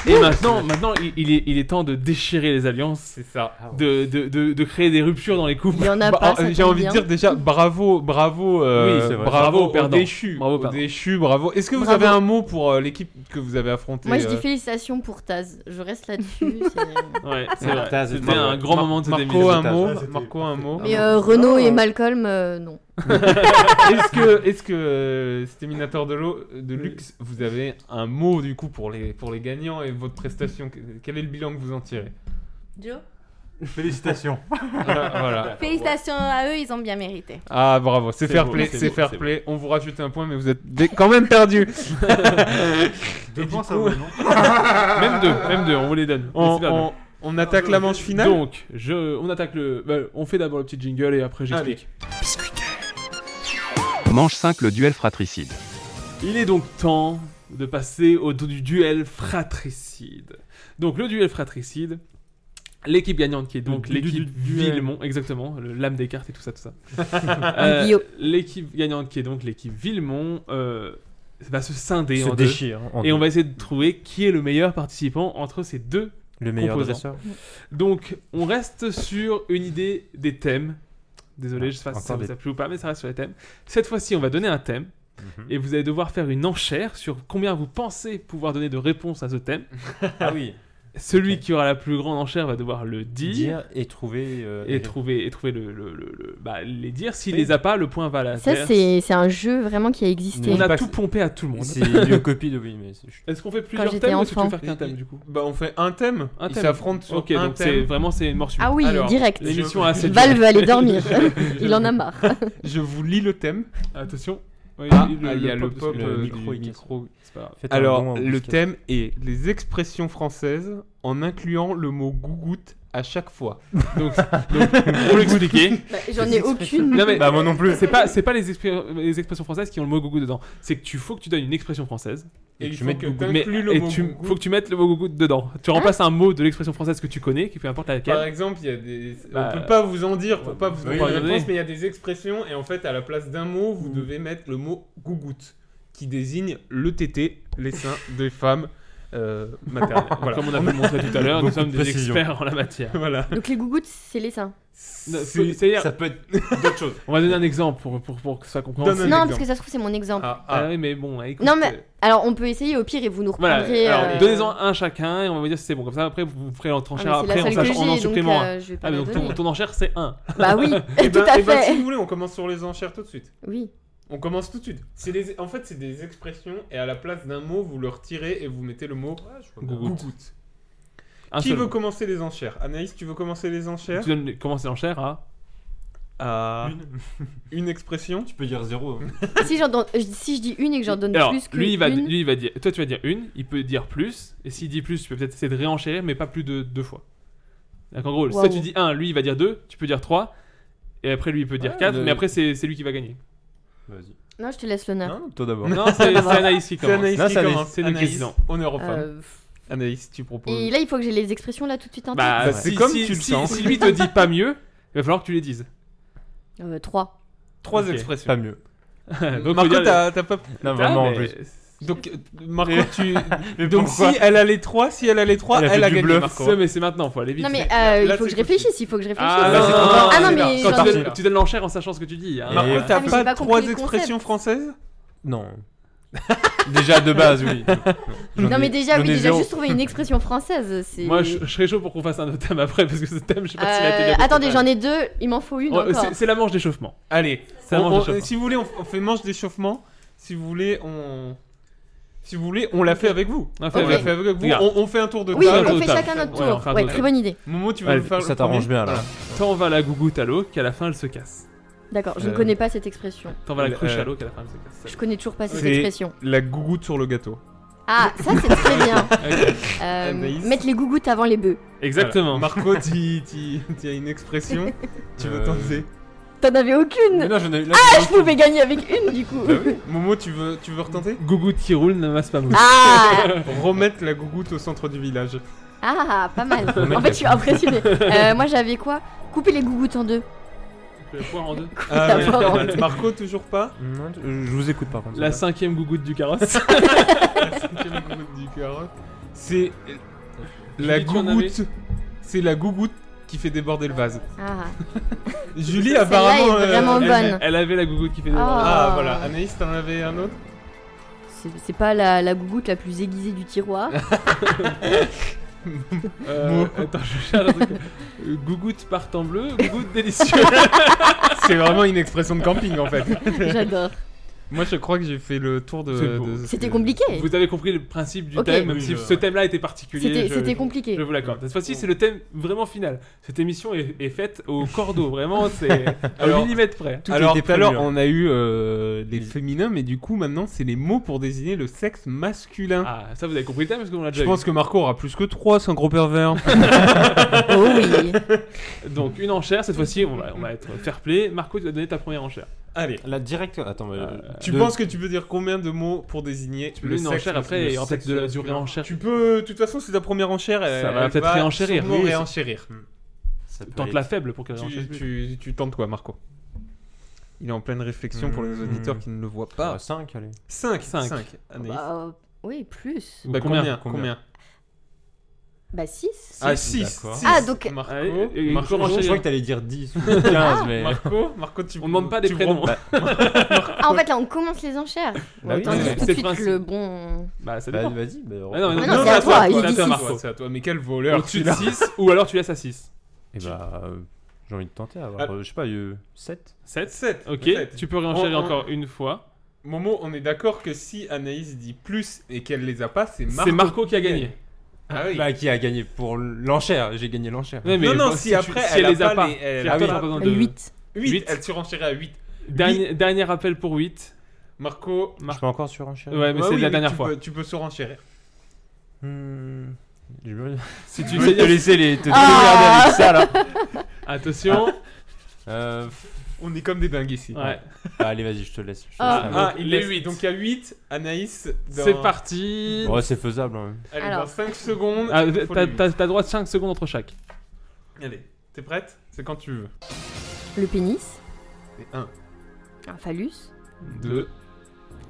Speaker 8: Et maintenant, maintenant il, il est, il est temps de déchirer les alliances. C'est
Speaker 9: ça.
Speaker 8: De, de, de, de créer des ruptures dans les couples.
Speaker 9: Il y en a Bah, pas, ça euh, j'ai tombe envie de bien. dire déjà, bravo, bravo, Euh, bravo, aux
Speaker 8: perdant.
Speaker 9: déchus,
Speaker 8: Bravo aux
Speaker 9: aux
Speaker 8: perdants.
Speaker 9: déchus, bravo. Est-ce que vous
Speaker 8: Bravo.
Speaker 9: avez un mot pour euh, l'équipe que vous avez affrontée
Speaker 15: Moi, je dis
Speaker 9: euh, Ah,
Speaker 15: félicitations pour Taz. Je reste là-dessus. c'est-
Speaker 8: Ouais, c'est
Speaker 9: Mar-
Speaker 8: vrai.
Speaker 9: Taz,
Speaker 8: C'était
Speaker 9: Marco.
Speaker 8: un grand
Speaker 9: Mar-
Speaker 8: moment de cette
Speaker 9: Marco, un
Speaker 8: émission.
Speaker 9: mot.
Speaker 8: Ouais, c'était-
Speaker 9: Marco, un mot.
Speaker 15: Mais euh, Renaud
Speaker 9: Ah.
Speaker 15: et Malcolm, euh, non.
Speaker 9: est-ce que, est-ce que euh, Stéminateur de l'eau de luxe, vous avez un mot du coup pour les pour les gagnants et votre prestation Que- Quel est le bilan que vous en tirez
Speaker 10: Joe
Speaker 5: Félicitations.
Speaker 9: Voilà, voilà.
Speaker 10: Félicitations à eux, ils ont bien mérité.
Speaker 9: Ah bravo, c'est
Speaker 8: C'est
Speaker 9: fair
Speaker 8: beau,
Speaker 9: play,
Speaker 8: c'est
Speaker 9: c'est
Speaker 8: beau,
Speaker 9: fair
Speaker 8: c'est
Speaker 9: play. On vous rajoute un point, mais vous êtes dé- quand même perdu.
Speaker 5: Deux
Speaker 9: Et du
Speaker 5: points, ça
Speaker 9: coup-
Speaker 5: vaut, non
Speaker 8: même deux, même deux, on vous les donne.
Speaker 9: On-
Speaker 8: C'est super
Speaker 9: on-
Speaker 8: bien.
Speaker 9: on attaque la manche finale
Speaker 8: Donc, je, on attaque le. bah, on fait d'abord le petit jingle et après j'explique.
Speaker 14: Manche 5, le duel fratricide.
Speaker 8: Il est donc temps de passer au dos du duel fratricide. Donc le duel fratricide, l'équipe gagnante qui est donc
Speaker 9: du- du-
Speaker 8: l'équipe
Speaker 9: du- duel.
Speaker 8: Villemont, exactement, le- l'âme des cartes et tout ça, tout ça.
Speaker 9: Le
Speaker 8: Euh,
Speaker 9: guillot.
Speaker 8: l'équipe gagnante qui est donc l'équipe Villemont euh, va se scinder
Speaker 11: Se
Speaker 8: en deux.
Speaker 11: déchire hein, en
Speaker 8: et
Speaker 11: deux.
Speaker 8: on va essayer de trouver qui est le meilleur participant entre ces deux
Speaker 11: Le meilleur
Speaker 8: composants.
Speaker 11: dresseur.
Speaker 8: Donc on reste sur une idée des thèmes. Désolé, je sais pas si
Speaker 11: Encore
Speaker 8: ça vous
Speaker 11: des
Speaker 8: a plu ou pas, mais ça reste sur les thèmes. Cette fois-ci, on va donner un thème. Et vous allez devoir faire une enchère sur combien vous pensez pouvoir donner de réponses à ce thème.
Speaker 11: Ah oui.
Speaker 8: Celui qui aura la plus grande enchère va devoir le dire.
Speaker 11: Dire et trouver, euh,
Speaker 8: et
Speaker 11: les-
Speaker 8: trouver, et trouver le, le- le- le- bah, les dire. S'il
Speaker 11: Oui.
Speaker 8: les a pas, le point va à la
Speaker 15: Ça, c'est c'est un jeu vraiment qui a existé.
Speaker 8: On a tout pompé à tout le monde.
Speaker 11: C'est une copie de oui, mais c'est-
Speaker 8: Est-ce qu'on fait
Speaker 15: Quand
Speaker 8: plusieurs
Speaker 15: j'étais
Speaker 8: thèmes ou est-ce que tu
Speaker 15: enfant.
Speaker 8: veux faire qu'un thème du coup
Speaker 9: Bah on fait un thème.
Speaker 8: Un
Speaker 9: Ils
Speaker 8: thème.
Speaker 9: s'affrontent sur
Speaker 8: Ok,
Speaker 9: un
Speaker 8: donc
Speaker 9: thème.
Speaker 8: c'est vraiment c'est une morsure.
Speaker 15: Ah oui,
Speaker 9: Alors,
Speaker 15: direct.
Speaker 8: L'émission a assez
Speaker 15: Val
Speaker 8: duré.
Speaker 15: veut aller dormir. Il en a marre.
Speaker 9: Je vous lis le thème.
Speaker 8: Attention. Oui,
Speaker 9: Ah,
Speaker 8: le-
Speaker 9: ah, il y a le
Speaker 8: parce
Speaker 9: pop
Speaker 8: que
Speaker 9: euh,
Speaker 8: micro,
Speaker 9: du
Speaker 8: il casse.
Speaker 9: micro.
Speaker 8: C'est pas grave.
Speaker 11: Faites un bon
Speaker 9: Alors,
Speaker 11: à
Speaker 9: le
Speaker 11: Whiskas.
Speaker 9: thème est les expressions françaises en incluant le mot gougoute à chaque fois. Donc, donc,
Speaker 8: pour l'expliquer.
Speaker 15: j'en ai aucune.
Speaker 8: Non, mais
Speaker 9: Bah, moi non plus.
Speaker 8: C'est pas, c'est pas les, expri- les expressions françaises qui ont le mot gougou dedans. C'est que tu faut que tu donnes une expression française.
Speaker 9: Et il faut
Speaker 8: mets
Speaker 9: que
Speaker 8: gougou.
Speaker 9: t'inclues
Speaker 8: Mais-
Speaker 9: le
Speaker 8: et
Speaker 9: mot
Speaker 8: tu-
Speaker 9: gougou.
Speaker 8: faut que tu mettes le mot gougou dedans. Tu remplaces un mot de l'expression française que tu connais, qui peu importe laquelle.
Speaker 9: Par exemple, il y a des.
Speaker 8: Bah,
Speaker 9: on peut pas vous en dire pour pas vous
Speaker 8: oui,
Speaker 9: donner une
Speaker 8: oui, oui.
Speaker 9: réponse, mais il y a des expressions et en fait, à la place d'un mot,
Speaker 8: Mm.
Speaker 9: vous devez mettre le mot gougoute qui désigne le tété, les seins des femmes euh, maternelles. Voilà.
Speaker 8: Comme on a pu le montrer tout à l'heure, nous
Speaker 9: Beaucoup
Speaker 8: sommes
Speaker 9: de
Speaker 8: des
Speaker 9: précision.
Speaker 8: experts en la matière.
Speaker 9: voilà.
Speaker 15: Donc les gougouttes, c'est les seins.
Speaker 8: Non,
Speaker 9: C'est-
Speaker 8: faut- c'est-à-dire-
Speaker 9: ça peut être d'autres choses.
Speaker 8: On va donner un exemple pour, pour, pour que ça comprenne.
Speaker 15: Non, parce que ça se trouve, c'est mon exemple.
Speaker 8: Ah, oui, mais bon, écoute,
Speaker 15: non,
Speaker 8: euh,
Speaker 15: mais alors on peut essayer au pire et vous nous
Speaker 8: Voilà,
Speaker 15: reprendrez.
Speaker 8: alors
Speaker 15: euh,
Speaker 8: donnez-en un chacun et on va vous dire si c'est bon. Comme ça, après, vous vous ferez l'enchère
Speaker 15: Ah, mais c'est
Speaker 8: après
Speaker 15: la
Speaker 8: en,
Speaker 15: seule que
Speaker 8: sachant- en
Speaker 15: j'ai,
Speaker 8: en
Speaker 15: donc,
Speaker 8: supplément.
Speaker 15: euh, je vais pas
Speaker 8: ah, mais
Speaker 15: la
Speaker 8: donc ton,
Speaker 15: donner.
Speaker 8: ton enchère, c'est 1.
Speaker 15: Bah oui,
Speaker 9: Eh ben-
Speaker 15: tout à
Speaker 9: eh ben,
Speaker 15: fait.
Speaker 9: si vous voulez, on commence sur les enchères tout de suite.
Speaker 15: Oui.
Speaker 9: On commence tout de suite. C'est des- En fait, c'est des expressions et à la place d'un mot, vous le retirez et vous mettez le mot
Speaker 8: bien.
Speaker 9: gougoute.
Speaker 8: Un
Speaker 9: Qui
Speaker 8: seul
Speaker 9: veut
Speaker 8: mot.
Speaker 9: commencer les enchères Anaïs, tu veux commencer les enchères
Speaker 8: Tu donnes, comment c'est l'enchère hein à
Speaker 9: à une. expression Tu peux dire zéro.
Speaker 15: si, j'en donne- je- si je dis une et que j'en donne
Speaker 8: Alors,
Speaker 15: plus que
Speaker 8: lui, il va,
Speaker 15: une,
Speaker 8: lui, il va dire. Toi, tu vas dire une, il peut dire plus. Et s'il dit plus, tu peux peut-être essayer de réenchérir, mais pas plus de deux fois. Donc, en gros, si toi,
Speaker 15: Waouh.
Speaker 8: tu dis un, lui, il va dire deux, tu peux dire trois. Et après, lui, il peut dire
Speaker 11: Ouais,
Speaker 8: quatre.
Speaker 11: le-
Speaker 8: Mais après, c'est c'est lui qui va gagner.
Speaker 11: Vas-y.
Speaker 15: non, je te laisse l'honneur.
Speaker 11: Toi d'abord.
Speaker 8: Non, c'est c'est Anaïs qui
Speaker 9: C'est
Speaker 8: commence.
Speaker 9: Anaïs
Speaker 11: Non,
Speaker 9: qui
Speaker 11: c'est Anaïs.
Speaker 9: commence. C'est le
Speaker 11: Anaïs.
Speaker 9: président. Honneur aux femmes.
Speaker 15: Euh,
Speaker 9: Anaïs, tu proposes.
Speaker 15: Et là, il faut que j'ai les expressions là tout de suite en
Speaker 8: Bah,
Speaker 9: Bah,
Speaker 15: tête.
Speaker 9: c'est
Speaker 8: si-
Speaker 9: comme
Speaker 8: si-
Speaker 9: tu le
Speaker 8: si-
Speaker 9: sens.
Speaker 8: Si lui te dit pas mieux, il va falloir que tu les dises.
Speaker 15: Euh, trois.
Speaker 9: Trois
Speaker 8: Ok.
Speaker 9: expressions.
Speaker 11: Pas mieux.
Speaker 8: Donc,
Speaker 9: Marco,
Speaker 8: faut dire-
Speaker 9: t'as t'as pas.
Speaker 11: Non, vraiment,
Speaker 8: Ah,
Speaker 11: en
Speaker 8: mais-
Speaker 11: plus.
Speaker 9: Donc, euh, Marco,
Speaker 11: Mais-
Speaker 9: tu.
Speaker 11: Mais
Speaker 9: Donc, si
Speaker 11: pourquoi
Speaker 9: elle a les trois, si elle a les trois,
Speaker 11: Elle
Speaker 9: elle
Speaker 11: a
Speaker 9: a,
Speaker 11: fait du
Speaker 9: gagné.
Speaker 11: bluff.
Speaker 9: Marco.
Speaker 8: C'est- mais c'est maintenant, faut aller vite.
Speaker 15: Non, mais
Speaker 8: Là,
Speaker 15: euh, il
Speaker 8: là,
Speaker 15: faut
Speaker 8: c'est
Speaker 15: que je réfléchisse, il faut que je réfléchisse.
Speaker 8: Ah, là, c'est trop tard.
Speaker 15: Ah, non,
Speaker 8: C'est
Speaker 15: mais
Speaker 8: tard.
Speaker 15: j'en-
Speaker 8: Quand tu donnes- tu donnes l'enchère en sachant ce que tu dis. hein.
Speaker 9: Marco,
Speaker 15: Ah,
Speaker 9: t'as
Speaker 15: mais j'ai
Speaker 9: pas,
Speaker 15: pas compris
Speaker 9: trois
Speaker 15: le
Speaker 9: expressions
Speaker 15: concept.
Speaker 9: françaises
Speaker 11: Non. Déjà de base, oui. J'en
Speaker 15: Non,
Speaker 11: ai-
Speaker 15: mais déjà,
Speaker 11: j'en
Speaker 15: oui,
Speaker 11: ai
Speaker 15: déjà
Speaker 11: zéro.
Speaker 15: juste trouver une expression française. c'est-
Speaker 8: Moi, je, je serais chaud pour qu'on fasse un autre thème après parce que ce thème, je sais pas s'il a été
Speaker 15: Euh,
Speaker 8: bien
Speaker 15: attendez,
Speaker 8: préparé.
Speaker 15: j'en ai deux, il m'en faut une
Speaker 8: Ouais,
Speaker 15: encore.
Speaker 8: Oh, c'est- C'est la manche d'échauffement.
Speaker 9: Allez,
Speaker 8: C'est la
Speaker 9: on-
Speaker 8: manche
Speaker 9: on-
Speaker 8: d'échauffement.
Speaker 9: si vous voulez, on, on fait manche d'échauffement. Si vous voulez, on. Si vous voulez, on l'a fait avec vous.
Speaker 8: On l'a
Speaker 15: fait
Speaker 9: On l'a
Speaker 8: avec
Speaker 9: fait
Speaker 8: vous.
Speaker 9: avec vous.
Speaker 8: Regarde.
Speaker 9: On, on fait un tour de
Speaker 15: Oui,
Speaker 9: table.
Speaker 15: on fait chacun notre
Speaker 8: Ouais, on
Speaker 15: tour.
Speaker 8: fera
Speaker 15: Ouais,
Speaker 8: d'autres.
Speaker 15: très bonne idée.
Speaker 9: Momo, tu vas
Speaker 8: Allez,
Speaker 9: nous faire le
Speaker 8: ça t'arrange
Speaker 9: premier.
Speaker 8: bien, là.
Speaker 9: Voilà.
Speaker 8: T'en vas la gougoute à l'eau qu'à la fin elle se casse.
Speaker 15: D'accord, je ne
Speaker 9: Euh,
Speaker 15: connais pas cette expression.
Speaker 8: T'en vas la
Speaker 9: Euh,
Speaker 8: cruche à l'eau qu'à la fin elle se casse.
Speaker 15: Je connais toujours pas cette
Speaker 9: C'est
Speaker 15: expression.
Speaker 9: La gougoute sur le gâteau.
Speaker 15: Ah, ça c'est très bien. Euh,
Speaker 9: Anaïs.
Speaker 15: mettre les gougouttes avant les bœufs.
Speaker 8: Exactement.
Speaker 9: Voilà. Marco, tu tu- tu as une expression. tu veux
Speaker 11: Euh,
Speaker 9: tenter
Speaker 15: T'en avais aucune
Speaker 9: Mais non, j'en ai- là,
Speaker 15: Ah,
Speaker 9: j'en ai
Speaker 15: je pouvais gagner avec une du coup
Speaker 9: Bah oui. Momo, tu veux, tu veux retenter
Speaker 8: Gougoute qui roule ne masse pas mousse.
Speaker 15: Ah
Speaker 9: Remettre la gougoute au centre du village.
Speaker 15: Ah, pas mal.
Speaker 9: On met
Speaker 15: En fait, je suis
Speaker 9: la-
Speaker 15: impressionnée. Euh, moi j'avais quoi Couper les gougouttes en deux.
Speaker 8: La poire en deux.
Speaker 9: Ah, ouais.
Speaker 15: Couper la poire en deux.
Speaker 9: Marco, toujours pas
Speaker 11: Non, je je vous écoute par contre.
Speaker 8: La cinquième gougoute du carrosse.
Speaker 9: La cinquième gougoute du carotte. C'est la
Speaker 8: Julie, tu en
Speaker 9: gougoute. C'est la gougoute qui fait déborder le vase.
Speaker 15: Ah.
Speaker 9: Julie,
Speaker 15: Celle-là
Speaker 9: apparemment. euh,
Speaker 15: est vraiment
Speaker 9: elle-
Speaker 15: bonne.
Speaker 8: Elle avait la gougoute qui fait des
Speaker 9: Ah,
Speaker 15: Ah.
Speaker 9: voilà. Anaïs, t'en avais un autre
Speaker 15: C'est c'est pas la, la gougoute la plus aiguisée du tiroir.
Speaker 8: Euh, Attends, je cherche un truc. Euh, Gougoute par temps bleu, gougoute délicieux.
Speaker 9: C'est vraiment une expression de camping en fait.
Speaker 15: J'adore.
Speaker 9: Moi, je crois que j'ai fait le tour de.
Speaker 8: C'est beau.
Speaker 9: de-
Speaker 15: C'était compliqué.
Speaker 8: Vous avez compris le principe du
Speaker 15: Ok.
Speaker 8: thème, même
Speaker 15: Oui,
Speaker 8: si
Speaker 9: je-
Speaker 8: ce thème-là était particulier.
Speaker 15: C'était-
Speaker 8: je-
Speaker 15: c'était
Speaker 8: je-
Speaker 15: compliqué.
Speaker 8: Je vous l'accorde. Cette fois-ci, c'est le thème vraiment final. Cette émission est, est faite au cordeau, vraiment, c'est au
Speaker 9: Alors-
Speaker 8: millimètre près.
Speaker 9: Alors tout à l'heure, on a eu euh, les féminins, mais du coup, maintenant, c'est les mots pour désigner le sexe masculin.
Speaker 8: Ah, ça, vous avez compris le thème parce qu'on l'a déjà
Speaker 9: Je pense
Speaker 8: eu.
Speaker 9: que Marco aura plus que 3, c'est un gros pervers.
Speaker 15: oh oui.
Speaker 8: Donc, une enchère, cette fois-ci, on va, on va être fair play. Marco, tu vas donner ta première enchère.
Speaker 9: Allez.
Speaker 11: La directe. Attends,
Speaker 8: Euh,
Speaker 11: mais- euh,
Speaker 9: Tu
Speaker 11: de-
Speaker 9: penses que tu peux dire combien de mots pour désigner
Speaker 8: Tu peux
Speaker 9: le
Speaker 8: donner une
Speaker 9: sexe
Speaker 8: enchère après,
Speaker 9: le
Speaker 8: il y aura
Speaker 9: sexe
Speaker 8: peut-être de la- du
Speaker 9: masculin
Speaker 8: réenchère.
Speaker 9: Tu peux, de toute façon, c'est ta première enchère. elle-
Speaker 8: va
Speaker 9: elle
Speaker 8: peut-être réenchérir.
Speaker 9: sûrement
Speaker 8: Oui, c'est-
Speaker 9: réenchérir.
Speaker 11: Ça peut
Speaker 8: Tente
Speaker 11: aller.
Speaker 8: la faible pour qu'elle enchère.
Speaker 9: Tu, tu- tu tentes quoi, Marco Il est en pleine réflexion pour
Speaker 8: Hmm.
Speaker 9: les auditeurs qui ne le voient pas. Ah,
Speaker 11: 5, allez.
Speaker 9: 5,
Speaker 8: Cinq.
Speaker 9: 5. Anaïs.
Speaker 15: Bah, euh, oui, plus.
Speaker 9: Bah,
Speaker 8: Combien
Speaker 9: combien,
Speaker 8: Combien
Speaker 9: combien
Speaker 15: Bah 6.
Speaker 9: Ah, 6
Speaker 11: D'accord.
Speaker 15: Ah, donc-
Speaker 9: Marco,
Speaker 8: Allez, et- et-
Speaker 9: Marco,
Speaker 8: Marco,
Speaker 11: Je crois
Speaker 8: enchaîne.
Speaker 11: que t'allais dire 10 ou 15, mais.
Speaker 9: Marco, Marco, tu.
Speaker 8: On demande pas des
Speaker 9: tu
Speaker 8: prénoms.
Speaker 9: prends-
Speaker 15: Ah, en fait, là, on commence les enchères.
Speaker 11: Bah oui,
Speaker 15: Autant
Speaker 11: mais
Speaker 15: dire tout
Speaker 8: c'est
Speaker 15: de
Speaker 8: le
Speaker 15: suite
Speaker 8: principe.
Speaker 15: le bon.
Speaker 8: Bah, ça
Speaker 11: Bah,
Speaker 8: dépend.
Speaker 11: vas-y, bah,
Speaker 8: Ah non, mais
Speaker 15: Ah
Speaker 8: non,
Speaker 15: non,
Speaker 8: c'est à toi,
Speaker 15: il
Speaker 8: c'est à
Speaker 15: dit
Speaker 8: toi,
Speaker 15: six.
Speaker 8: Marco.
Speaker 9: C'est à toi, mais quel voleur
Speaker 8: Au-dessus de
Speaker 9: celui-là.
Speaker 8: 6, ou alors tu laisses à 6.
Speaker 11: Et bah, euh, j'ai envie de tenter, avoir,
Speaker 9: Ah.
Speaker 11: euh, je sais pas, 7.
Speaker 8: 7.
Speaker 9: Sept,
Speaker 8: Ok,
Speaker 9: sept.
Speaker 8: tu peux réenchérir
Speaker 9: On- on-
Speaker 8: encore une fois.
Speaker 9: Momo, on est d'accord que si Anaïs dit plus et qu'elle les a pas, c'est Marco.
Speaker 8: C'est Marco qui a gagné.
Speaker 9: Ah oui.
Speaker 11: Bah, qui a gagné pour l'enchère J'ai gagné l'enchère.
Speaker 8: Ouais, mais
Speaker 9: non, non,
Speaker 8: bon,
Speaker 9: si,
Speaker 8: tu-
Speaker 9: après,
Speaker 8: si
Speaker 9: elle,
Speaker 8: les a pas,
Speaker 9: les-
Speaker 8: si
Speaker 9: elle
Speaker 8: elle a
Speaker 9: a
Speaker 8: pas,
Speaker 9: pas
Speaker 8: t'as pas besoin de-
Speaker 15: 8.
Speaker 9: 8,
Speaker 8: Huit.
Speaker 9: elle surenchérit à 8.
Speaker 8: Dernier, dernier appel pour 8.
Speaker 9: Marco.
Speaker 11: Je peux encore surenchérir
Speaker 8: Ouais, mais
Speaker 9: Bah
Speaker 8: c'est
Speaker 9: oui,
Speaker 8: la dernière
Speaker 9: tu
Speaker 8: fois.
Speaker 9: Peux, tu peux surenchérir.
Speaker 11: Hmm, j'ai bien-
Speaker 8: Si
Speaker 11: Je
Speaker 8: tu
Speaker 11: vais
Speaker 8: sais
Speaker 11: te
Speaker 8: dire.
Speaker 11: laisser les, te
Speaker 15: Ah.
Speaker 11: démerder avec ça là.
Speaker 8: Attention.
Speaker 11: Euh,
Speaker 9: On est comme des dingues ici.
Speaker 8: Ah. Ouais.
Speaker 11: bah, allez, vas-y, je te laisse. je te laisse
Speaker 15: Ah.
Speaker 11: faire.
Speaker 9: Ah,
Speaker 8: Donc,
Speaker 9: il est
Speaker 8: laisse-
Speaker 9: 8. Donc il y a 8. Anaïs. dans-
Speaker 8: C'est parti.
Speaker 15: ah.
Speaker 11: Ouais, c'est faisable. hein.
Speaker 9: Allez,
Speaker 15: Alors.
Speaker 9: dans 5 secondes.
Speaker 8: Ah,
Speaker 9: il faut
Speaker 8: t'as-
Speaker 9: les
Speaker 8: T'as t'as droit de 5 secondes entre chaque.
Speaker 9: huit. Allez, t'es prête C'est quand tu veux.
Speaker 15: Le pénis,
Speaker 9: C'est 1,
Speaker 15: un phallus,
Speaker 8: 2,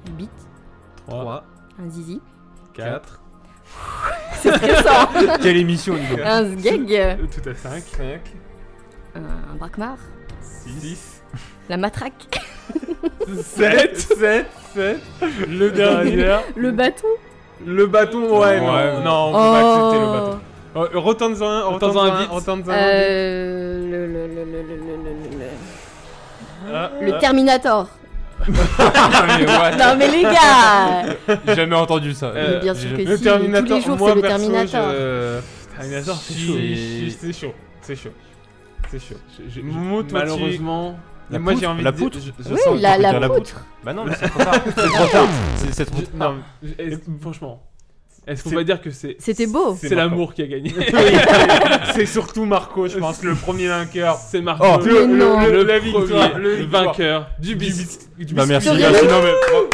Speaker 15: une bite,
Speaker 8: 3,
Speaker 15: un zizi.
Speaker 8: 4,
Speaker 15: C'est stressant.
Speaker 11: Quelle émission, dis donc.
Speaker 15: un
Speaker 9: Euh,
Speaker 15: sgeg,
Speaker 8: tout à 5.
Speaker 9: 5,
Speaker 15: un braquemar,
Speaker 9: 6,
Speaker 15: la matraque,
Speaker 9: 7, 7, 7. Le
Speaker 8: Ah,
Speaker 9: dernier.
Speaker 15: le bâton.
Speaker 9: Le bâton, ouais, non,
Speaker 11: Ouais.
Speaker 9: non, on peut pas accepter le bâton.
Speaker 10: Oh.
Speaker 9: Euh, retente-en un,
Speaker 8: Retente-en Oh.
Speaker 9: retente-en
Speaker 8: un
Speaker 9: un,
Speaker 8: vite.
Speaker 9: retente-en un.
Speaker 15: Euh, le, le, le, le, le, le, le, le- le-
Speaker 9: Ah,
Speaker 15: le
Speaker 9: ah.
Speaker 15: Terminator.
Speaker 11: Ah, mais ouais,
Speaker 15: Non mais les gars
Speaker 11: j'ai jamais entendu ça.
Speaker 8: Euh,
Speaker 15: Mais Bien sûr que
Speaker 9: Le
Speaker 15: si,
Speaker 9: Terminator,
Speaker 15: tous les jours
Speaker 9: moi,
Speaker 15: c'est le
Speaker 9: perso,
Speaker 15: Terminator.
Speaker 9: je-
Speaker 8: Terminator, c'est
Speaker 11: Si.
Speaker 8: chaud.
Speaker 9: je- C'est chaud, c'est chaud, c'est chaud.
Speaker 8: J'ai- j'ai-
Speaker 9: Momo, toi, tu-
Speaker 8: Malheureusement.
Speaker 11: La
Speaker 9: moi, j'ai
Speaker 11: poutre,
Speaker 9: envie
Speaker 11: la
Speaker 9: de dire-
Speaker 11: poutre.
Speaker 9: je- je
Speaker 15: Oui,
Speaker 9: sens-
Speaker 15: la, la
Speaker 11: dire la
Speaker 15: poutre.
Speaker 11: Bah non, mais c'est trop tard. C'est trop tard. C'est- C'est trop
Speaker 8: Je-
Speaker 11: tard.
Speaker 8: Non, je- est-ce- franchement. Est-ce qu'on
Speaker 9: C'est-
Speaker 8: va dire que c'est.
Speaker 15: C'était beau.
Speaker 8: C'est
Speaker 9: C'est Marco.
Speaker 8: l'amour qui a gagné.
Speaker 9: C'est surtout Marco, je pense, le premier vainqueur.
Speaker 8: C'est Marco.
Speaker 11: Oh,
Speaker 8: le,
Speaker 15: mais non.
Speaker 8: le-
Speaker 9: le-
Speaker 8: la
Speaker 9: premier,
Speaker 8: victoire,
Speaker 9: le
Speaker 8: le
Speaker 9: victoire.
Speaker 8: vainqueur du
Speaker 9: Du
Speaker 8: bis.
Speaker 9: bis-
Speaker 11: Bah merci,
Speaker 15: Sur les
Speaker 11: merci, non, mais- oh.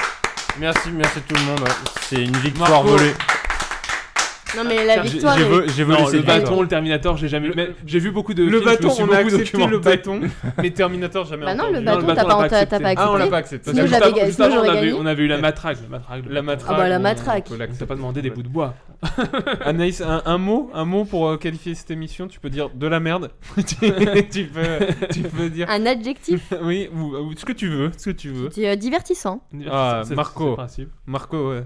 Speaker 11: merci, merci tout le monde. C'est une victoire
Speaker 9: Marco.
Speaker 11: volée.
Speaker 15: Non mais la
Speaker 8: Tiens, j'ai-
Speaker 11: J'ai
Speaker 15: victoire. est-
Speaker 11: vo- j'ai volé
Speaker 8: Non, le
Speaker 11: cette
Speaker 8: bâton,
Speaker 11: victoire.
Speaker 8: le Terminator, j'ai jamais. mais J'ai vu beaucoup de.
Speaker 9: Le
Speaker 8: films, je me
Speaker 9: bâton,
Speaker 8: suis
Speaker 9: on a
Speaker 8: beaucoup
Speaker 9: accepté le
Speaker 8: documenté.
Speaker 9: bâton, mais Terminator jamais
Speaker 15: Bah non,
Speaker 9: entendu.
Speaker 15: le
Speaker 8: bâton,
Speaker 15: bâton t'as
Speaker 8: on l'a
Speaker 15: pas,
Speaker 8: pas
Speaker 15: t'as pas
Speaker 8: accepté.
Speaker 15: accepté.
Speaker 9: Ah, on l'a pas accepté.
Speaker 15: Sinon,
Speaker 9: D'accord.
Speaker 15: j'avais
Speaker 8: Juste
Speaker 15: gagné-
Speaker 8: avant,
Speaker 15: sinon,
Speaker 8: on,
Speaker 15: j'aurais
Speaker 8: avait,
Speaker 15: gagné.
Speaker 8: on avait eu la matraque. La matraque,
Speaker 9: La matraque.
Speaker 15: bah, la
Speaker 9: on- on
Speaker 15: matraque.
Speaker 9: peut
Speaker 15: On
Speaker 8: On t'a
Speaker 9: l'accepter.
Speaker 8: pas demandé des bouts de bois.
Speaker 9: Anaïs, un, un mot, un mot pour euh, qualifier cette émission. Tu peux dire de la merde. tu, tu peux, tu peux dire
Speaker 15: Un adjectif
Speaker 9: oui ou, ou ce que tu veux, ce que tu veux.
Speaker 15: c'était euh, divertissant.
Speaker 9: Ah,
Speaker 8: C'est- c'est-
Speaker 9: Marco.
Speaker 8: c'est le principe.
Speaker 9: Marco, ouais.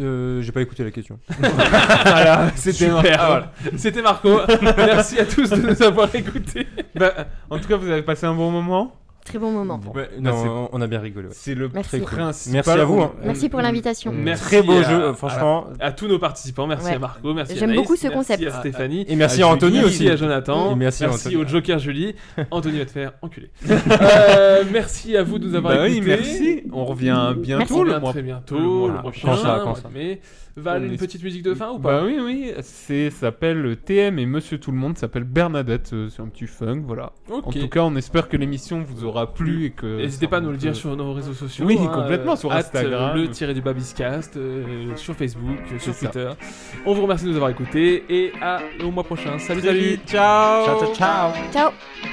Speaker 11: Euh, J'ai pas écouté la question.
Speaker 9: voilà, c'était
Speaker 8: Super.
Speaker 9: Ah, voilà.
Speaker 8: C'était Marco. Merci à tous de nous avoir écoutés.
Speaker 9: Bah, en tout cas, vous avez passé un bon moment.
Speaker 15: Très bon moment.
Speaker 11: Ouais, non, c'est- on a bien rigolé, ouais.
Speaker 8: C'est le
Speaker 11: Merci.
Speaker 8: très cool. principal.
Speaker 11: Merci à vous, hein.
Speaker 15: Merci pour l'invitation.
Speaker 8: Merci
Speaker 11: Très beau
Speaker 8: à-
Speaker 11: jeu,
Speaker 8: à-
Speaker 11: franchement.
Speaker 8: À, tous nos participants, merci
Speaker 15: Ouais.
Speaker 8: à Marco, merci
Speaker 15: J'aime
Speaker 8: à Anaïs,
Speaker 15: beaucoup ce concept.
Speaker 8: Merci à Stéphanie.
Speaker 11: Et merci à
Speaker 8: Julie,
Speaker 11: Anthony
Speaker 8: merci
Speaker 11: aussi.
Speaker 8: à Jonathan.
Speaker 11: Et merci à Anthony.
Speaker 8: au Joker Julie. Anthony va te faire enculer. Euh, merci à vous de nous avoir
Speaker 9: Bah oui,
Speaker 8: écoutés.
Speaker 9: merci. On revient bientôt,
Speaker 8: On revient
Speaker 9: le mois-
Speaker 8: Très bientôt,
Speaker 9: le
Speaker 8: le,
Speaker 9: mois
Speaker 8: prochain.
Speaker 9: prochain. Quand ça,
Speaker 8: le
Speaker 9: quand
Speaker 8: mois de
Speaker 9: ça.
Speaker 8: mai. Val,
Speaker 9: On
Speaker 8: une
Speaker 9: est-
Speaker 8: petite musique de fin ou pas
Speaker 9: Bah oui, oui, c'est ça s'appelle euh, TM et Monsieur Tout le Monde s'appelle Bernadette, euh, c'est un petit funk, voilà.
Speaker 8: Ok.
Speaker 9: En tout cas, on espère que l'émission vous aura plu et que.
Speaker 8: N'hésitez pas à nous le dire
Speaker 9: Euh,
Speaker 8: sur nos réseaux sociaux.
Speaker 9: Oui,
Speaker 8: hein,
Speaker 9: complètement,
Speaker 8: euh,
Speaker 9: sur
Speaker 8: at,
Speaker 9: Instagram.
Speaker 8: euh, Le tiré du Babiscast, euh, sur Facebook, euh, sur
Speaker 9: C'est ça.
Speaker 8: Twitter. On vous remercie de nous avoir écoutés et à au mois prochain. Salut,
Speaker 9: Salut,
Speaker 8: salut.
Speaker 9: ciao. Ciao, ciao,
Speaker 8: ciao.
Speaker 15: Ciao